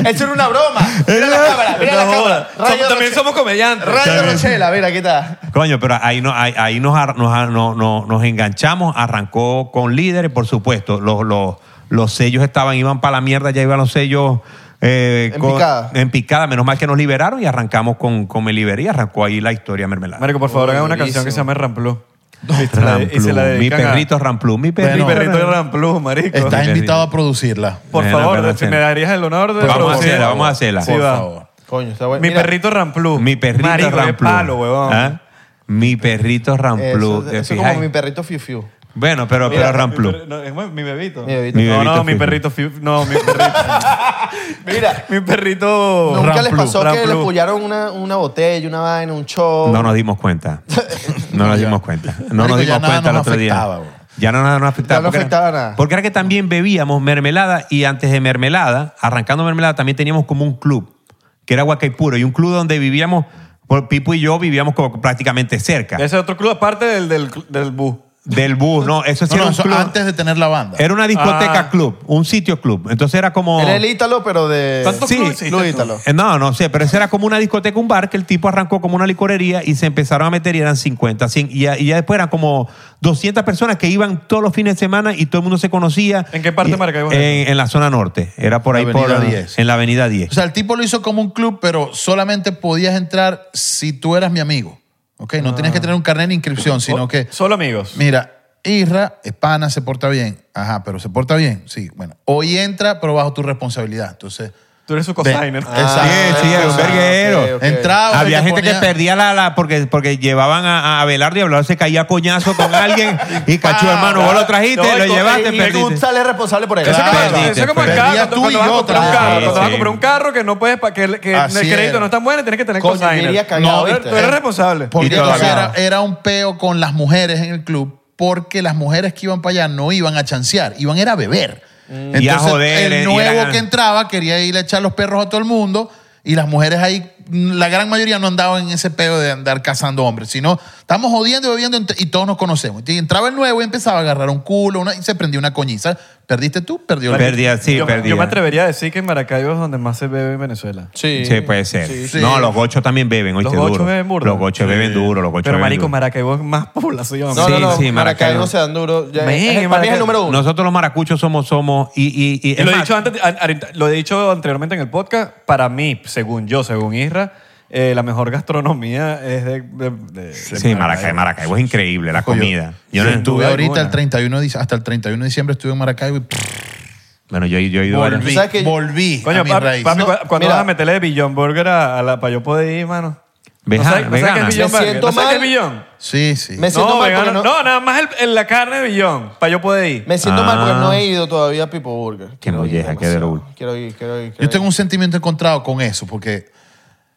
Speaker 3: Eso era una broma. Mira la cámara, mira
Speaker 4: No
Speaker 3: la cámara.
Speaker 4: joda.
Speaker 3: Rayo
Speaker 4: Som- También
Speaker 3: Roche-
Speaker 4: somos comediantes.
Speaker 3: Rayo Rochela, mira, aquí está.
Speaker 2: Coño, pero ahí, no, ahí, ahí nos, ar- nos, ar- no- no- nos enganchamos, arrancó con líderes, por supuesto. Los, los, los sellos estaban, iban para la mierda, ya iban los sellos. eh,
Speaker 3: En picada.
Speaker 2: en picada, menos mal que nos liberaron y arrancamos con, con Me Liberé y arrancó ahí la historia mermelada.
Speaker 4: Marico, por favor,
Speaker 3: Uy,
Speaker 4: hagan una canción
Speaker 3: buenísimo.
Speaker 4: que se llame Ramplú. Y se la-
Speaker 2: Ramplum,
Speaker 4: y se la
Speaker 2: mi
Speaker 4: dedican a-
Speaker 2: perrito Ramplum, mi perrito.
Speaker 4: Mi
Speaker 1: Bueno,
Speaker 4: perrito de Ramplú, marico.
Speaker 1: Estás
Speaker 2: Qué lindo.
Speaker 1: invitado a producirla.
Speaker 4: Por
Speaker 2: Bueno,
Speaker 4: favor,
Speaker 2: pero
Speaker 4: si
Speaker 2: hacen-
Speaker 4: me darías el honor de
Speaker 2: Vamos a
Speaker 4: producirla.
Speaker 2: hacerla, vamos a hacerla.
Speaker 4: Sí,
Speaker 1: por
Speaker 4: va.
Speaker 1: favor.
Speaker 3: Coño, está bueno.
Speaker 4: Mi
Speaker 3: Mira,
Speaker 4: perrito Ramplú.
Speaker 2: mi perrito
Speaker 4: Marico, qué
Speaker 2: Ramplum.
Speaker 4: palo, huevón.
Speaker 2: ¿Ah? Mi perrito Ramplum.
Speaker 3: Eso,
Speaker 2: ¿te
Speaker 3: eso es
Speaker 2: fijas?
Speaker 3: como mi perrito Fiu Fiu.
Speaker 2: Bueno, pero, pero
Speaker 4: Mira, mi
Speaker 2: Ramplum.
Speaker 4: per- no, es mi bebito.
Speaker 3: Mi bebito.
Speaker 2: Mi
Speaker 4: no, no,
Speaker 2: bebito
Speaker 4: mi
Speaker 2: fiu.
Speaker 4: perrito. fiu- No, mi perrito.
Speaker 3: Mira,
Speaker 4: Mi perrito.
Speaker 3: nunca les
Speaker 1: Ramplu,
Speaker 3: pasó que les
Speaker 4: Ramplu.
Speaker 3: pullaron una, una botella, una vaina, un show.
Speaker 2: No nos dimos cuenta. No nos dimos cuenta. No
Speaker 1: Marico,
Speaker 2: nos
Speaker 1: ya
Speaker 2: dimos
Speaker 1: nada
Speaker 2: cuenta el
Speaker 1: nos
Speaker 2: otro
Speaker 1: afectaba,
Speaker 2: día.
Speaker 1: bro.
Speaker 2: Ya no nada nos afectaba.
Speaker 3: Ya no
Speaker 2: porque era-
Speaker 3: afectaba nada.
Speaker 2: Porque era que también bebíamos mermelada y antes de mermelada, arrancando mermelada, también teníamos como un club, que era Guacaipuro, y un club donde vivíamos, por Pipo y yo vivíamos como prácticamente cerca.
Speaker 4: Ese otro club, aparte del, del, del bus.
Speaker 2: Del bus, no, eso sí era
Speaker 1: No, no,
Speaker 2: un
Speaker 1: eso
Speaker 2: club.
Speaker 1: antes de tener la banda.
Speaker 2: Era una discoteca
Speaker 4: Ah.
Speaker 2: club, un sitio club. Entonces era como...
Speaker 3: Era el Ítalo, pero de.
Speaker 4: ¿Tanto
Speaker 2: sí,
Speaker 4: club
Speaker 3: Club
Speaker 4: existe?
Speaker 3: Ítalo.
Speaker 2: Eh, No, no sé, pero esa era como una discoteca, un bar que el tipo arrancó como una licorería y se empezaron a meter y eran 50, 100, y ya, y ya después eran como 200 personas que iban todos los fines de semana y todo el mundo se conocía.
Speaker 4: ¿En qué parte
Speaker 2: Y-
Speaker 4: de Maracaibo es
Speaker 2: En, en la zona norte, era por
Speaker 1: La
Speaker 2: ahí, por,
Speaker 1: Avenida 10.
Speaker 2: en la avenida 10.
Speaker 1: O sea, el tipo lo hizo como un club, pero solamente podías entrar si tú eras mi amigo. ¿Ok? No tenías
Speaker 2: Ah.
Speaker 1: que tener un carnet de inscripción, sino que,
Speaker 4: Solo amigos.
Speaker 1: mira, Isra, es pana, se porta bien. Ajá, pero se porta bien. Sí, bueno. Hoy entra, pero bajo tu responsabilidad. Entonces,
Speaker 4: Tú eres su cosigner.
Speaker 1: Ven. Exacto.
Speaker 2: Ah, Sí, sí, era un
Speaker 3: Ah,
Speaker 2: verguero.
Speaker 3: ok, ok.
Speaker 1: entraba.
Speaker 2: Había
Speaker 1: y te
Speaker 2: gente
Speaker 1: ponía-
Speaker 2: que perdía la, la- porque, porque llevaban a, a Abelardo y Abelardo se caía a coñazo con alguien y cachó, hermano, vos lo trajiste,
Speaker 4: No,
Speaker 2: lo
Speaker 4: y-
Speaker 2: llevaste,
Speaker 4: y-
Speaker 3: Y tú
Speaker 2: perdiste.
Speaker 3: sales responsable por él.
Speaker 4: Eso
Speaker 1: Claro.
Speaker 4: como-
Speaker 2: Perdiste,
Speaker 4: eso como el
Speaker 1: perdiste.
Speaker 4: carro, cuando,
Speaker 1: Tú y
Speaker 4: cuando vas a
Speaker 1: yo
Speaker 4: comprar un
Speaker 1: otra vez.
Speaker 4: carro, cuando vas a
Speaker 2: Sí.
Speaker 4: comprar un carro que no puedes, pa- que, que el
Speaker 1: Así
Speaker 4: crédito
Speaker 1: era.
Speaker 4: no es tan bueno, tienes que tener
Speaker 3: Coño, yo iría
Speaker 4: cosigner.
Speaker 3: cagado,
Speaker 4: no,
Speaker 3: ¿viste?
Speaker 4: tú eres responsable.
Speaker 1: Porque
Speaker 2: Y todo
Speaker 1: entonces era,
Speaker 2: acá.
Speaker 1: era un peo con las mujeres en el club, porque las mujeres que iban para allá no iban a chancear, iban era a beber. Entonces,
Speaker 2: Y a joder, eh,
Speaker 1: el
Speaker 2: y
Speaker 1: nuevo
Speaker 2: eran-
Speaker 1: que entraba quería ir a echar los perros a todo el mundo. Y las mujeres ahí, mm, la gran mayoría no andaban en ese peo de andar cazando hombres, sino estamos jodiendo y bebiendo ent- y todos nos conocemos. Y entraba el nuevo y empezaba a agarrar un culo una- y se prendía una coñiza. ¿Perdiste tú? Perdió el
Speaker 2: Perdía, sí,
Speaker 4: yo, me-
Speaker 2: perdía.
Speaker 4: yo me atrevería a decir que en Maracaibo es donde más se bebe en Venezuela.
Speaker 3: Sí.
Speaker 2: Sí, pues. puede ser.
Speaker 1: Sí.
Speaker 2: No, los gochos también beben,
Speaker 4: Los
Speaker 2: oíste,
Speaker 4: gochos
Speaker 2: duro.
Speaker 4: beben burda.
Speaker 2: Los gochos beben duro, los gochos
Speaker 4: Pero
Speaker 2: beben
Speaker 4: marico,
Speaker 2: duro.
Speaker 4: Maracaibo es más
Speaker 3: No,
Speaker 4: población.
Speaker 3: no,
Speaker 2: Sí,
Speaker 3: no.
Speaker 2: sí,
Speaker 3: Maracaibo
Speaker 2: Maracaibo.
Speaker 3: se dan duro. Ya,
Speaker 4: Man,
Speaker 3: es, para mí es el
Speaker 4: Maracaibo.
Speaker 3: número uno.
Speaker 2: Nosotros los maracuchos somos, somos, y, y, y-
Speaker 4: Y
Speaker 2: es
Speaker 4: lo, he
Speaker 2: más,
Speaker 4: dicho antes, a- ahorita- lo he dicho anteriormente en el podcast, para mí, según yo, según Isra, eh, la mejor gastronomía es de... de- de- de
Speaker 2: Sí, Maracaibo, Maracaibo es increíble la comida. Yo
Speaker 1: Yo,
Speaker 2: no-
Speaker 1: estuve
Speaker 4: duda
Speaker 1: ahorita
Speaker 4: alguna.
Speaker 1: el 31 de dic- hasta el 31 de diciembre estuve en Maracaibo y
Speaker 2: bueno, yo, yo he ido varias-
Speaker 1: volví,
Speaker 3: sabes que-
Speaker 1: volví a
Speaker 4: Coño,
Speaker 1: mis
Speaker 4: pa-
Speaker 1: raíces.
Speaker 4: papi,
Speaker 1: No,
Speaker 4: cu- cuando
Speaker 3: mira.
Speaker 4: vas a meterle Billion Burger a, a la... Para yo poder ir, mano.
Speaker 2: Vegana,
Speaker 4: sabes- sabes qué
Speaker 2: vegana.
Speaker 4: es Beyond
Speaker 3: Me
Speaker 4: Burger?
Speaker 3: siento
Speaker 4: ¿No sabes qué es
Speaker 3: mal.
Speaker 4: Beyond?
Speaker 1: sí, sí.
Speaker 3: Me siento
Speaker 4: no,
Speaker 3: mal porque
Speaker 4: vegano, no.
Speaker 3: no-
Speaker 4: nada más el- el- la carne de Billón, para yo poder ir.
Speaker 3: Me siento mal porque
Speaker 2: Ah.
Speaker 3: no he ido todavía a Pipo Burger.
Speaker 2: Qué
Speaker 3: Quiero ir
Speaker 2: molleja, qué
Speaker 3: demasiado.
Speaker 2: drôle.
Speaker 3: Quiero ir, quiero ir. quiero
Speaker 1: Yo tengo
Speaker 3: ir.
Speaker 1: un sentimiento encontrado con eso, porque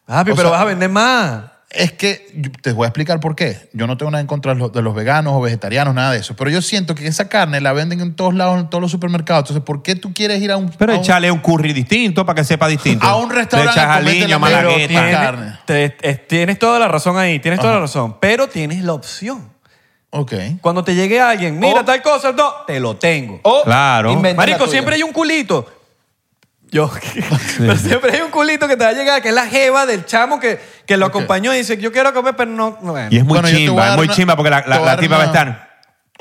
Speaker 4: Papi,
Speaker 1: O
Speaker 4: pero
Speaker 1: sea-
Speaker 4: vas a vender más.
Speaker 1: es que yo- te voy a explicar por qué. Yo no tengo nada en contra de los- de los veganos o vegetarianos, nada de eso. Pero yo siento que esa carne la venden en todos lados, en todos los supermercados. Entonces, ¿por qué tú quieres ir a un.
Speaker 2: Pero
Speaker 1: a un-
Speaker 2: echale un curry distinto para que sepa distinto.
Speaker 1: A un restaurante
Speaker 2: Le echas
Speaker 1: comete la
Speaker 2: aliño,
Speaker 1: mierda.
Speaker 2: malagueta.
Speaker 1: Pero tiene- carne.
Speaker 4: te- es- tienes toda la razón ahí, tienes toda la razón, pero tienes la opción.
Speaker 1: Ok.
Speaker 4: Cuando te llegue alguien, mira
Speaker 3: O-
Speaker 4: tal cosa, no, te lo tengo.
Speaker 3: O
Speaker 2: Claro.
Speaker 3: inventa la
Speaker 4: Marico,
Speaker 3: tuya.
Speaker 4: siempre hay un culito. Yo, pero siempre hay un culito que te va a llegar, que es la jeva del chamo que, que lo acompañó y dice, yo quiero comer, pero no. bueno.
Speaker 2: Y es muy
Speaker 1: Bueno, yo te voy a
Speaker 2: chimba, es
Speaker 1: dar
Speaker 2: muy
Speaker 1: una-
Speaker 2: chimba porque la,
Speaker 1: te
Speaker 2: la-
Speaker 1: voy a
Speaker 2: la
Speaker 1: dar
Speaker 2: tipa va a
Speaker 1: una-
Speaker 2: estar.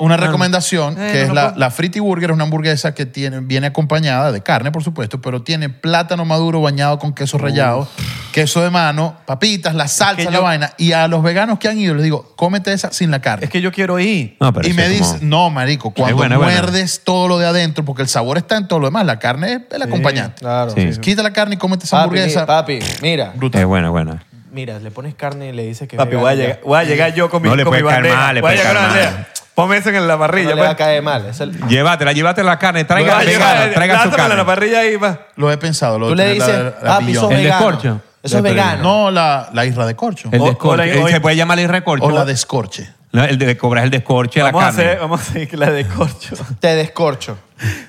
Speaker 1: Una recomendación
Speaker 4: Eh,
Speaker 1: que
Speaker 4: no,
Speaker 1: es
Speaker 4: no
Speaker 1: la,
Speaker 4: puedo.
Speaker 1: la Fritty Burger, es una hamburguesa que tiene, viene acompañada de carne, por supuesto, pero tiene plátano maduro bañado con queso rallado, queso de mano, papitas, la salsa, la
Speaker 4: yo-
Speaker 1: vaina. Y a los veganos que han ido les digo, cómete esa sin la carne.
Speaker 4: Es que yo quiero ir.
Speaker 2: No, pero
Speaker 1: y
Speaker 2: eso
Speaker 1: me
Speaker 2: es como-
Speaker 1: dice, no, marico, cuando
Speaker 2: buena, es buena.
Speaker 1: muerdes todo lo de adentro, porque el sabor está en todo lo demás, la carne es el acompañante.
Speaker 3: Claro.
Speaker 2: Sí.
Speaker 1: Quita la carne y cómete esa
Speaker 3: Papi, mi-
Speaker 1: hamburguesa.
Speaker 3: papi, mira.
Speaker 2: Es buena, buena.
Speaker 3: Mira, le pones carne y le dices que. es
Speaker 4: Papi,
Speaker 3: vegano
Speaker 4: voy a,
Speaker 3: ya.
Speaker 4: llegar, voy a llegar yo con mi,
Speaker 2: No le
Speaker 4: con mi
Speaker 2: puede caer
Speaker 4: bandeja.
Speaker 2: mal, le
Speaker 4: voy a
Speaker 2: puede
Speaker 4: llegar con la
Speaker 2: caer mal.
Speaker 4: bandeja. Ponme eso en la
Speaker 3: No le
Speaker 4: parrilla.
Speaker 3: va a
Speaker 4: pues.
Speaker 3: caer mal. es el-
Speaker 2: Llévatela, llévatela la carne, traiga,
Speaker 4: Voy a llegar,
Speaker 2: vegana, traiga su
Speaker 4: lánzamela en la
Speaker 2: carne.
Speaker 4: parrilla ahí, pues. va.
Speaker 1: Lo he pensado. Lo
Speaker 3: Tú le
Speaker 1: de tener
Speaker 3: dices,
Speaker 1: la- la
Speaker 3: papi, sos
Speaker 1: pillón.
Speaker 2: El de
Speaker 3: vegano.
Speaker 2: corcho.
Speaker 3: Eso es
Speaker 2: De
Speaker 3: vegano.
Speaker 1: No, la, la isla de corcho.
Speaker 2: El
Speaker 4: O-
Speaker 2: descorche.
Speaker 4: o la-
Speaker 2: Se puede llamar el recorcho.
Speaker 1: o la descorche.
Speaker 2: No, el de cobrar el descorche de la
Speaker 4: Vamos a,
Speaker 2: carne.
Speaker 4: hacer, vamos a hacer que la de corcho.
Speaker 3: Te descorcho.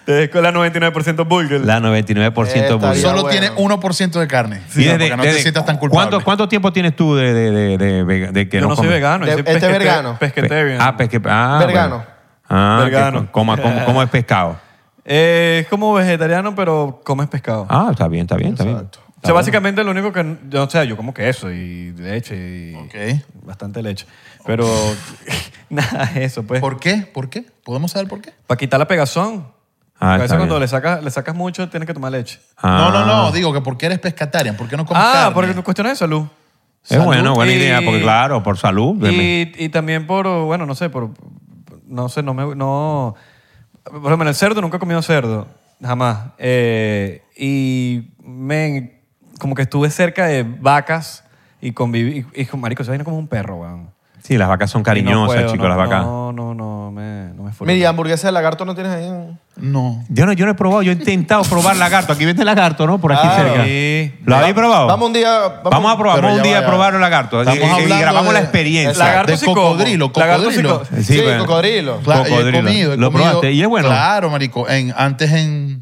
Speaker 4: Te dejo la 99% Bulger.
Speaker 2: La 99%
Speaker 3: Está
Speaker 2: burger.
Speaker 3: bien.
Speaker 1: Solo
Speaker 3: bueno.
Speaker 1: tiene 1% de carne.
Speaker 2: Y desde-
Speaker 1: para que no te
Speaker 2: desde-
Speaker 1: sientas tan culpable.
Speaker 2: ¿cuánto, ¿Cuánto tiempo tienes tú de, de, de, de vega- de que
Speaker 4: Yo no soy
Speaker 2: comes?
Speaker 4: vegano.
Speaker 3: De-
Speaker 4: yo soy
Speaker 3: este es
Speaker 4: pesquete-
Speaker 3: vegano.
Speaker 4: Pesquete bien.
Speaker 2: Ah, pesque, ah,
Speaker 3: Vergano.
Speaker 2: bueno. Ah,
Speaker 4: Vergano.
Speaker 2: que coma- coma- ¿Cómo es pescado?
Speaker 4: Eh, es como vegetariano, pero comes pescado.
Speaker 2: Ah, está bien, está bien, está bien.
Speaker 4: o sea, básicamente lo único que... Yo, o sea, yo como queso y leche y...
Speaker 1: Ok.
Speaker 4: Bastante leche. Pero nada, eso pues.
Speaker 1: ¿Por qué? ¿Por qué? ¿Podemos saber por qué?
Speaker 4: Para quitar la pegazón.
Speaker 2: Ah,
Speaker 4: Porque a
Speaker 2: está
Speaker 4: veces cuando
Speaker 2: bien.
Speaker 4: le sacas, le sacas mucho tienes que tomar leche.
Speaker 2: Ah.
Speaker 1: No, no, no. Digo que porque eres pescatarian. ¿Por qué no comes
Speaker 4: Ah,
Speaker 1: carne?
Speaker 4: porque por cuestiones de salud.
Speaker 2: Es bueno, buena
Speaker 4: y-
Speaker 2: idea, porque claro, por salud. deme.
Speaker 4: Y, y también por, bueno, no sé, por, no sé, no me, no, por ejemplo, el cerdo, nunca he comido cerdo, jamás. Eh, y, men, como que estuve cerca de vacas y conviví, y, y, marico, esa vaina es como un perro, weón.
Speaker 2: Sí, las vacas son
Speaker 4: No
Speaker 2: cariñosas,
Speaker 4: puedo,
Speaker 2: chicos,
Speaker 4: no,
Speaker 2: las vacas.
Speaker 4: No, no, no, me, no me fui.
Speaker 3: Mira, ¿y hamburguesa de lagarto no tienes ahí.
Speaker 1: No.
Speaker 2: Yo no, yo no he probado, yo he intentado probar lagarto. Aquí vende lagarto, ¿no? Por aquí
Speaker 3: Claro.
Speaker 2: cerca.
Speaker 4: Sí.
Speaker 2: ¿Lo habéis probado?
Speaker 3: Vamos un día.
Speaker 2: Vamos, a probar,
Speaker 1: Pero
Speaker 2: vamos un
Speaker 1: ya
Speaker 2: día
Speaker 1: va,
Speaker 2: a
Speaker 1: ya
Speaker 2: probar
Speaker 1: va.
Speaker 2: un lagarto.
Speaker 1: Estamos
Speaker 2: Y- y- y
Speaker 1: hablando
Speaker 2: grabamos
Speaker 1: de-
Speaker 2: la experiencia.
Speaker 4: Lagarto
Speaker 1: de
Speaker 4: sí como.
Speaker 1: cocodrilo,
Speaker 4: Lagarto
Speaker 1: cocodrilo.
Speaker 4: sí
Speaker 2: Sí,
Speaker 4: como.
Speaker 3: Sí,
Speaker 2: bueno.
Speaker 3: cocodrilo.
Speaker 1: Claro, yo he
Speaker 2: Cocodrilo.
Speaker 1: comido, he
Speaker 2: ¿Lo
Speaker 1: comido.
Speaker 2: probaste? ¿Y es bueno?
Speaker 1: Claro, marico. En, antes en,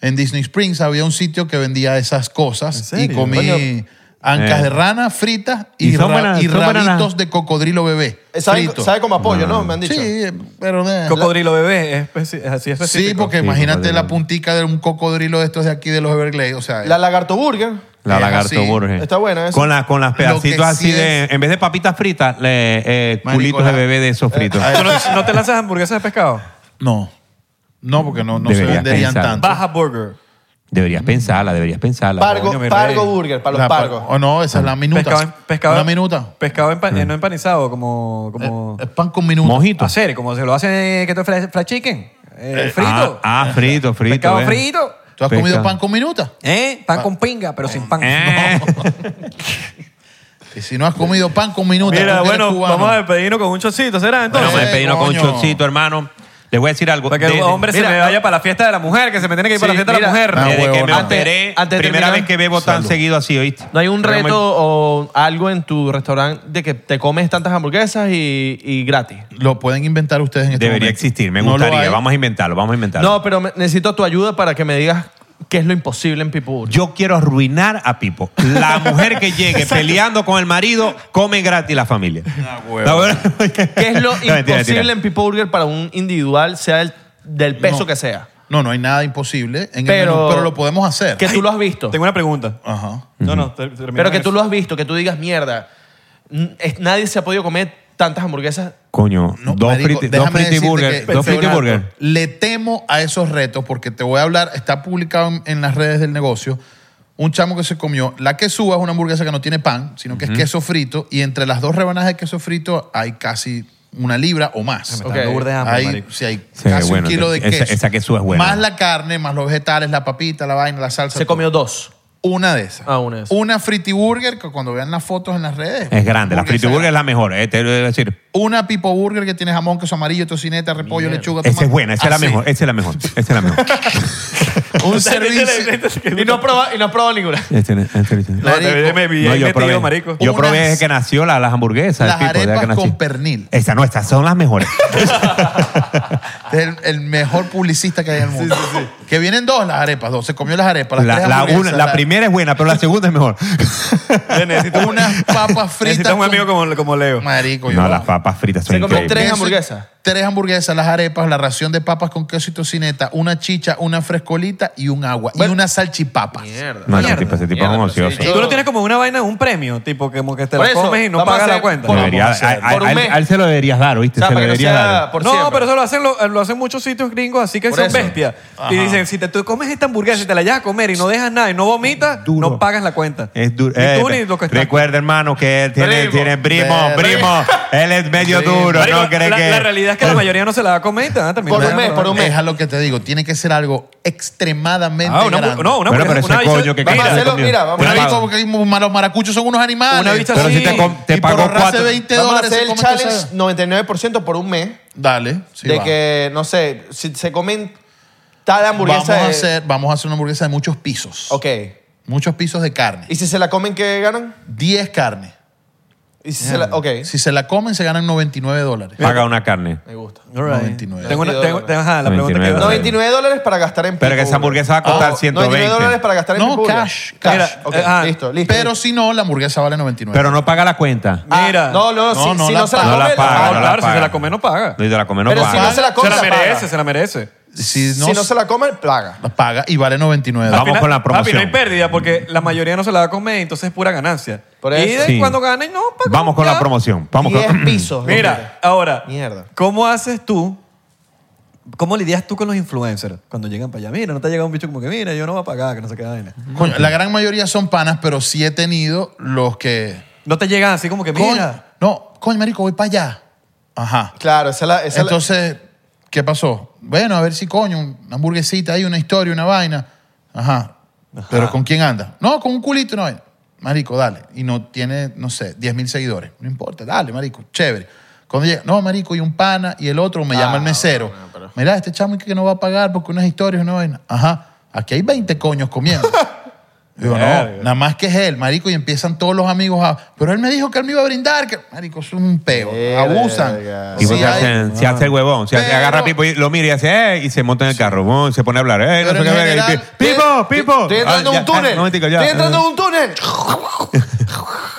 Speaker 1: en Disney Springs había un sitio que vendía esas
Speaker 4: ¿En
Speaker 1: cosas y
Speaker 4: serio?
Speaker 1: comí
Speaker 3: Coño.
Speaker 1: ancas
Speaker 2: Eh.
Speaker 1: de rana fritas y,
Speaker 2: Y son
Speaker 1: ra-
Speaker 2: buenas-
Speaker 1: y
Speaker 2: son buenas
Speaker 1: rabitos
Speaker 2: las-
Speaker 1: de cocodrilo bebé.
Speaker 3: Sabe,
Speaker 1: frito.
Speaker 3: sabe como apoyo,
Speaker 2: Mm.
Speaker 3: ¿no? Me han dicho.
Speaker 1: Sí, eh, pero de-
Speaker 4: Cocodrilo bebé, es especi- así es
Speaker 1: la- Sí, porque
Speaker 2: Sí,
Speaker 1: imagínate
Speaker 2: cocodrilo.
Speaker 1: la puntica de un cocodrilo de estos de aquí de los Everglades. O sea,
Speaker 3: La lagarto burger.
Speaker 2: La
Speaker 1: Es
Speaker 2: lagarto
Speaker 1: Eh, así.
Speaker 2: Borges.
Speaker 3: Está buena esa.
Speaker 2: Con, la- con las
Speaker 1: Lo que
Speaker 2: pedacitos así
Speaker 1: sí
Speaker 2: de.
Speaker 1: es-
Speaker 2: En vez de papitas fritas, le- eh,
Speaker 1: Marico,
Speaker 2: culitos de
Speaker 1: la-
Speaker 2: bebé de esos fritos.
Speaker 1: Ah,
Speaker 4: ¿Tú no, no te lanzas hamburguesas de pescado?
Speaker 1: no. No, porque no, no se
Speaker 2: Deberías
Speaker 1: venderían
Speaker 2: pensar.
Speaker 1: tanto.
Speaker 4: Baja Burger.
Speaker 2: Deberías pensarla, deberías pensarla.
Speaker 3: pargo,
Speaker 4: coño, mi
Speaker 3: pargo
Speaker 4: rey.
Speaker 3: burger, para los
Speaker 1: La par-
Speaker 3: pargos.
Speaker 1: O no, esa es la minuta.
Speaker 4: Pescado, en- Oh. pescado,
Speaker 1: Una minuta.
Speaker 4: Pescado empa-
Speaker 5: Mm.
Speaker 4: eh, no empanizado, como. como
Speaker 5: Eh,
Speaker 1: Es pan con minuta.
Speaker 2: Mojito.
Speaker 4: hacer, como se lo hace eh, que te fry, fried chicken. eh, frito.
Speaker 2: Ah, ah, frito, frito.
Speaker 4: pescado
Speaker 2: eh.
Speaker 4: frito.
Speaker 1: ¿Tú has
Speaker 2: Pescado.
Speaker 1: comido pan con minuta?
Speaker 4: ¿Eh? Pan con pinga, pero sin pan.
Speaker 2: Eh.
Speaker 1: Y si no has comido pan con minuta,
Speaker 4: Mira,
Speaker 1: tú que eres
Speaker 4: bueno,
Speaker 1: cubano.
Speaker 4: vamos a despedirnos con un chocito, ¿será?
Speaker 2: Bueno,
Speaker 4: Entonces,
Speaker 2: vamos a
Speaker 1: Eh,
Speaker 2: despedirnos con un
Speaker 1: coño.
Speaker 2: chorcito, hermano. Les voy a decir algo.
Speaker 4: para que el
Speaker 2: Desde-
Speaker 4: hombre se
Speaker 2: mira,
Speaker 4: me vaya para la fiesta de la mujer, que se me tiene que ir para la
Speaker 5: Sí,
Speaker 4: fiesta de la
Speaker 5: mira.
Speaker 4: mujer. Eh,
Speaker 1: Ah,
Speaker 2: Desde que
Speaker 1: huevón.
Speaker 2: me
Speaker 1: Antes-
Speaker 2: enteré,
Speaker 5: antes de
Speaker 2: primera
Speaker 5: terminar-
Speaker 2: vez que bebo tan seguido así, ¿oíste?
Speaker 5: ¿No hay un
Speaker 2: Pero me-
Speaker 5: reto o algo en tu restaurante de que te comes tantas hamburguesas y, y gratis?
Speaker 1: Lo pueden inventar ustedes en este
Speaker 2: Debería
Speaker 1: momento.
Speaker 2: existir, me
Speaker 1: No lo
Speaker 2: gustaría.
Speaker 1: hay.
Speaker 2: vamos a inventarlo, vamos a inventarlo.
Speaker 5: No, pero me- necesito tu ayuda para que me digas qué es lo imposible en Pipo Burger.
Speaker 2: Yo quiero arruinar a Pipo. La mujer que llegue peleando con el marido come gratis la familia. La verdad-
Speaker 5: ¿Qué es lo
Speaker 2: No, mentira, mentira.
Speaker 5: imposible en Pipo Burger para un individual, sea el- del peso
Speaker 1: No.
Speaker 5: que sea?
Speaker 1: No, no hay nada imposible en pero,
Speaker 5: Pero-
Speaker 1: el menú, pero lo podemos hacer.
Speaker 5: Que tú lo has visto.
Speaker 4: Tengo una pregunta.
Speaker 1: Ajá.
Speaker 4: No, no, ter- termina
Speaker 5: Pero que
Speaker 4: eso.
Speaker 5: tú lo has visto, que tú digas mierda. n- es- Nadie se ha podido comer tantas hamburguesas.
Speaker 2: Coño,
Speaker 1: No,
Speaker 2: dos
Speaker 1: marico,
Speaker 2: friti- dos
Speaker 1: déjame
Speaker 2: friti
Speaker 1: decirte
Speaker 2: burger.
Speaker 1: que-
Speaker 2: Dos friti
Speaker 1: Leonardo,
Speaker 2: burger.
Speaker 1: Le temo a esos retos porque te voy a hablar, está publicado en, en las redes del negocio, un chamo que se comió, la que suba es una hamburguesa que no tiene pan, sino que es queso frito y entre las dos rebanadas de queso frito hay casi una libra o más.
Speaker 4: Me está dando
Speaker 5: Ok.
Speaker 4: burda de hambre,
Speaker 1: Hay,
Speaker 4: marico.
Speaker 1: sí, hay
Speaker 2: Sí,
Speaker 1: casi
Speaker 2: bueno,
Speaker 1: un kilo de
Speaker 2: esa-
Speaker 1: queso.
Speaker 2: esa queso es buena.
Speaker 1: Más la carne, más los vegetales, la papita, la vaina, la salsa.
Speaker 5: Se
Speaker 1: todo.
Speaker 5: comió dos.
Speaker 1: Una de esas.
Speaker 5: Ah, una de esas.
Speaker 1: Una fritiburger que cuando vean las fotos en las redes.
Speaker 2: Es grande, la
Speaker 1: hamburguesa
Speaker 2: friti burger es la mejor, eh, te lo debo decir.
Speaker 1: una pipo burger que tiene jamón, queso amarillo, tocineta, repollo, lechuga,
Speaker 2: Esa
Speaker 1: tomate.
Speaker 2: es buena, esa es la
Speaker 1: Así.
Speaker 2: mejor, esa es la mejor, esa es la mejor.
Speaker 1: Un servicio.
Speaker 5: Y no has probado, y no has probado ninguna.
Speaker 2: Esta es- esta es-
Speaker 4: No, te-
Speaker 1: Marico.
Speaker 4: me vi ahí
Speaker 2: este, yo
Speaker 4: metido,
Speaker 2: probé,
Speaker 4: marico.
Speaker 2: yo probé
Speaker 1: Unas-
Speaker 2: desde que nació la- las hamburguesas. el
Speaker 1: Las
Speaker 2: tipo, desde que
Speaker 1: arepas
Speaker 2: nací.
Speaker 1: con pernil.
Speaker 2: Esas no, estas son las mejores.
Speaker 1: Este Es el, el mejor publicista que hay en el mundo. Que vienen dos las arepas, dos. Se comió las arepas. Las
Speaker 2: la,
Speaker 1: tres
Speaker 2: la
Speaker 1: hamburguesas,
Speaker 2: una- la
Speaker 1: la-
Speaker 2: primera es buena, pero la segunda es mejor.
Speaker 4: Necesito-
Speaker 1: Unas papas fritas.
Speaker 4: Necesitas un amigo
Speaker 1: con-
Speaker 4: como, como Leo.
Speaker 1: Marico, yo.
Speaker 2: no, las papas fritas son
Speaker 5: Se comió
Speaker 2: increíbles.
Speaker 5: tres
Speaker 1: Queso-
Speaker 5: hamburguesas.
Speaker 1: Tres hamburguesas, las arepas, la ración de papas con queso y tocineta, una chicha, una frescolita y un agua. y una salchipapa.
Speaker 5: Mierda.
Speaker 2: No, ese
Speaker 4: Mierda.
Speaker 2: tipo, ese tipo
Speaker 5: Mierda,
Speaker 2: es un
Speaker 5: pero sí,
Speaker 2: ocioso.
Speaker 5: yo-
Speaker 4: Tú no tienes como una vaina, un premio, tipo, como que te
Speaker 5: Por
Speaker 4: la
Speaker 5: eso,
Speaker 4: comes y no
Speaker 5: vamos a
Speaker 4: pagas la
Speaker 5: hacer
Speaker 4: cuenta.
Speaker 5: por-
Speaker 2: Debería-
Speaker 5: vamos a hacer-
Speaker 2: a, a-
Speaker 5: por un
Speaker 2: a él-
Speaker 5: mes.
Speaker 2: a él se lo deberías dar,
Speaker 5: O
Speaker 2: ¿oíste?
Speaker 5: sea,
Speaker 2: se lo
Speaker 5: para que no
Speaker 2: deberías
Speaker 5: sea
Speaker 2: dar.
Speaker 5: por
Speaker 4: no,
Speaker 5: siempre.
Speaker 4: pero eso lo hacen, lo, lo hacen muchos sitios gringos, así que
Speaker 5: Por
Speaker 4: son
Speaker 5: eso.
Speaker 4: bestias. Y dicen, si te, tú comes esta hamburguesa y te la llevas a comer y no dejas nada y no vomitas,
Speaker 2: Duro.
Speaker 4: no pagas la cuenta.
Speaker 2: Es duro.
Speaker 4: Ni tú
Speaker 2: Eh,
Speaker 4: ni lo que está.
Speaker 2: Recuerda, hermano, que él tiene
Speaker 5: Primo.
Speaker 2: tiene primo,
Speaker 1: Ver-
Speaker 2: primo. Él es medio
Speaker 1: Primo.
Speaker 2: duro,
Speaker 4: Marico,
Speaker 2: no cree
Speaker 4: la,
Speaker 2: que.
Speaker 4: la realidad es que la mayoría no se la va a comer y te van a terminar
Speaker 3: Por un
Speaker 4: dando-
Speaker 3: mes, por un mes.
Speaker 1: Es a lo que te digo. Tiene que ser algo extremadamente
Speaker 4: Ah, una,
Speaker 1: grande.
Speaker 4: hamburg- no, una
Speaker 2: Bueno,
Speaker 4: hamburguesa-
Speaker 2: pero ese
Speaker 4: una bicha-
Speaker 2: coño que
Speaker 4: Vamos a
Speaker 2: canta
Speaker 4: hacerlo-
Speaker 2: comió.
Speaker 3: mira, vamos
Speaker 1: Una
Speaker 2: Una
Speaker 1: bicha
Speaker 2: vaga.
Speaker 1: porque los maracuchos son unos animales.
Speaker 4: Una bicha
Speaker 2: Pero
Speaker 4: así.
Speaker 2: si te, com- te
Speaker 1: y por
Speaker 2: pagó
Speaker 1: ahorrarse
Speaker 2: cuatro.
Speaker 1: 20
Speaker 3: Vamos a
Speaker 1: dólares.
Speaker 3: hacer
Speaker 1: ¿cómo
Speaker 3: el
Speaker 1: tú sabes?
Speaker 3: challenge 99% por un mes
Speaker 1: Dale. sí
Speaker 3: de
Speaker 1: va.
Speaker 3: que, no sé, si se comen tal hamburguesa.
Speaker 1: vamos a,
Speaker 3: de-
Speaker 1: hacer, vamos a hacer una hamburguesa de muchos pisos.
Speaker 3: Ok.
Speaker 1: Muchos pisos de carne.
Speaker 3: ¿Y si se la comen, qué ganan?
Speaker 1: 10 carnes.
Speaker 3: ¿Y si se la, ok.
Speaker 1: Si se la comen, se ganan 99 dólares.
Speaker 2: Paga una carne.
Speaker 3: Me gusta.
Speaker 4: All right.
Speaker 1: 99.
Speaker 4: Tengo una, tengo, tengo- ajá, la pregunta
Speaker 2: 99.
Speaker 4: que
Speaker 2: No,
Speaker 3: 99 dólares para gastar en
Speaker 2: Pero que esa
Speaker 3: Pico Burger.
Speaker 2: hamburguesa va a costar
Speaker 3: Oh,
Speaker 2: 120.
Speaker 3: 99 dólares para gastar en
Speaker 1: No,
Speaker 3: Pico Burger.
Speaker 1: cash, cash.
Speaker 4: Mira,
Speaker 3: Ok,
Speaker 4: eh, ah,
Speaker 3: listo, listo.
Speaker 1: Pero si no, la hamburguesa vale 99.
Speaker 2: Pero no paga la cuenta.
Speaker 3: Ah,
Speaker 4: Mira.
Speaker 3: no, no, si
Speaker 1: No,
Speaker 3: si
Speaker 1: no
Speaker 3: no,
Speaker 1: la
Speaker 3: se la
Speaker 1: paga.
Speaker 2: No la
Speaker 3: come,
Speaker 2: paga,
Speaker 4: Ah,
Speaker 2: no
Speaker 4: claro, si
Speaker 2: paga.
Speaker 4: se la come, no paga.
Speaker 2: No, y de la come no
Speaker 3: Pero si
Speaker 2: paga.
Speaker 3: no se la
Speaker 4: Se
Speaker 3: come,
Speaker 4: la
Speaker 3: la paga.
Speaker 4: merece, se la merece.
Speaker 1: si no,
Speaker 3: si no se la come, plaga.
Speaker 1: la paga y vale 99
Speaker 2: Vamos
Speaker 1: dólares.
Speaker 2: con la
Speaker 4: Papi, no
Speaker 2: promoción.
Speaker 4: hay pérdida porque la mayoría no se la va a comer, entonces es pura ganancia.
Speaker 3: Por
Speaker 4: Y
Speaker 3: eso.
Speaker 4: de
Speaker 2: Sí.
Speaker 4: cuando ganen, no, papi,
Speaker 2: Vamos con
Speaker 4: ya.
Speaker 2: la promoción. Vamos
Speaker 3: 10
Speaker 2: con.
Speaker 3: pisos.
Speaker 4: Mira, ahora,
Speaker 3: Mierda.
Speaker 4: ¿cómo haces tú? ¿Cómo lidias tú con los influencers cuando llegan para allá? Mira, no te ha llegado un bicho como que, mira, yo no voy a pagar, que no se queda vaina.
Speaker 1: Coño, la gran mayoría son panas, pero sí he tenido los que.
Speaker 4: No te llegan así como que,
Speaker 1: Coño,
Speaker 4: mira.
Speaker 1: no, coño, marico, voy para allá. Ajá.
Speaker 3: Claro, esa es la. Esa es la-
Speaker 1: Entonces, ¿qué pasó? Bueno, a ver si coño, una hamburguesita ahí, una historia, una vaina. Ajá. ¿Pero con quién anda? No, con un culito, no. marico, dale. Y no tiene, no sé, 10 mil seguidores. No importa, dale, marico, chévere. Cuando llega, no, marico, y un pana, y el otro me
Speaker 3: Ah,
Speaker 1: llama el mesero. Mira, este chamo que no va a pagar porque unas historias, una vaina. Ajá, aquí hay 20 coños comiendo. Digo,
Speaker 4: Verga.
Speaker 1: no, nada más que es él, marico, y empiezan todos los amigos a... Pero él me dijo que él me iba a brindar. Que... Marico, eso es un peo. Abusan.
Speaker 2: Y pues
Speaker 1: Sí
Speaker 2: se,
Speaker 1: hay-
Speaker 2: hace, se hace el huevón, se hace-
Speaker 1: Pero-
Speaker 2: agarra a Pipo y lo mira y hace, "Eh", y se monta en el carro, boom, se pone a hablar, "Eh, no
Speaker 1: Pero
Speaker 2: sé
Speaker 1: en
Speaker 2: qué verga", y
Speaker 1: general-
Speaker 2: pi- Pipo, Pipo.
Speaker 3: Estoy entrando
Speaker 2: Ah,
Speaker 3: en
Speaker 2: ya,
Speaker 3: un
Speaker 2: ah,
Speaker 3: túnel.
Speaker 2: no, momentico, ya.
Speaker 3: Estoy entrando en un túnel.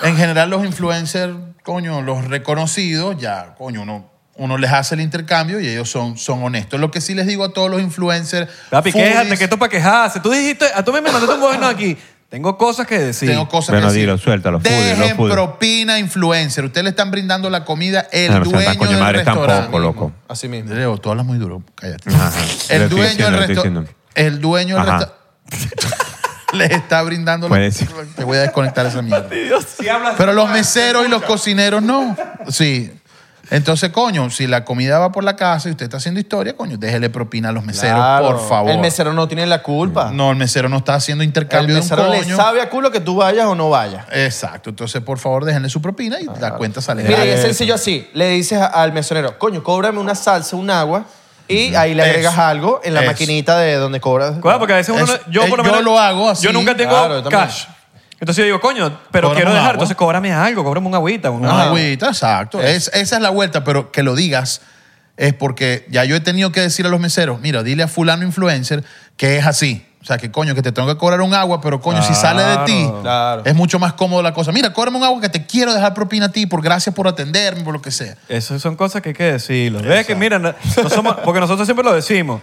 Speaker 1: En general, los influencers, coño, los reconocidos, ya, coño, uno, uno les hace el intercambio y ellos son, son honestos. Lo que sí les digo a todos los influencers.
Speaker 4: Papi,
Speaker 1: foodies,
Speaker 4: quéjate, que esto para quejarse. Tú dijiste, a tú me mandaste un gobierno aquí. Tengo cosas que decir.
Speaker 1: Tengo cosas
Speaker 2: Bueno,
Speaker 1: que decir.
Speaker 2: dilo, suéltalo, foodies, los
Speaker 1: Dejen
Speaker 2: foodies.
Speaker 1: propina influencer. Ustedes le están brindando la comida el
Speaker 2: Ah, no sean
Speaker 1: dueño
Speaker 2: tan coño
Speaker 1: del
Speaker 2: madres
Speaker 1: restaurante.
Speaker 2: tampoco, loco.
Speaker 3: Así mismo.
Speaker 1: Leo, tú hablas muy duro. Cállate.
Speaker 2: Ajá, ajá. Lo
Speaker 1: El
Speaker 2: estoy
Speaker 1: dueño,
Speaker 2: diciendo,
Speaker 1: del
Speaker 2: lo estoy
Speaker 1: restaurante.
Speaker 2: diciendo.
Speaker 1: El dueño del
Speaker 2: Ajá.
Speaker 1: restaurante. Les está brindando la-
Speaker 2: Puedes.
Speaker 1: Te voy a desconectar esa mierda. Pero los meseros y los cocineros no. Sí. Entonces, coño, si la comida va por la casa y usted está haciendo historia, coño, déjele propina a los meseros,
Speaker 3: Claro.
Speaker 1: por favor.
Speaker 3: El mesero no tiene la culpa.
Speaker 1: No, el mesero no está haciendo
Speaker 3: El
Speaker 1: intercambio de un
Speaker 3: mesero le
Speaker 1: coño.
Speaker 3: sabe a culo que tú vayas o no vayas.
Speaker 1: Exacto. Entonces, por favor, déjenle su propina y la cuenta sale.
Speaker 3: Mira, y
Speaker 1: gratis.
Speaker 3: es sencillo así. Le dices a- al mesonero, coño, cóbrame una salsa, un agua, y ahí le
Speaker 1: Eso.
Speaker 3: agregas algo en la
Speaker 1: Eso.
Speaker 3: maquinita de donde cobras.
Speaker 4: Claro, porque a veces uno.
Speaker 1: Es-
Speaker 4: no- yo,
Speaker 1: eh,
Speaker 4: por lo,
Speaker 1: yo
Speaker 4: menos,
Speaker 1: lo hago así.
Speaker 4: Yo nunca tengo
Speaker 3: Claro, yo también.
Speaker 4: cash. Entonces yo digo, coño, pero
Speaker 1: Cóbrame
Speaker 4: quiero
Speaker 1: un
Speaker 4: dejar.
Speaker 1: agua.
Speaker 4: Entonces cóbrame algo, cóbrame un agüita. una
Speaker 1: Una
Speaker 4: agua.
Speaker 1: agüita, exacto.
Speaker 3: Eh.
Speaker 1: Es- esa es la vuelta, pero que lo digas es porque ya yo he tenido que decir a los meseros, mira, dile a fulano influencer que es así. O sea, que coño, que te tengo que cobrar un agua, pero coño, si sale de ti,
Speaker 3: Claro.
Speaker 1: es mucho más cómodo la cosa. Mira, cóbrame un agua que te quiero dejar propina a ti por gracias por atenderme, por lo que sea.
Speaker 4: Esas son cosas que hay que decirlo. Ves que, mira, no- no somos- porque nosotros siempre lo decimos.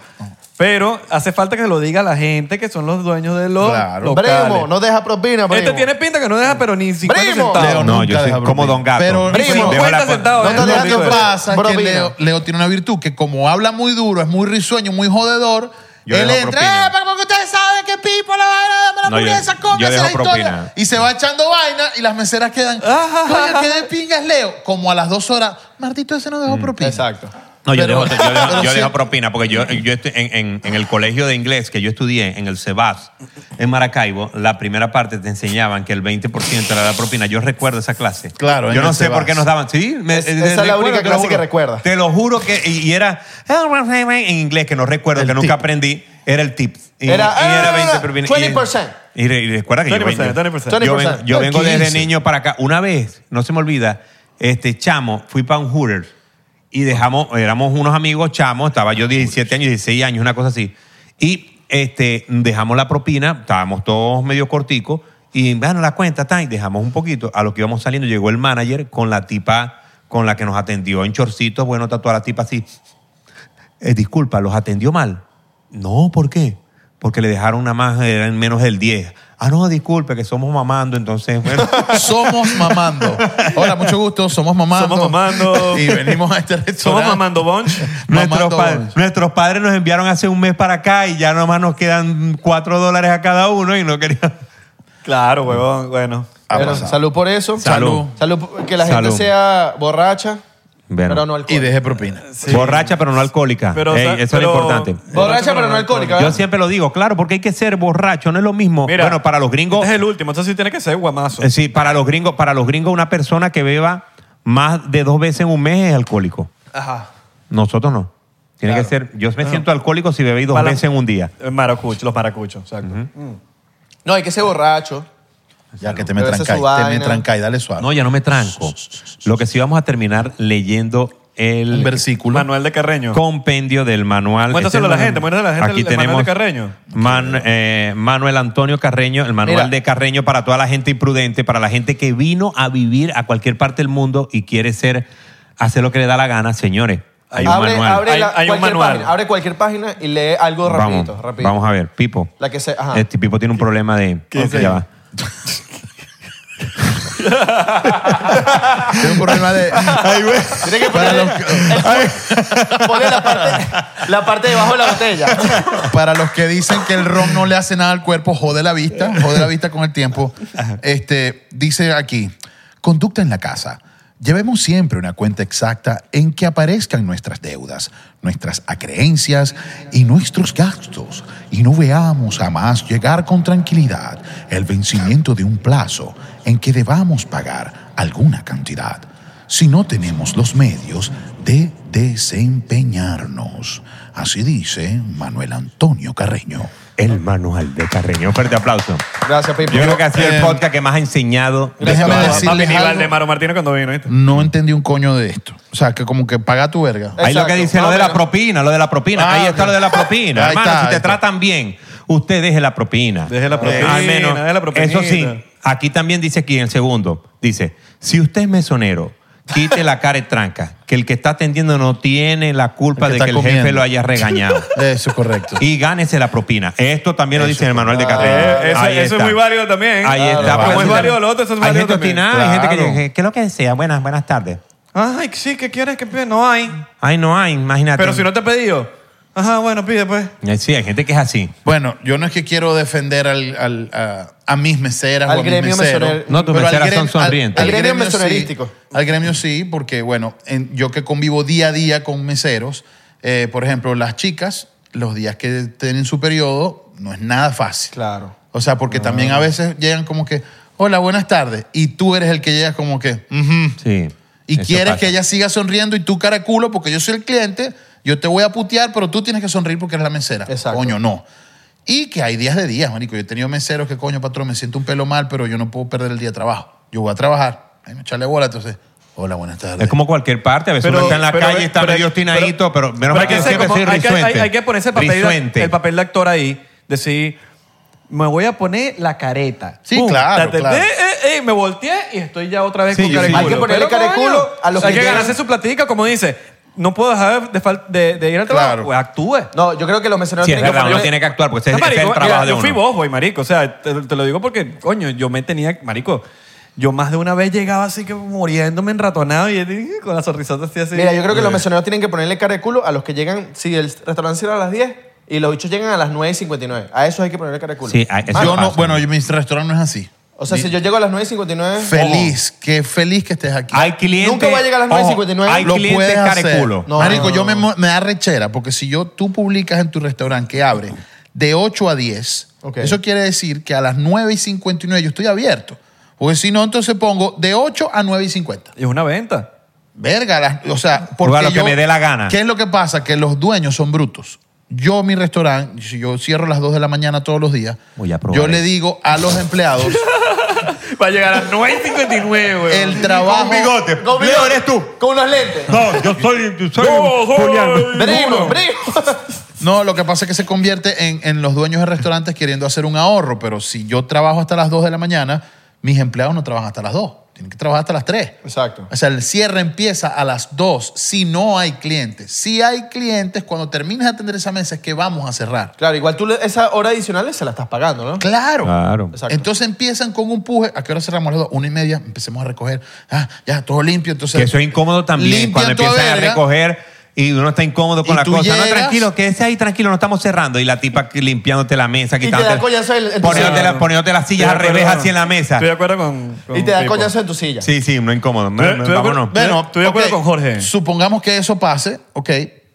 Speaker 4: Pero hace falta que lo diga la gente que son los dueños de los
Speaker 1: Claro.
Speaker 4: locales.
Speaker 3: Primo, no deja propina, primo.
Speaker 4: este tiene pinta que no deja, pero ni 50
Speaker 3: Primo.
Speaker 4: centavos.
Speaker 1: Leo
Speaker 2: No,
Speaker 1: nunca
Speaker 2: yo soy
Speaker 1: deja
Speaker 2: como
Speaker 1: propina.
Speaker 2: Don Gato.
Speaker 1: Pero-
Speaker 3: Primo,
Speaker 2: Dejo la
Speaker 4: 50
Speaker 2: cuenta.
Speaker 4: centavos.
Speaker 3: No te
Speaker 4: eh.
Speaker 3: dejas
Speaker 1: Lo
Speaker 4: Rico,
Speaker 1: que
Speaker 4: eh.
Speaker 1: pasa es que
Speaker 3: Propina.
Speaker 1: Leo, Leo tiene una virtud que como habla muy duro, es muy risueño, muy jodedor,
Speaker 2: Yo
Speaker 1: él
Speaker 2: dejo
Speaker 1: entra,
Speaker 2: propina.
Speaker 1: "Eh, pero porque ustedes saben que Pipo la vaina dame la
Speaker 2: No, yo-
Speaker 1: hamburguesa,
Speaker 2: yo
Speaker 1: cómese
Speaker 2: dejo
Speaker 1: la historia.
Speaker 2: propina.
Speaker 1: Y se va echando vaina y las meseras quedan,
Speaker 3: Ah,
Speaker 1: coño, qué de pingas Leo. Como a las dos horas, Martito ese no dejó
Speaker 2: Mm,
Speaker 1: propina.
Speaker 3: Exacto.
Speaker 2: No, yo,
Speaker 1: Pero-
Speaker 2: dejo, yo dejo-
Speaker 1: pero
Speaker 2: yo
Speaker 1: sí.
Speaker 2: dejo propina porque yo, yo estoy en, en- en el colegio de inglés que yo estudié, en el CEBAS, en Maracaibo, la primera parte te enseñaban que el 20% era la propina. Yo recuerdo esa clase.
Speaker 1: Claro, en
Speaker 2: Yo no
Speaker 1: el
Speaker 2: sé por qué
Speaker 1: Sebas.
Speaker 2: nos daban. Sí, me-
Speaker 3: Es-
Speaker 2: eh,
Speaker 3: esa es la
Speaker 2: recuerdo,
Speaker 3: única
Speaker 2: te lo
Speaker 3: clase que
Speaker 2: juro.
Speaker 3: recuerdas.
Speaker 2: Te lo juro que. Y, y era. En inglés que no recuerdo,
Speaker 1: El
Speaker 2: que nunca
Speaker 1: tip.
Speaker 2: aprendí, era el tip. Y
Speaker 3: Era,
Speaker 2: y era
Speaker 3: ah,
Speaker 2: 20 propina. Y-
Speaker 3: 20%.
Speaker 2: Y, re- y recuerda que yo
Speaker 4: 20%,
Speaker 2: vengo-
Speaker 4: 20%.
Speaker 2: yo vengo, yo vengo desde
Speaker 1: 15.
Speaker 2: niño para acá. Una vez, no se me olvida, este chamo, fui para un Hooters y dejamos, éramos unos amigos chamos, estaba yo 17 años, 16 años, una cosa así. Y este, dejamos la propina, estábamos todos medio corticos y bueno, la cuenta está y dejamos un poquito. A lo que íbamos saliendo llegó el manager con la tipa con la que nos atendió en chorcitos, bueno, tatuada la tipa así. Eh, disculpa, ¿los atendió mal? No, ¿por qué? Porque le dejaron una más, eran menos del 10. Ah, no, disculpe, que somos mamando, entonces, bueno.
Speaker 1: Somos mamando. Hola, mucho gusto, somos mamando.
Speaker 4: Somos mamando.
Speaker 1: Y venimos a este
Speaker 4: Somos
Speaker 1: restaurante.
Speaker 4: mamando bunch.
Speaker 2: Nuestros,
Speaker 1: Mamando
Speaker 2: pa-
Speaker 1: Bunch.
Speaker 2: nuestros padres nos enviaron hace un mes para acá y ya nomás nos quedan 4 dólares a cada uno y no queríamos.
Speaker 4: Claro, huevón, bueno.
Speaker 1: Ha
Speaker 3: Pero
Speaker 1: pasado.
Speaker 3: salud por eso.
Speaker 2: Salud.
Speaker 3: Salud por- que la gente
Speaker 2: Salud.
Speaker 3: sea borracha,
Speaker 2: Bueno.
Speaker 3: pero no alcohólica.
Speaker 1: Y dejé propina.
Speaker 2: Borracha pero no alcohólica.
Speaker 4: Pero,
Speaker 2: Ey,
Speaker 4: o sea,
Speaker 2: eso es
Speaker 4: pero-
Speaker 2: lo importante.
Speaker 3: Borracha, pero no alcohólica.
Speaker 2: Yo
Speaker 3: ¿verdad?
Speaker 2: siempre lo digo, claro, porque hay que ser borracho, no es lo mismo.
Speaker 4: Mira,
Speaker 2: bueno, para los gringos,
Speaker 4: Este es el último, entonces sí tiene que ser guamazo.
Speaker 2: eh, sí, para los gringos, para los gringos una persona que beba más de dos veces en un mes es alcohólico.
Speaker 3: Ajá.
Speaker 2: Nosotros no. Tiene que ser. Yo me siento alcohólico si bebí dos
Speaker 4: Para-
Speaker 2: veces en un día.
Speaker 4: Eh, Maracucho, los maracuchos, exacto.
Speaker 3: No, hay que ser borracho.
Speaker 1: Ya que te me
Speaker 3: Pero esa es su
Speaker 1: trancáis, te me
Speaker 3: vaina.
Speaker 1: trancáis, dale suave.
Speaker 2: No, ya no me tranco. Lo que sí vamos a terminar leyendo
Speaker 1: Un
Speaker 2: el
Speaker 1: versículo.
Speaker 4: Manuel de Carreño.
Speaker 2: compendio del manual.
Speaker 4: Muéstraselo
Speaker 2: Este
Speaker 4: a la
Speaker 2: es-
Speaker 4: gente, muéstraselo a la gente
Speaker 2: Aquí
Speaker 4: el manual
Speaker 2: tenemos
Speaker 4: de Carreño.
Speaker 2: Man- eh, Manuel Antonio Carreño, el manual
Speaker 3: Mira.
Speaker 2: de Carreño para toda la gente imprudente, para la gente que vino a vivir a cualquier parte del mundo y quiere ser, hacer lo que le da la gana, señores. Hay un
Speaker 3: abre,
Speaker 2: manual.
Speaker 3: abre
Speaker 4: Hay-
Speaker 3: la-
Speaker 4: hay un
Speaker 3: cualquier
Speaker 4: manual.
Speaker 3: Página, abre cualquier página y lee algo
Speaker 2: vamos,
Speaker 3: rapidito. rapidito.
Speaker 2: vamos a ver, Pipo.
Speaker 3: La que se. Ajá.
Speaker 2: Este Pipo tiene un problema de.
Speaker 4: ¿Qué
Speaker 2: Ok,
Speaker 4: dice?
Speaker 2: ya va.
Speaker 1: Tengo un problema de.
Speaker 3: Tiene que
Speaker 1: Para
Speaker 3: ponerle,
Speaker 1: los
Speaker 3: ponle la parte, la parte debajo de la botella.
Speaker 1: Para los que dicen que el ron no le hace nada al cuerpo, jode la vista, jode la vista con el tiempo. Este, dice aquí, conducta en la casa. Llevemos siempre una cuenta exacta en que aparezcan nuestras deudas, nuestras acreencias y nuestros gastos, y no veamos a más llegar con tranquilidad el vencimiento de un plazo en que debamos pagar alguna cantidad, si no tenemos los medios de desempeñarnos. Así dice Manuel Antonio Carreño.
Speaker 2: El manual de Carreño. Fuerte aplauso.
Speaker 3: Gracias, Pipo.
Speaker 2: Yo creo que ha sido el
Speaker 1: Eh,
Speaker 2: podcast que más ha enseñado. de
Speaker 1: déjame
Speaker 2: todo.
Speaker 1: decir-
Speaker 4: Papi,
Speaker 1: decirles
Speaker 4: ni la
Speaker 1: algo.
Speaker 4: de Maro Martino cuando vino, ¿viste?
Speaker 1: No entendí un coño de esto. O sea, que como que paga tu verga.
Speaker 2: Ahí lo que
Speaker 3: Exacto.
Speaker 2: dice lo de
Speaker 3: Más o
Speaker 2: la
Speaker 3: menos.
Speaker 2: propina, lo de la propina.
Speaker 1: Ah,
Speaker 2: Ahí
Speaker 1: ok.
Speaker 2: está lo de la propina.
Speaker 1: Ahí
Speaker 2: Hermano,
Speaker 1: está,
Speaker 2: si te
Speaker 1: ahí está.
Speaker 2: tratan bien, usted deje la propina. Eh,
Speaker 4: Deje la propina,
Speaker 2: Al menos.
Speaker 4: deje la propinita.
Speaker 2: Eso sí, aquí también dice aquí en el segundo. Dice, si usted es mesonero, quite la cara y tranca, que el que está atendiendo no tiene la culpa
Speaker 1: El que
Speaker 2: de
Speaker 1: está
Speaker 2: que el jefe
Speaker 1: comiendo.
Speaker 2: lo haya regañado.
Speaker 1: Eso, correcto.
Speaker 2: Y gánese la propina. Esto también lo dice en el manual de carrera.
Speaker 4: Eh, eso-
Speaker 2: Ahí
Speaker 4: eso es
Speaker 2: está.
Speaker 4: muy válido también.
Speaker 2: Ahí
Speaker 4: Claro,
Speaker 2: está.
Speaker 4: como
Speaker 2: pues,
Speaker 4: es
Speaker 2: sí,
Speaker 4: válido lo otro, eso es válido
Speaker 2: Hay gente
Speaker 4: también.
Speaker 2: obstinada, hay gente que
Speaker 1: Claro.
Speaker 2: dice, ¿qué es lo que desea? Buenas, buenas tardes.
Speaker 4: Ay, sí, ¿qué quieres que pida? No hay.
Speaker 2: Ay, no hay, imagínate.
Speaker 4: Pero si no te he pedido. Ajá, bueno, pide pues.
Speaker 2: Eh, Sí, hay gente que es así.
Speaker 1: Bueno, yo no es que quiero defender al, al- a, a mis meseras
Speaker 3: Al
Speaker 1: o a mis
Speaker 3: gremio
Speaker 1: meseros.
Speaker 3: mesonero.
Speaker 2: No, tus
Speaker 1: pero al
Speaker 2: meseras son
Speaker 1: gremio- al-
Speaker 2: sonrientes.
Speaker 1: Al,
Speaker 3: Al gremio
Speaker 1: gremio
Speaker 3: mesonerístico.
Speaker 1: Sí, al gremio sí, porque bueno, en- yo que convivo día a día con meseros, eh, por ejemplo, las chicas, los días que tienen su periodo, no es nada fácil.
Speaker 3: Claro.
Speaker 1: O sea, porque también a
Speaker 2: Ah.
Speaker 1: veces llegan como que, hola, buenas tardes, y tú eres el que llegas como que,
Speaker 4: Mm.
Speaker 1: "Ujú".
Speaker 2: Sí.
Speaker 1: y
Speaker 2: Eso
Speaker 1: quieres
Speaker 2: pasa.
Speaker 1: que ella siga sonriendo y tú caraculo porque yo soy el cliente, yo te voy a putear, pero tú tienes que sonreír porque eres la mesera.
Speaker 3: Exacto.
Speaker 1: Coño, no. Y que hay días de días, marico. Yo he tenido meseros que, coño, patrón, me siento un pelo mal, pero yo no puedo perder el día de trabajo. Yo voy a trabajar. Ay, me echarle bola, entonces, hola, buenas tardes.
Speaker 2: Es como cualquier parte, a veces
Speaker 4: Pero-
Speaker 2: uno está en la
Speaker 4: pero-
Speaker 2: calle, está
Speaker 4: pero-
Speaker 2: medio obstinadito, pero, menos
Speaker 4: Pero
Speaker 2: mal
Speaker 4: hay que
Speaker 2: que
Speaker 4: ser
Speaker 2: siempre
Speaker 4: como-
Speaker 2: soy
Speaker 4: hay que-
Speaker 2: risuente.
Speaker 4: hay- Hay que ponerse el papel,
Speaker 2: Risuente.
Speaker 4: de, el papel de actor ahí. Decir, me voy a poner la careta.
Speaker 1: Sí, claro,
Speaker 4: Ta- ta-
Speaker 1: claro.
Speaker 4: eh, eh, eh, me volteé y estoy ya otra vez
Speaker 2: Sí,
Speaker 4: con
Speaker 2: sí,
Speaker 4: careculo.
Speaker 2: sí. Hay que
Speaker 3: ponerle
Speaker 4: Pero,
Speaker 3: careculo
Speaker 4: coño,
Speaker 3: a los
Speaker 4: Hay
Speaker 3: que
Speaker 4: que
Speaker 3: llegan.
Speaker 4: ganarse su platica, como dice. No puedo dejar de, fal- de- de ir al trabajo.
Speaker 1: Claro.
Speaker 4: Pues actúe.
Speaker 3: No, yo creo que los mesoneros
Speaker 2: Sí, es
Speaker 3: tienen que
Speaker 2: verdad, uno
Speaker 3: ponerle-
Speaker 2: tiene que actuar porque ese
Speaker 4: No,
Speaker 2: ese es
Speaker 4: marico,
Speaker 2: el
Speaker 4: mira,
Speaker 2: trabajo de
Speaker 4: yo fui
Speaker 2: uno.
Speaker 4: bobo, marico. O sea, te, te lo digo porque, coño, yo me tenía, marico, yo más de una vez llegaba así que muriéndome enratonado y eh, con la sonrisa así, así.
Speaker 3: Mira, yo creo que los mesoneros tienen que ponerle cara de culo a los que llegan, si el restaurante cierra a las 10 y los bichos llegan a las 9 y 59. A esos hay que ponerle cara de culo. Ah,
Speaker 2: Sí, a- eso
Speaker 1: yo no,
Speaker 2: pasa.
Speaker 1: bueno, yo- mi restaurante no es así.
Speaker 3: O sea, si yo llego a las 9 y 59...
Speaker 1: Feliz, qué feliz que estés aquí.
Speaker 2: Hay clientes.
Speaker 3: Nunca va a llegar a las
Speaker 2: ojo,
Speaker 3: 9:59.
Speaker 2: Hay
Speaker 1: lo
Speaker 2: clientes
Speaker 1: puedes hacer.
Speaker 2: careculo.
Speaker 3: No,
Speaker 1: Marico,
Speaker 3: no,
Speaker 1: yo me, mo- me da rechera porque si yo tú publicas en tu restaurante que abre de 8 a 10,
Speaker 3: Ok.
Speaker 1: eso quiere decir que a las 9 y 59 yo estoy abierto. Porque si no, entonces pongo de 8 a 9 y 50.
Speaker 4: Es una venta.
Speaker 1: Verga, las- o sea, porque
Speaker 2: Juega lo que
Speaker 1: yo-
Speaker 2: me dé la gana.
Speaker 1: ¿Qué es lo que pasa? Que los dueños son brutos. Yo, mi restaurante, si yo cierro a las 2 de la mañana todos los días,
Speaker 2: Voy a probar
Speaker 1: yo le
Speaker 2: eso.
Speaker 1: digo a los empleados
Speaker 4: Va a llegar a las 9.59, güey.
Speaker 1: el trabajo.
Speaker 3: Con bigote, Con unos lentes.
Speaker 2: No, yo soy, yo soy
Speaker 4: Yo soy Eh, Julián.
Speaker 3: Primo, primo.
Speaker 1: No, lo que pasa es que se convierte en, en los dueños de restaurantes queriendo hacer un ahorro, pero si yo trabajo hasta las 2 de la mañana, mis empleados no trabajan hasta las 2, tienen que trabajar hasta las 3.
Speaker 3: Exacto.
Speaker 1: O sea, el cierre empieza a las 2 si no hay clientes. Si hay clientes, cuando termines de atender esa mesa es que vamos a cerrar.
Speaker 3: Claro, igual tú le- esa hora adicional se la estás pagando, ¿no?
Speaker 1: Claro.
Speaker 2: Claro.
Speaker 3: Exacto.
Speaker 1: Entonces empiezan con un puje. ¿A qué hora cerramos las dos? Una y media. Empecemos a recoger. Ah, ya, todo limpio. Entonces,
Speaker 2: Que eso es incómodo también
Speaker 1: limpian
Speaker 2: cuando
Speaker 1: toda
Speaker 2: empiezan a
Speaker 1: verga.
Speaker 2: recoger y uno está incómodo con
Speaker 1: Y
Speaker 2: la
Speaker 1: tú
Speaker 2: cosa. No,
Speaker 1: llegas-
Speaker 2: tranquilo, quédese ahí tranquilo, no estamos cerrando. Y la tipa que- limpiándote la mesa,
Speaker 3: te da
Speaker 2: quitándote.
Speaker 3: coñazo el- el-
Speaker 2: poniéndote, la-
Speaker 4: Sí.
Speaker 2: poniéndote las sillas al
Speaker 4: Estoy de
Speaker 2: revés
Speaker 4: acuerdo.
Speaker 2: así en la mesa.
Speaker 4: Estoy de acuerdo con. con
Speaker 3: Y te da
Speaker 4: Pipo.
Speaker 3: coñazo en tu silla.
Speaker 2: Sí, sí, no incómodo.
Speaker 4: Estoy de acuerdo.
Speaker 2: Vámonos.
Speaker 1: Bueno,
Speaker 4: Estoy de acuerdo
Speaker 1: ok,
Speaker 4: con Jorge.
Speaker 1: Supongamos que eso pase, ok,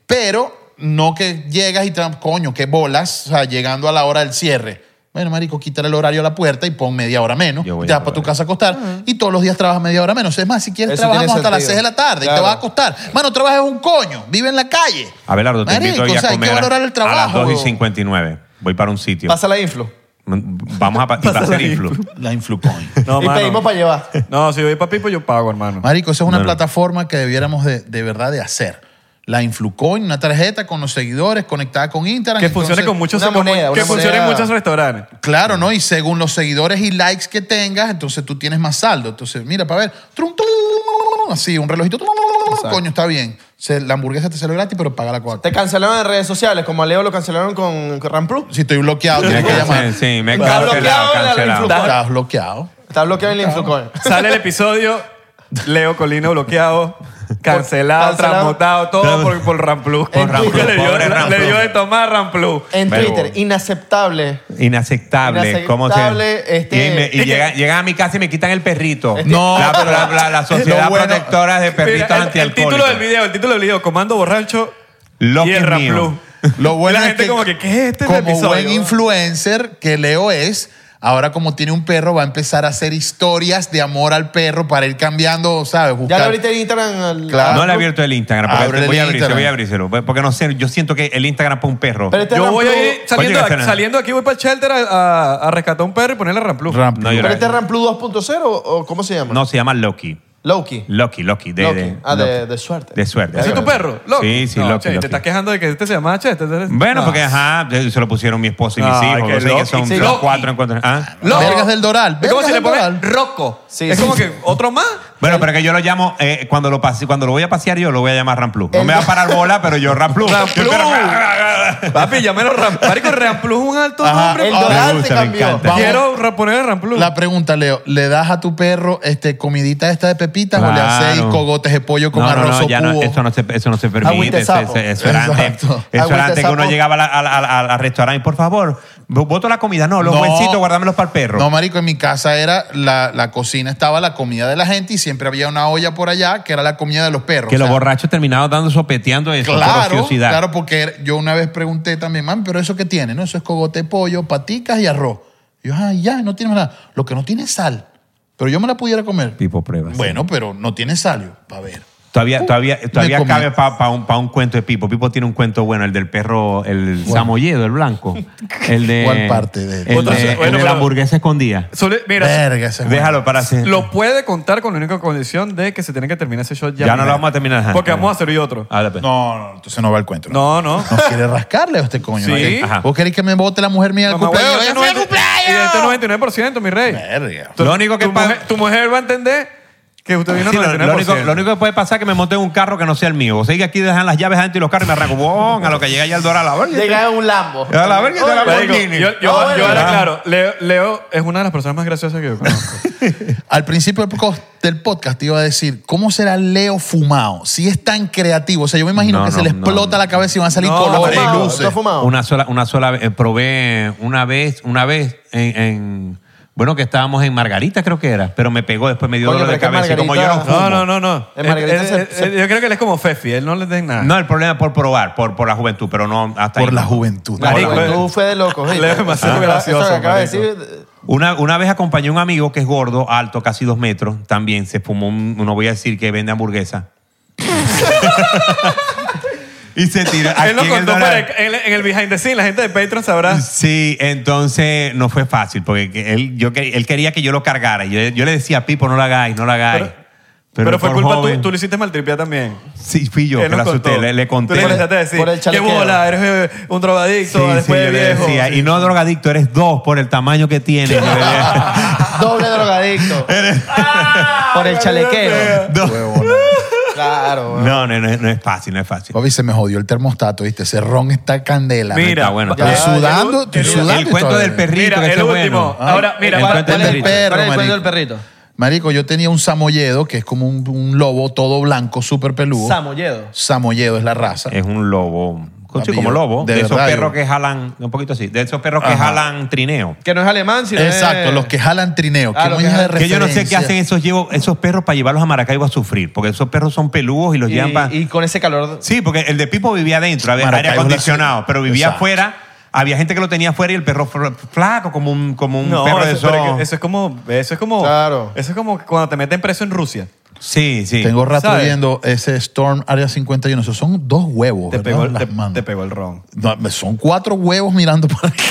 Speaker 1: pero no que llegas y te dan, coño, qué bolas, o sea, llegando a la hora del cierre. Bueno, marico, quítale el horario a la puerta y pon media hora menos. Te
Speaker 2: Yo voy a
Speaker 1: vas para tu
Speaker 2: probar.
Speaker 1: casa a acostar y todos los días trabajas media hora menos. Es más, si quieres,
Speaker 3: Eso
Speaker 1: trabajamos
Speaker 3: tiene
Speaker 1: hasta las 6 de
Speaker 3: sentido.
Speaker 1: la tarde y
Speaker 3: Claro.
Speaker 1: te vas a acostar. Mano, trabajas un coño, vive en la calle.
Speaker 2: Abelardo, te
Speaker 1: Marico,
Speaker 2: invito hoy
Speaker 1: o
Speaker 2: a
Speaker 1: sea, hay
Speaker 2: comer
Speaker 1: que valorar el trabajo.
Speaker 2: a las 2 y
Speaker 1: huevón.
Speaker 2: 59. Voy para un sitio.
Speaker 3: Pasa la influ.
Speaker 2: Vamos a, pa- y va a ser influ.
Speaker 1: La Influcoin.
Speaker 4: No,
Speaker 3: y
Speaker 4: mano.
Speaker 3: pedimos para llevar.
Speaker 4: No, si voy para Pipo, yo pago, hermano.
Speaker 1: Marico, esa es una
Speaker 2: Bueno.
Speaker 1: plataforma que debiéramos de, de verdad de hacer. La Influcoin, una tarjeta con los seguidores conectada con Instagram.
Speaker 4: Que funcione
Speaker 1: Entonces,
Speaker 4: con muchos
Speaker 3: una moneda,
Speaker 4: Que
Speaker 3: una
Speaker 4: funcione en
Speaker 3: moneda.
Speaker 4: muchos restaurantes.
Speaker 1: Claro, ¿no? Y según los seguidores y likes que tengas, entonces tú tienes más saldo. Entonces, mira, para ver, trum, trum, así, un relojito, trum, coño, está bien. Se- la hamburguesa te sale gratis, pero paga la cuota.
Speaker 3: Te cancelaron en redes sociales, como a Leo lo cancelaron con, con Ramplu.
Speaker 1: Si estoy bloqueado,
Speaker 2: Me
Speaker 1: tienes que llamar.
Speaker 2: cancel- sí, me he
Speaker 3: Está
Speaker 2: cancelado,
Speaker 3: bloqueado la
Speaker 2: cancelado.
Speaker 3: influ-
Speaker 1: Estás bloqueado.
Speaker 3: Está bloqueado en el influ. con-
Speaker 4: Sale el episodio, Leo Colino bloqueado, Cancelado,
Speaker 3: Cancelado.
Speaker 4: transmutado, todo por, por Ramplu.
Speaker 3: En
Speaker 4: Ramplu,
Speaker 3: Twitter.
Speaker 4: Le dio,
Speaker 2: Pobre Ramplu.
Speaker 4: le dio de tomar Ramplu.
Speaker 1: Eh,
Speaker 3: En
Speaker 2: Pero-
Speaker 3: Twitter, inaceptable.
Speaker 2: Inaceptable.
Speaker 3: Inaceptable,
Speaker 2: ¿Cómo se-
Speaker 3: este-
Speaker 2: y me- y llega- llegan a mi casa y me quitan el perrito.
Speaker 1: No,
Speaker 2: La,
Speaker 1: pero-
Speaker 2: la- la- la sociedad
Speaker 1: lo bueno-
Speaker 2: protectora de perritos
Speaker 4: Este, Mira, el, el
Speaker 2: antialcohólicos.
Speaker 4: título del video, el título del video, Comando Borracho
Speaker 2: Lo
Speaker 4: y
Speaker 2: que
Speaker 4: el
Speaker 2: es
Speaker 4: Ramplu.
Speaker 2: mío.
Speaker 1: Lo bueno
Speaker 4: Y la
Speaker 1: es
Speaker 4: gente
Speaker 1: que,
Speaker 4: como que, ¿qué es este
Speaker 1: como
Speaker 4: episodio?
Speaker 1: buen influencer que Leo es, ahora como tiene un perro va a empezar a hacer historias de amor al perro para ir cambiando, ¿sabes?
Speaker 3: Ya
Speaker 1: Buscar-
Speaker 3: le abriste el Instagram al.
Speaker 1: Claro.
Speaker 2: No le he abierto el Instagram. porque
Speaker 1: Ábrele el
Speaker 2: voy a abrirse,
Speaker 1: Instagram.
Speaker 2: voy a abrírselo. Porque no sé, yo siento que el Instagram para un perro.
Speaker 3: Pero este
Speaker 4: Yo
Speaker 3: Ramplu-
Speaker 4: voy a ir saliendo,
Speaker 2: Oye,
Speaker 4: de-
Speaker 2: Fernando.
Speaker 4: saliendo de aquí, voy para el shelter a, a- a rescatar un perro y ponerle Ramplu.
Speaker 1: Ramplu.
Speaker 2: No, yo-
Speaker 3: ¿Pero este Ramplu 2.0 o, o cómo se llama?
Speaker 2: no, se llama Loki.
Speaker 3: Loki.
Speaker 2: Loki, Loki. De,
Speaker 3: Loki.
Speaker 2: de-
Speaker 3: ah,
Speaker 2: Loki.
Speaker 3: de, de suerte.
Speaker 2: De suerte.
Speaker 4: ¿Ese es tu perro? Loco.
Speaker 2: Sí, sí,
Speaker 4: No,
Speaker 2: Loki,
Speaker 4: che,
Speaker 2: Loki.
Speaker 4: Te estás quejando de que este se llama Che. este- este-
Speaker 2: Bueno,
Speaker 4: no.
Speaker 2: porque ajá, se lo pusieron mi esposo y mis
Speaker 4: Ay,
Speaker 2: hijos.
Speaker 4: que
Speaker 2: no sé, que
Speaker 4: Loki,
Speaker 2: son
Speaker 4: sí,
Speaker 2: los
Speaker 4: Loki.
Speaker 2: cuatro en contra. ¿Ah?
Speaker 4: Loco.
Speaker 1: Vergas del Doral,
Speaker 4: Es como
Speaker 1: vergas
Speaker 4: si le
Speaker 1: del
Speaker 4: pones
Speaker 1: Doral.
Speaker 4: Rocco.
Speaker 3: Sí,
Speaker 4: es
Speaker 3: sí,
Speaker 4: como
Speaker 3: sí.
Speaker 4: que otro más.
Speaker 2: Bueno, pero que yo lo llamo, eh, cuando, lo pase, cuando lo voy a pasear yo lo voy a llamar Ramplu. No
Speaker 3: El-
Speaker 2: me va a parar bola, pero yo Ramplu.
Speaker 4: Ramplu.
Speaker 2: Yo, pero-
Speaker 4: Papi, llámelo Ramplu. Marico, Ramplu es un alto
Speaker 1: Ajá.
Speaker 4: nombre.
Speaker 3: El
Speaker 1: Me
Speaker 3: Doral se
Speaker 2: gusta, me
Speaker 3: cambió.
Speaker 2: encanta.
Speaker 4: Quiero ra- ponerle Ramplu.
Speaker 1: La pregunta, Leo, ¿le das a tu perro este, comidita esta de pepitas o le
Speaker 2: Claro.
Speaker 1: hacéis cogotes de pollo con
Speaker 2: no, no,
Speaker 1: arroz
Speaker 2: no,
Speaker 1: o
Speaker 2: ya no,
Speaker 1: cubo?
Speaker 2: eso no se, eso no se permite.
Speaker 3: Agüita de
Speaker 2: Eso,
Speaker 3: sapo.
Speaker 2: eso- eso era antes.
Speaker 1: Exacto.
Speaker 2: Eso
Speaker 3: Agüita
Speaker 2: era
Speaker 3: de
Speaker 2: antes que uno
Speaker 3: sapo.
Speaker 2: llegaba a la- a la- a la- al restaurante. Por favor, voto la comida. No, los
Speaker 1: No.
Speaker 2: huesitos, guárdamelos para el perro.
Speaker 1: No, marico, en mi casa era la, la cocina, estaba la comida de la gente y siempre había una olla por allá que era la comida de los perros.
Speaker 2: que
Speaker 1: o
Speaker 2: los
Speaker 1: sea,
Speaker 2: borrachos terminaban dando sopeteando eso por
Speaker 1: Claro,
Speaker 2: ociosidad.
Speaker 1: claro, porque er- yo una vez pregunté también, mami, pero eso qué tiene, ¿no? Eso es cogote, pollo, paticas y arroz. Y yo, ah, ya, no tiene más nada. Lo que no tiene es sal. Pero yo me la pudiera comer.
Speaker 2: Tipo pruebas.
Speaker 1: Bueno, pero no tiene sal, para ver.
Speaker 2: Todavía, todavía, todavía
Speaker 1: comí.
Speaker 2: cabe para un, pa un cuento de Pipo. Pipo tiene un cuento bueno, el del perro, el samoyedo, el blanco. El de,
Speaker 1: ¿Cuál parte de él?
Speaker 2: El
Speaker 4: Otra-
Speaker 2: de, el
Speaker 4: bueno,
Speaker 2: de la
Speaker 4: pero-
Speaker 2: hamburguesa escondida.
Speaker 4: Solo- mira,
Speaker 1: Verga, ese
Speaker 2: Déjalo para hacer.
Speaker 4: lo puede contar con la única condición de que se tiene que terminar ese shot ya.
Speaker 2: Ya no lo
Speaker 4: primero.
Speaker 2: vamos a terminar, ajá.
Speaker 4: Porque vamos a hacer hoy otro.
Speaker 2: Ah, la pe-
Speaker 1: No, no, entonces no va el cuento.
Speaker 4: No, no.
Speaker 1: ¿No quiere rascarle a este coño?
Speaker 4: Sí.
Speaker 1: marico?
Speaker 2: Ajá.
Speaker 1: ¿Vos queréis que me vote la mujer mía del
Speaker 4: Mamá,
Speaker 1: cumpleaños?
Speaker 4: huevo,
Speaker 1: ¡Yo
Speaker 4: este
Speaker 1: fui al
Speaker 4: 90 Y este 99%, mi rey.
Speaker 1: Verga.
Speaker 2: Lo único que
Speaker 4: tu,
Speaker 2: pasa-
Speaker 4: mujer, tu mujer va a entender que usted vino
Speaker 2: Sí, lo,
Speaker 4: 99%.
Speaker 2: lo único, lo único que puede pasar es que me monten un carro que no sea el mío. O sea, que aquí dejan las llaves adentro y los carros y me arranco. ¡Bon! A lo que llega ya el Doral. A la verga.
Speaker 3: Llega un Lambo.
Speaker 2: A la verga, te la
Speaker 4: Marico,
Speaker 2: Lamborghini.
Speaker 4: yo, yo,
Speaker 3: Ah,
Speaker 4: yo
Speaker 3: bueno.
Speaker 4: ahora, claro, Leo, Leo es una de las personas más graciosas que yo conozco.
Speaker 1: Al principio del co- del podcast te iba a decir, ¿cómo será Leo fumado? Si es tan creativo. O sea, yo me imagino
Speaker 2: No,
Speaker 1: que
Speaker 2: no,
Speaker 1: se le
Speaker 2: no,
Speaker 1: explota
Speaker 2: no.
Speaker 1: la cabeza y van a salir
Speaker 4: No,
Speaker 1: colores y
Speaker 4: marico,
Speaker 1: luces.
Speaker 3: ¿Está fumado?
Speaker 2: Una sola, una sola vez, eh, probé una vez, una vez en, en- bueno, que estábamos en Margarita, creo que era, pero me pegó, después me dio
Speaker 3: Oye,
Speaker 2: dolor de
Speaker 3: pero es que
Speaker 2: cabeza. Y como yo no
Speaker 3: Margarita-
Speaker 2: fumo.
Speaker 4: No, no, no, no.
Speaker 3: En Margarita
Speaker 4: Él-
Speaker 3: se-
Speaker 4: él- él- yo creo que él es como Fefi, él no le den nada.
Speaker 2: No, el problema es por probar, por, por la juventud, pero no hasta
Speaker 1: Ah. Por
Speaker 2: ahí.
Speaker 1: la juventud.
Speaker 2: No,
Speaker 3: Marico, eh.
Speaker 2: Marico,
Speaker 3: tú fue de locos. ¿viste?
Speaker 4: Leo es demasiado
Speaker 3: Eso que-
Speaker 4: gracioso,
Speaker 3: Eso que acaba de
Speaker 4: marico.
Speaker 3: decir.
Speaker 2: Una, una vez acompañé a un amigo que es gordo, alto, casi dos metros, también se fumó, un, no voy a decir que vende hamburguesa. y se tiró.
Speaker 4: él lo
Speaker 2: aquí en el
Speaker 4: contó
Speaker 2: Doral.
Speaker 4: para en, en el behind the scenes, la gente de Patreon sabrá.
Speaker 2: Sí, entonces no fue fácil, porque que él, yo, que- él quería que yo lo cargara. Yo, yo le decía a Pipo, no lo hagáis, no lo hagáis.
Speaker 4: Pero- Pero, fue
Speaker 2: por
Speaker 4: culpa tú,
Speaker 2: joven-
Speaker 4: tú le hiciste maltripear también.
Speaker 2: Sí, fui yo,
Speaker 4: Él
Speaker 2: que
Speaker 4: nos
Speaker 2: lo asusté,
Speaker 4: contó.
Speaker 2: le, le
Speaker 4: Tú
Speaker 2: conté.
Speaker 4: le empezaste a decir,
Speaker 3: Por el
Speaker 4: qué
Speaker 3: chalequero".
Speaker 4: bola, eres eh, un
Speaker 2: Sí,
Speaker 4: drogadicto,
Speaker 2: sí,
Speaker 4: después
Speaker 2: yo
Speaker 4: de
Speaker 2: le
Speaker 4: viejo.
Speaker 2: decía,
Speaker 4: Sí.
Speaker 2: y no drogadicto, eres dos por el tamaño que tienes. yo le decía.
Speaker 3: Doble drogadicto.
Speaker 4: Ah,
Speaker 3: Por el chalequero.
Speaker 2: Dos.
Speaker 1: Huevona.
Speaker 3: Claro. weón.
Speaker 2: No, no, no, es- no es fácil, no es fácil.
Speaker 1: Papi, se me jodió el termostato, ¿viste? Ese ron está candela.
Speaker 4: Mira,
Speaker 2: Está bueno, está
Speaker 1: Estoy
Speaker 3: ya,
Speaker 1: sudando,
Speaker 4: el-
Speaker 1: estoy
Speaker 4: el-
Speaker 1: sudando.
Speaker 2: El cuento
Speaker 1: todavía.
Speaker 2: del perrito,
Speaker 4: Mira,
Speaker 2: que
Speaker 4: el
Speaker 2: ese es
Speaker 4: último.
Speaker 2: bueno.
Speaker 1: Ah,
Speaker 4: Ahora, mira,
Speaker 2: el
Speaker 4: ¿cuál-
Speaker 2: cuento
Speaker 3: ¿Cuál
Speaker 2: del
Speaker 3: es el
Speaker 2: perrito.
Speaker 3: perro,
Speaker 1: ¿Cuál es el cuento
Speaker 3: marico?
Speaker 1: del Marico, yo tenía un samoyedo, que es como un, un lobo todo blanco, súper
Speaker 3: Uh.
Speaker 1: peludo.
Speaker 3: Samoyedo.
Speaker 1: samoyedo es la raza.
Speaker 2: Es un lobo.
Speaker 1: Papi,
Speaker 2: como
Speaker 1: yo-
Speaker 2: lobo.
Speaker 1: de
Speaker 2: De, esos
Speaker 1: verdad,
Speaker 2: perros
Speaker 1: yo-
Speaker 2: que jalan, un poquito así, de esos perros que
Speaker 1: Ajá.
Speaker 2: jalan trineo.
Speaker 5: Que no es alemán, sino
Speaker 1: Exacto,
Speaker 3: Eh.
Speaker 5: es-
Speaker 1: los que jalan trineo.
Speaker 5: Ah,
Speaker 1: Qué
Speaker 5: los que
Speaker 1: manera de
Speaker 5: jalan-
Speaker 2: Que yo no sé qué
Speaker 1: referencia.
Speaker 2: hacen esos, llevo, esos perros para llevarlos a Maracaibo a sufrir, porque esos perros son peludos y los
Speaker 5: Y,
Speaker 2: llevan para...
Speaker 5: y con ese calor.
Speaker 2: Sí, porque el de Pipo vivía adentro, había
Speaker 1: Maracaibo
Speaker 2: aire acondicionado,
Speaker 1: la-
Speaker 2: pero vivía
Speaker 1: Exacto.
Speaker 2: afuera. Había gente que lo tenía afuera y el perro fl- flaco, como un, como un
Speaker 4: No,
Speaker 2: perro
Speaker 4: eso,
Speaker 2: de
Speaker 4: pero es
Speaker 2: esos.
Speaker 4: que eso es como, eso es como,
Speaker 3: Claro.
Speaker 4: eso es como cuando te meten preso en Rusia.
Speaker 2: Sí, sí.
Speaker 1: Tengo rato
Speaker 4: ¿Sabes?
Speaker 1: viendo ese Storm Area 51. Esos son dos huevos.
Speaker 4: Te
Speaker 1: ¿verdad?
Speaker 4: pegó, el-
Speaker 1: Las
Speaker 4: te,
Speaker 1: manos.
Speaker 4: te pegó el ron.
Speaker 1: No, me- son cuatro huevos mirando para aquí.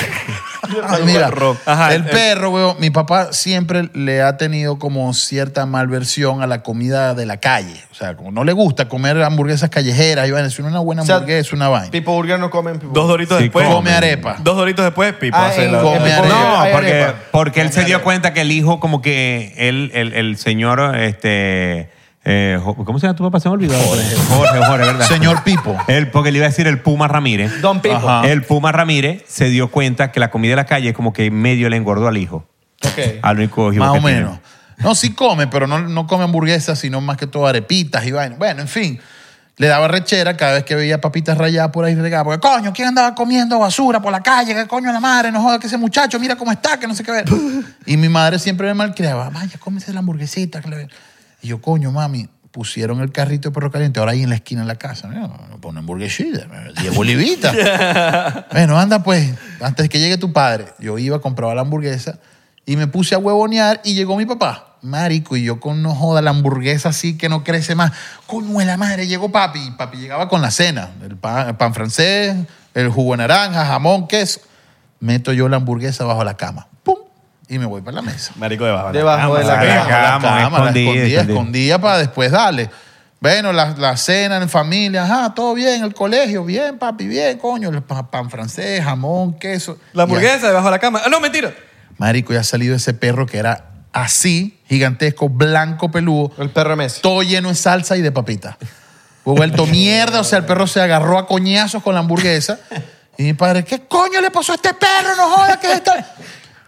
Speaker 1: Ah, Mira,
Speaker 4: perro. Ajá,
Speaker 1: el,
Speaker 4: el-
Speaker 1: perro, huevón, mi papá siempre le ha tenido como cierta malversión a la comida de la calle. O sea, como no le gusta comer hamburguesas callejeras. Y van a decir una buena
Speaker 3: O sea,
Speaker 1: hamburguesa, una vaina.
Speaker 3: Pipo Burger no comen Pipo
Speaker 4: Dos doritos
Speaker 2: Sí,
Speaker 4: después.
Speaker 1: come arepa.
Speaker 4: Dos doritos después, Pipo.
Speaker 3: Ah,
Speaker 4: hace
Speaker 3: en-
Speaker 4: la-
Speaker 3: en-
Speaker 1: Come
Speaker 3: en-
Speaker 1: arepa.
Speaker 2: No,
Speaker 3: hay
Speaker 2: porque,
Speaker 3: arepa.
Speaker 2: porque él se dio cuenta que el hijo, como que él, el, el señor, este. eh, Jo- ¿Cómo se llama tu papá? Se me olvidó. Jorge, Jorge, ¿verdad?
Speaker 1: Señor Pipo.
Speaker 2: Él, porque le iba a decir el Puma Ramírez. Ah.
Speaker 3: Don Pipo.
Speaker 1: Ajá.
Speaker 2: El Puma Ramírez se dio cuenta que la comida de la calle como que medio le engordó al hijo.
Speaker 3: Ok.
Speaker 2: Al único hijo
Speaker 1: Más
Speaker 2: que
Speaker 1: o
Speaker 2: tiene.
Speaker 1: menos. No, sí come, pero no, no come hamburguesas, sino más que todo arepitas y vaina. Bueno, en fin. Le daba rechera cada vez que veía papitas rayadas por ahí regadas. Porque, coño, ¿quién andaba comiendo basura por la calle? ¿Qué coño la madre? No joda que ese muchacho, mira cómo está, que no sé qué ver. Y mi madre siempre me malcriaba. Vaya, cómese la hamburguesita. que le- Y yo, coño, mami, pusieron el carrito de perro caliente. Ahora ahí en la esquina de la casa. Mira, no pone hamburguesita, 10 bolivitas. Bueno, anda pues, antes que llegue tu padre, yo iba a comprar la hamburguesa y me puse a huevonear y llegó mi papá. Marico, y yo con no joda la hamburguesa así que no crece más. Coño de la madre, llegó papi. Y Papi llegaba con la cena, el pan, el pan francés, el jugo de naranja, jamón, queso. Meto yo la hamburguesa bajo la cama. ¡Pum! Y me voy para la mesa.
Speaker 4: Marico debajo.
Speaker 3: Debajo de la
Speaker 2: Saca
Speaker 3: cama.
Speaker 1: Cama,
Speaker 2: cama,
Speaker 1: cama, la
Speaker 2: escondida, escondida.
Speaker 1: escondía, escondía para después darle. Bueno, la, la cena en familia, ajá, todo bien, el colegio, bien, papi, bien, coño, el pa- pan, francés, jamón, queso.
Speaker 4: La hamburguesa debajo de la cama. Ah, no, mentira.
Speaker 1: Ya. Marico, ya ha salido ese perro que era así, gigantesco, blanco, peludo,
Speaker 3: El perro de Messi.
Speaker 1: todo lleno de salsa y de papita. Fue vuelto mierda, o sea, el perro se agarró a coñazos con la hamburguesa. Y mi padre, ¿qué coño le pasó a este perro? No jodas, que es esta.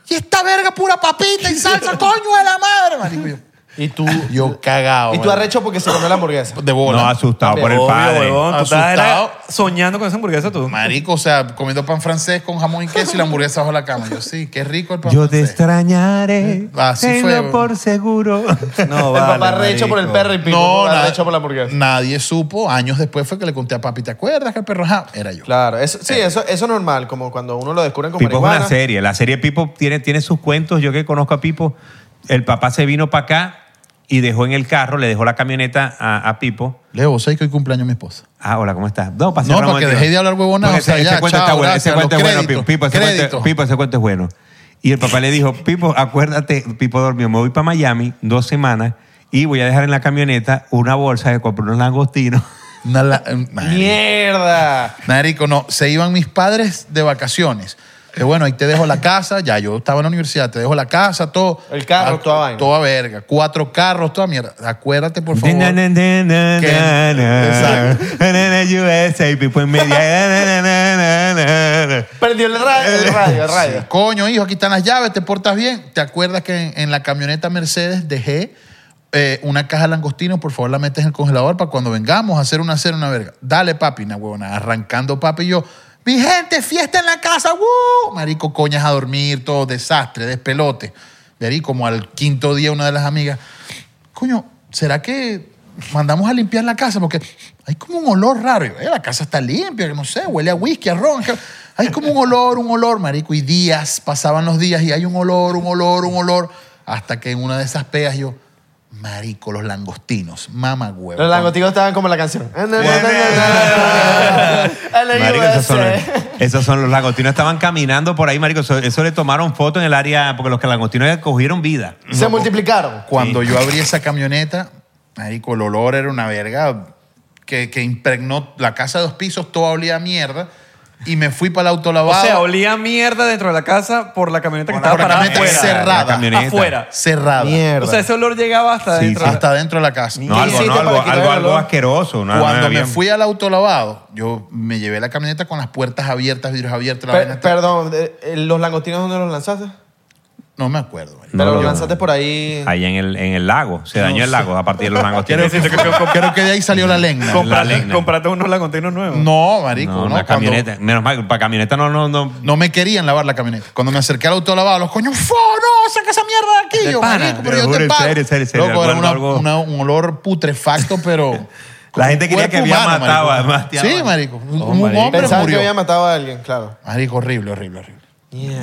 Speaker 1: Y esta verga pura papita y salsa, coño de la madre, marico. Yo,
Speaker 3: Y tú,
Speaker 1: yo cagado.
Speaker 3: y tú
Speaker 1: marico.
Speaker 3: arrecho porque se comió la hamburguesa.
Speaker 1: De bola.
Speaker 2: No, asustado por el
Speaker 4: Obvio,
Speaker 2: padre.
Speaker 4: huevón. Tú estabas
Speaker 1: Asustado.
Speaker 4: era soñando con esa hamburguesa tú.
Speaker 1: Marico, o sea, comiendo pan francés con jamón y queso y la hamburguesa bajo la cama. Yo sí, qué rico el pan
Speaker 2: Yo te
Speaker 1: francés.
Speaker 2: extrañaré.
Speaker 1: Así
Speaker 2: tenlo
Speaker 1: fue,
Speaker 2: por seguro.
Speaker 4: No,
Speaker 3: el
Speaker 4: vale,
Speaker 3: papá arrecho por el
Speaker 4: marico.
Speaker 3: perro y pico.
Speaker 1: No,
Speaker 3: No,
Speaker 1: nada.
Speaker 3: arrecho por la hamburguesa.
Speaker 1: Nadie supo. Años después fue que le conté a papi, ¿te acuerdas que el perro ajá? Era yo.
Speaker 3: Claro, eso, sí, eso eso es normal, como cuando uno lo descubren con
Speaker 2: Pipo es
Speaker 3: marihuana.
Speaker 2: una serie. La serie Pipo tiene, tiene sus cuentos. Yo que conozco a Pipo, el papá se vino para acá y dejó en el carro, le dejó la camioneta a, a Pipo.
Speaker 1: Leo, vos sabés que hoy cumpleaños mi esposa.
Speaker 2: Ah, hola, ¿cómo estás? No,
Speaker 1: No,
Speaker 2: pasé
Speaker 1: para que dejé de hablar huevonadas, o sea,
Speaker 2: ese,
Speaker 1: ya,
Speaker 2: cuento
Speaker 1: chao,
Speaker 2: está bueno, ese
Speaker 1: gracias,
Speaker 2: cuento es
Speaker 1: los
Speaker 2: bueno, Pipo. Pipo,
Speaker 1: créditos,
Speaker 2: ese cuento,
Speaker 1: créditos.
Speaker 2: Pipo, ese cuento es bueno. Y el papá le dijo, Pipo, acuérdate, Pipo dormió, me voy para Miami dos semanas y voy a dejar en la camioneta una bolsa que compré unos langostinos.
Speaker 1: Una la- em, Marico.
Speaker 3: ¡Mierda!
Speaker 1: Marico, no, se iban mis padres de vacaciones. Que bueno, ahí te dejo la casa, ya yo estaba en la universidad, te dejo la casa, todo.
Speaker 3: El carro,
Speaker 1: Ah,
Speaker 3: toda vaina.
Speaker 1: Toda verga, cuatro carros, toda mierda. Acuérdate, por favor.
Speaker 2: Na, na, na, na,
Speaker 1: Que-
Speaker 2: na, na.
Speaker 1: Exacto.
Speaker 2: Na, na, na, USA, Pipo en media. Na, na, na, na, na, na.
Speaker 3: Perdió el radio, el radio, el radio.
Speaker 1: Coño, hijo, aquí están las llaves, te portas bien. ¿Te acuerdas que en, en la camioneta Mercedes dejé eh, una caja de langostinos? Por favor, la metes en el congelador para cuando vengamos a hacer una cena, una verga. Dale, papi, una huevona. Arrancando, papi y yo. Mi gente, fiesta en la casa, ¡woo! Marico, coñas a dormir, todo desastre, despelote. De ahí, como al quinto día, una de las amigas. Coño, ¿será que mandamos a limpiar la casa? Porque hay como un olor raro. Y yo, "Eh, la casa está limpia, que no sé, huele a whisky, a ron. que- Hay como un olor, un olor, marico. Y días, pasaban los días y hay un olor, un olor, un olor. Hasta que en una de esas pegas yo, marico, los langostinos, mamá huevo.
Speaker 3: Los langostinos estaban como la canción.
Speaker 2: Marico,
Speaker 3: Marico,
Speaker 2: esos son, esos son los langostinos. Estaban caminando por ahí, marico. Eso, eso le tomaron fotos en el área porque los langostinos ya cogieron vida.
Speaker 3: Se multiplicaron.
Speaker 1: Cuando yo abrí esa camioneta, marico, el olor era una verga que, que impregnó la casa de dos pisos, todo olía a mierda. Y me fui para el
Speaker 4: O
Speaker 1: autolavado.
Speaker 4: sea, olía mierda dentro de la casa por la camioneta que
Speaker 1: Por la-
Speaker 4: estaba
Speaker 1: por la
Speaker 4: parada
Speaker 1: camioneta
Speaker 4: afuera.
Speaker 1: cerrada.
Speaker 4: La camioneta. Afuera.
Speaker 1: cerrada.
Speaker 3: Mierda.
Speaker 4: O sea, ese olor llegaba hasta
Speaker 2: Sí, sí.
Speaker 4: dentro. de la-
Speaker 1: Hasta dentro de la casa.
Speaker 2: No, algo,
Speaker 3: hiciste
Speaker 2: no,
Speaker 3: para
Speaker 2: algo,
Speaker 3: quitar
Speaker 2: algo,
Speaker 3: el
Speaker 2: algo
Speaker 3: olor?
Speaker 2: asqueroso. no,
Speaker 1: Cuando
Speaker 2: no,
Speaker 1: me
Speaker 2: bien.
Speaker 1: fui al autolavado, yo me llevé la camioneta con las puertas abiertas, vidrios abiertos. la
Speaker 3: Per-
Speaker 1: vaina está-
Speaker 3: perdón, eh, eh, ¿los langostinos dónde los lanzaste?
Speaker 1: No me acuerdo. marico.
Speaker 2: No,
Speaker 3: Pero los
Speaker 2: yo-
Speaker 3: lanzaste por ahí.
Speaker 2: Ahí en el, en el lago. Se dañó el lago a partir de los
Speaker 4: Quiero
Speaker 2: langostinos.
Speaker 4: decir que comp-
Speaker 1: Creo que de ahí salió la lengua.
Speaker 4: compraste,
Speaker 2: lengna.
Speaker 4: compraste unos lagontinos nuevos.
Speaker 1: No, marico.
Speaker 2: No,
Speaker 1: no,
Speaker 2: una
Speaker 1: Cuando-
Speaker 2: camioneta. Menos mal, para camioneta no, no, no.
Speaker 1: No me querían lavar la camioneta. Cuando me acerqué al autolavado, los coños, ¡fo! ¡No! ¡Saca esa mierda de aquí!
Speaker 2: De
Speaker 1: yo,
Speaker 2: pana.
Speaker 1: marico, pero
Speaker 2: Te lo
Speaker 1: yo te
Speaker 2: juro, en
Speaker 1: pago.
Speaker 2: serio, en serio, en serio,
Speaker 1: Loco, era
Speaker 2: algo-
Speaker 1: una-
Speaker 2: algo-
Speaker 1: una- un olor putrefacto, pero...
Speaker 2: La gente creía que
Speaker 1: cuerpo
Speaker 2: había matado a-
Speaker 1: marico.
Speaker 2: matado
Speaker 1: Sí,
Speaker 2: a-
Speaker 1: marico. Un,
Speaker 4: Oh,
Speaker 1: un
Speaker 4: marico.
Speaker 1: hombre
Speaker 3: Pensaban
Speaker 1: murió.
Speaker 3: que había matado a alguien, claro.
Speaker 1: Marico, horrible, horrible, horrible.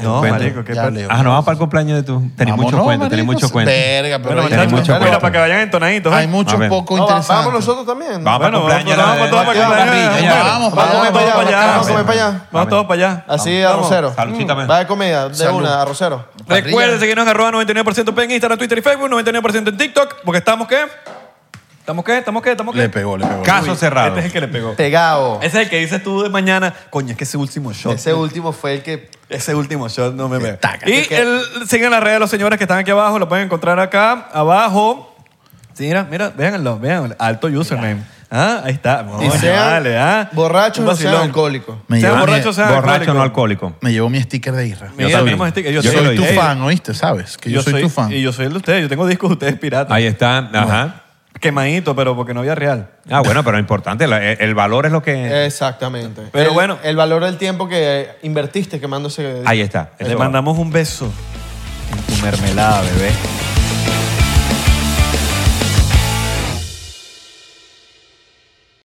Speaker 4: No,
Speaker 2: Cuento.
Speaker 4: marico, qué
Speaker 1: Ya,
Speaker 4: pe-
Speaker 1: Leo.
Speaker 2: Ah, no, vamos para el cumpleaños de tu. Tenés
Speaker 1: Vámonos,
Speaker 2: muchos cuentos, tenés
Speaker 1: marico.
Speaker 2: muchos cuentos.
Speaker 1: Verga, pero
Speaker 4: Bueno,
Speaker 1: hay-
Speaker 2: Tenés
Speaker 4: muchachos,
Speaker 2: mucho
Speaker 4: bueno,
Speaker 2: cuento.
Speaker 4: para que vayan entonaditos. ¿eh?
Speaker 1: hay mucho
Speaker 2: A ver.
Speaker 1: poco
Speaker 3: No, va-
Speaker 1: interesante.
Speaker 3: vamos nosotros también.
Speaker 2: Vamos
Speaker 4: Bueno,
Speaker 2: para el
Speaker 4: vamos, vamos,
Speaker 2: cumpleaños.
Speaker 4: vamos,
Speaker 2: de-
Speaker 4: vamos,
Speaker 2: de- de-
Speaker 4: vamos,
Speaker 2: de-
Speaker 1: vamos,
Speaker 2: de-
Speaker 1: vamos.
Speaker 2: de-
Speaker 3: Vamos a comer
Speaker 4: Vamos
Speaker 3: para allá,
Speaker 4: todos para allá.
Speaker 3: vamos a comer para allá.
Speaker 4: Vamos todos para allá.
Speaker 3: Así,
Speaker 4: Vamos.
Speaker 3: arrocero.
Speaker 2: Saludcita,
Speaker 3: Mm,
Speaker 2: man.
Speaker 3: Va de comida, de
Speaker 1: Salud.
Speaker 3: una, arrocero.
Speaker 4: Recuerden seguirnos en arroba 99% en Instagram, Twitter y Facebook, 99% en TikTok, porque estamos qué? ¿Estamos qué? ¿Estamos qué? ¿Estamos qué?
Speaker 1: Le pegó, le pegó.
Speaker 2: Caso cerrado.
Speaker 4: Este es el que le pegó.
Speaker 3: Pegado.
Speaker 4: Ese es el que dices tú de mañana. Coño, es que ese último shot.
Speaker 3: Ese último fue el que.
Speaker 4: Ese último shot no me veo.
Speaker 1: Taca.
Speaker 4: Y el, sigan las redes de los señores que están aquí abajo. Lo pueden encontrar acá, abajo. Sí, mira, mira, véanlo, véanlo. Alto username. Ah, ahí está. Bueno,
Speaker 3: sean
Speaker 4: vale, ah.
Speaker 3: borrachos,
Speaker 4: Un
Speaker 3: no sean
Speaker 4: vacilón.
Speaker 3: alcohólicos.
Speaker 1: Me
Speaker 4: Sean
Speaker 1: llevo mi-
Speaker 4: borrachos, sean
Speaker 2: Borracho no
Speaker 4: alcohólicos.
Speaker 2: alcohólico.
Speaker 1: Me llevo mi sticker de Irra.
Speaker 4: Mira,
Speaker 2: también.
Speaker 4: tenemos sticker. Yo
Speaker 1: Yo
Speaker 4: sí
Speaker 1: soy
Speaker 4: lo
Speaker 1: tu
Speaker 4: hice.
Speaker 1: fan, ¿oíste? ¿Sabes? Que yo, soy, tu fan.
Speaker 4: Y yo soy el de ustedes. Yo tengo discos de ustedes piratas.
Speaker 2: Ahí está, ajá.
Speaker 4: Quemadito, pero porque no había real.
Speaker 2: Ah, bueno, pero importante, la- el, el valor es lo que...
Speaker 3: Exactamente.
Speaker 4: Pero
Speaker 3: El-
Speaker 4: bueno.
Speaker 3: El valor del tiempo que invertiste quemándose.
Speaker 2: Ahí está.
Speaker 4: Le mandamos un beso en tu mermelada, bebé.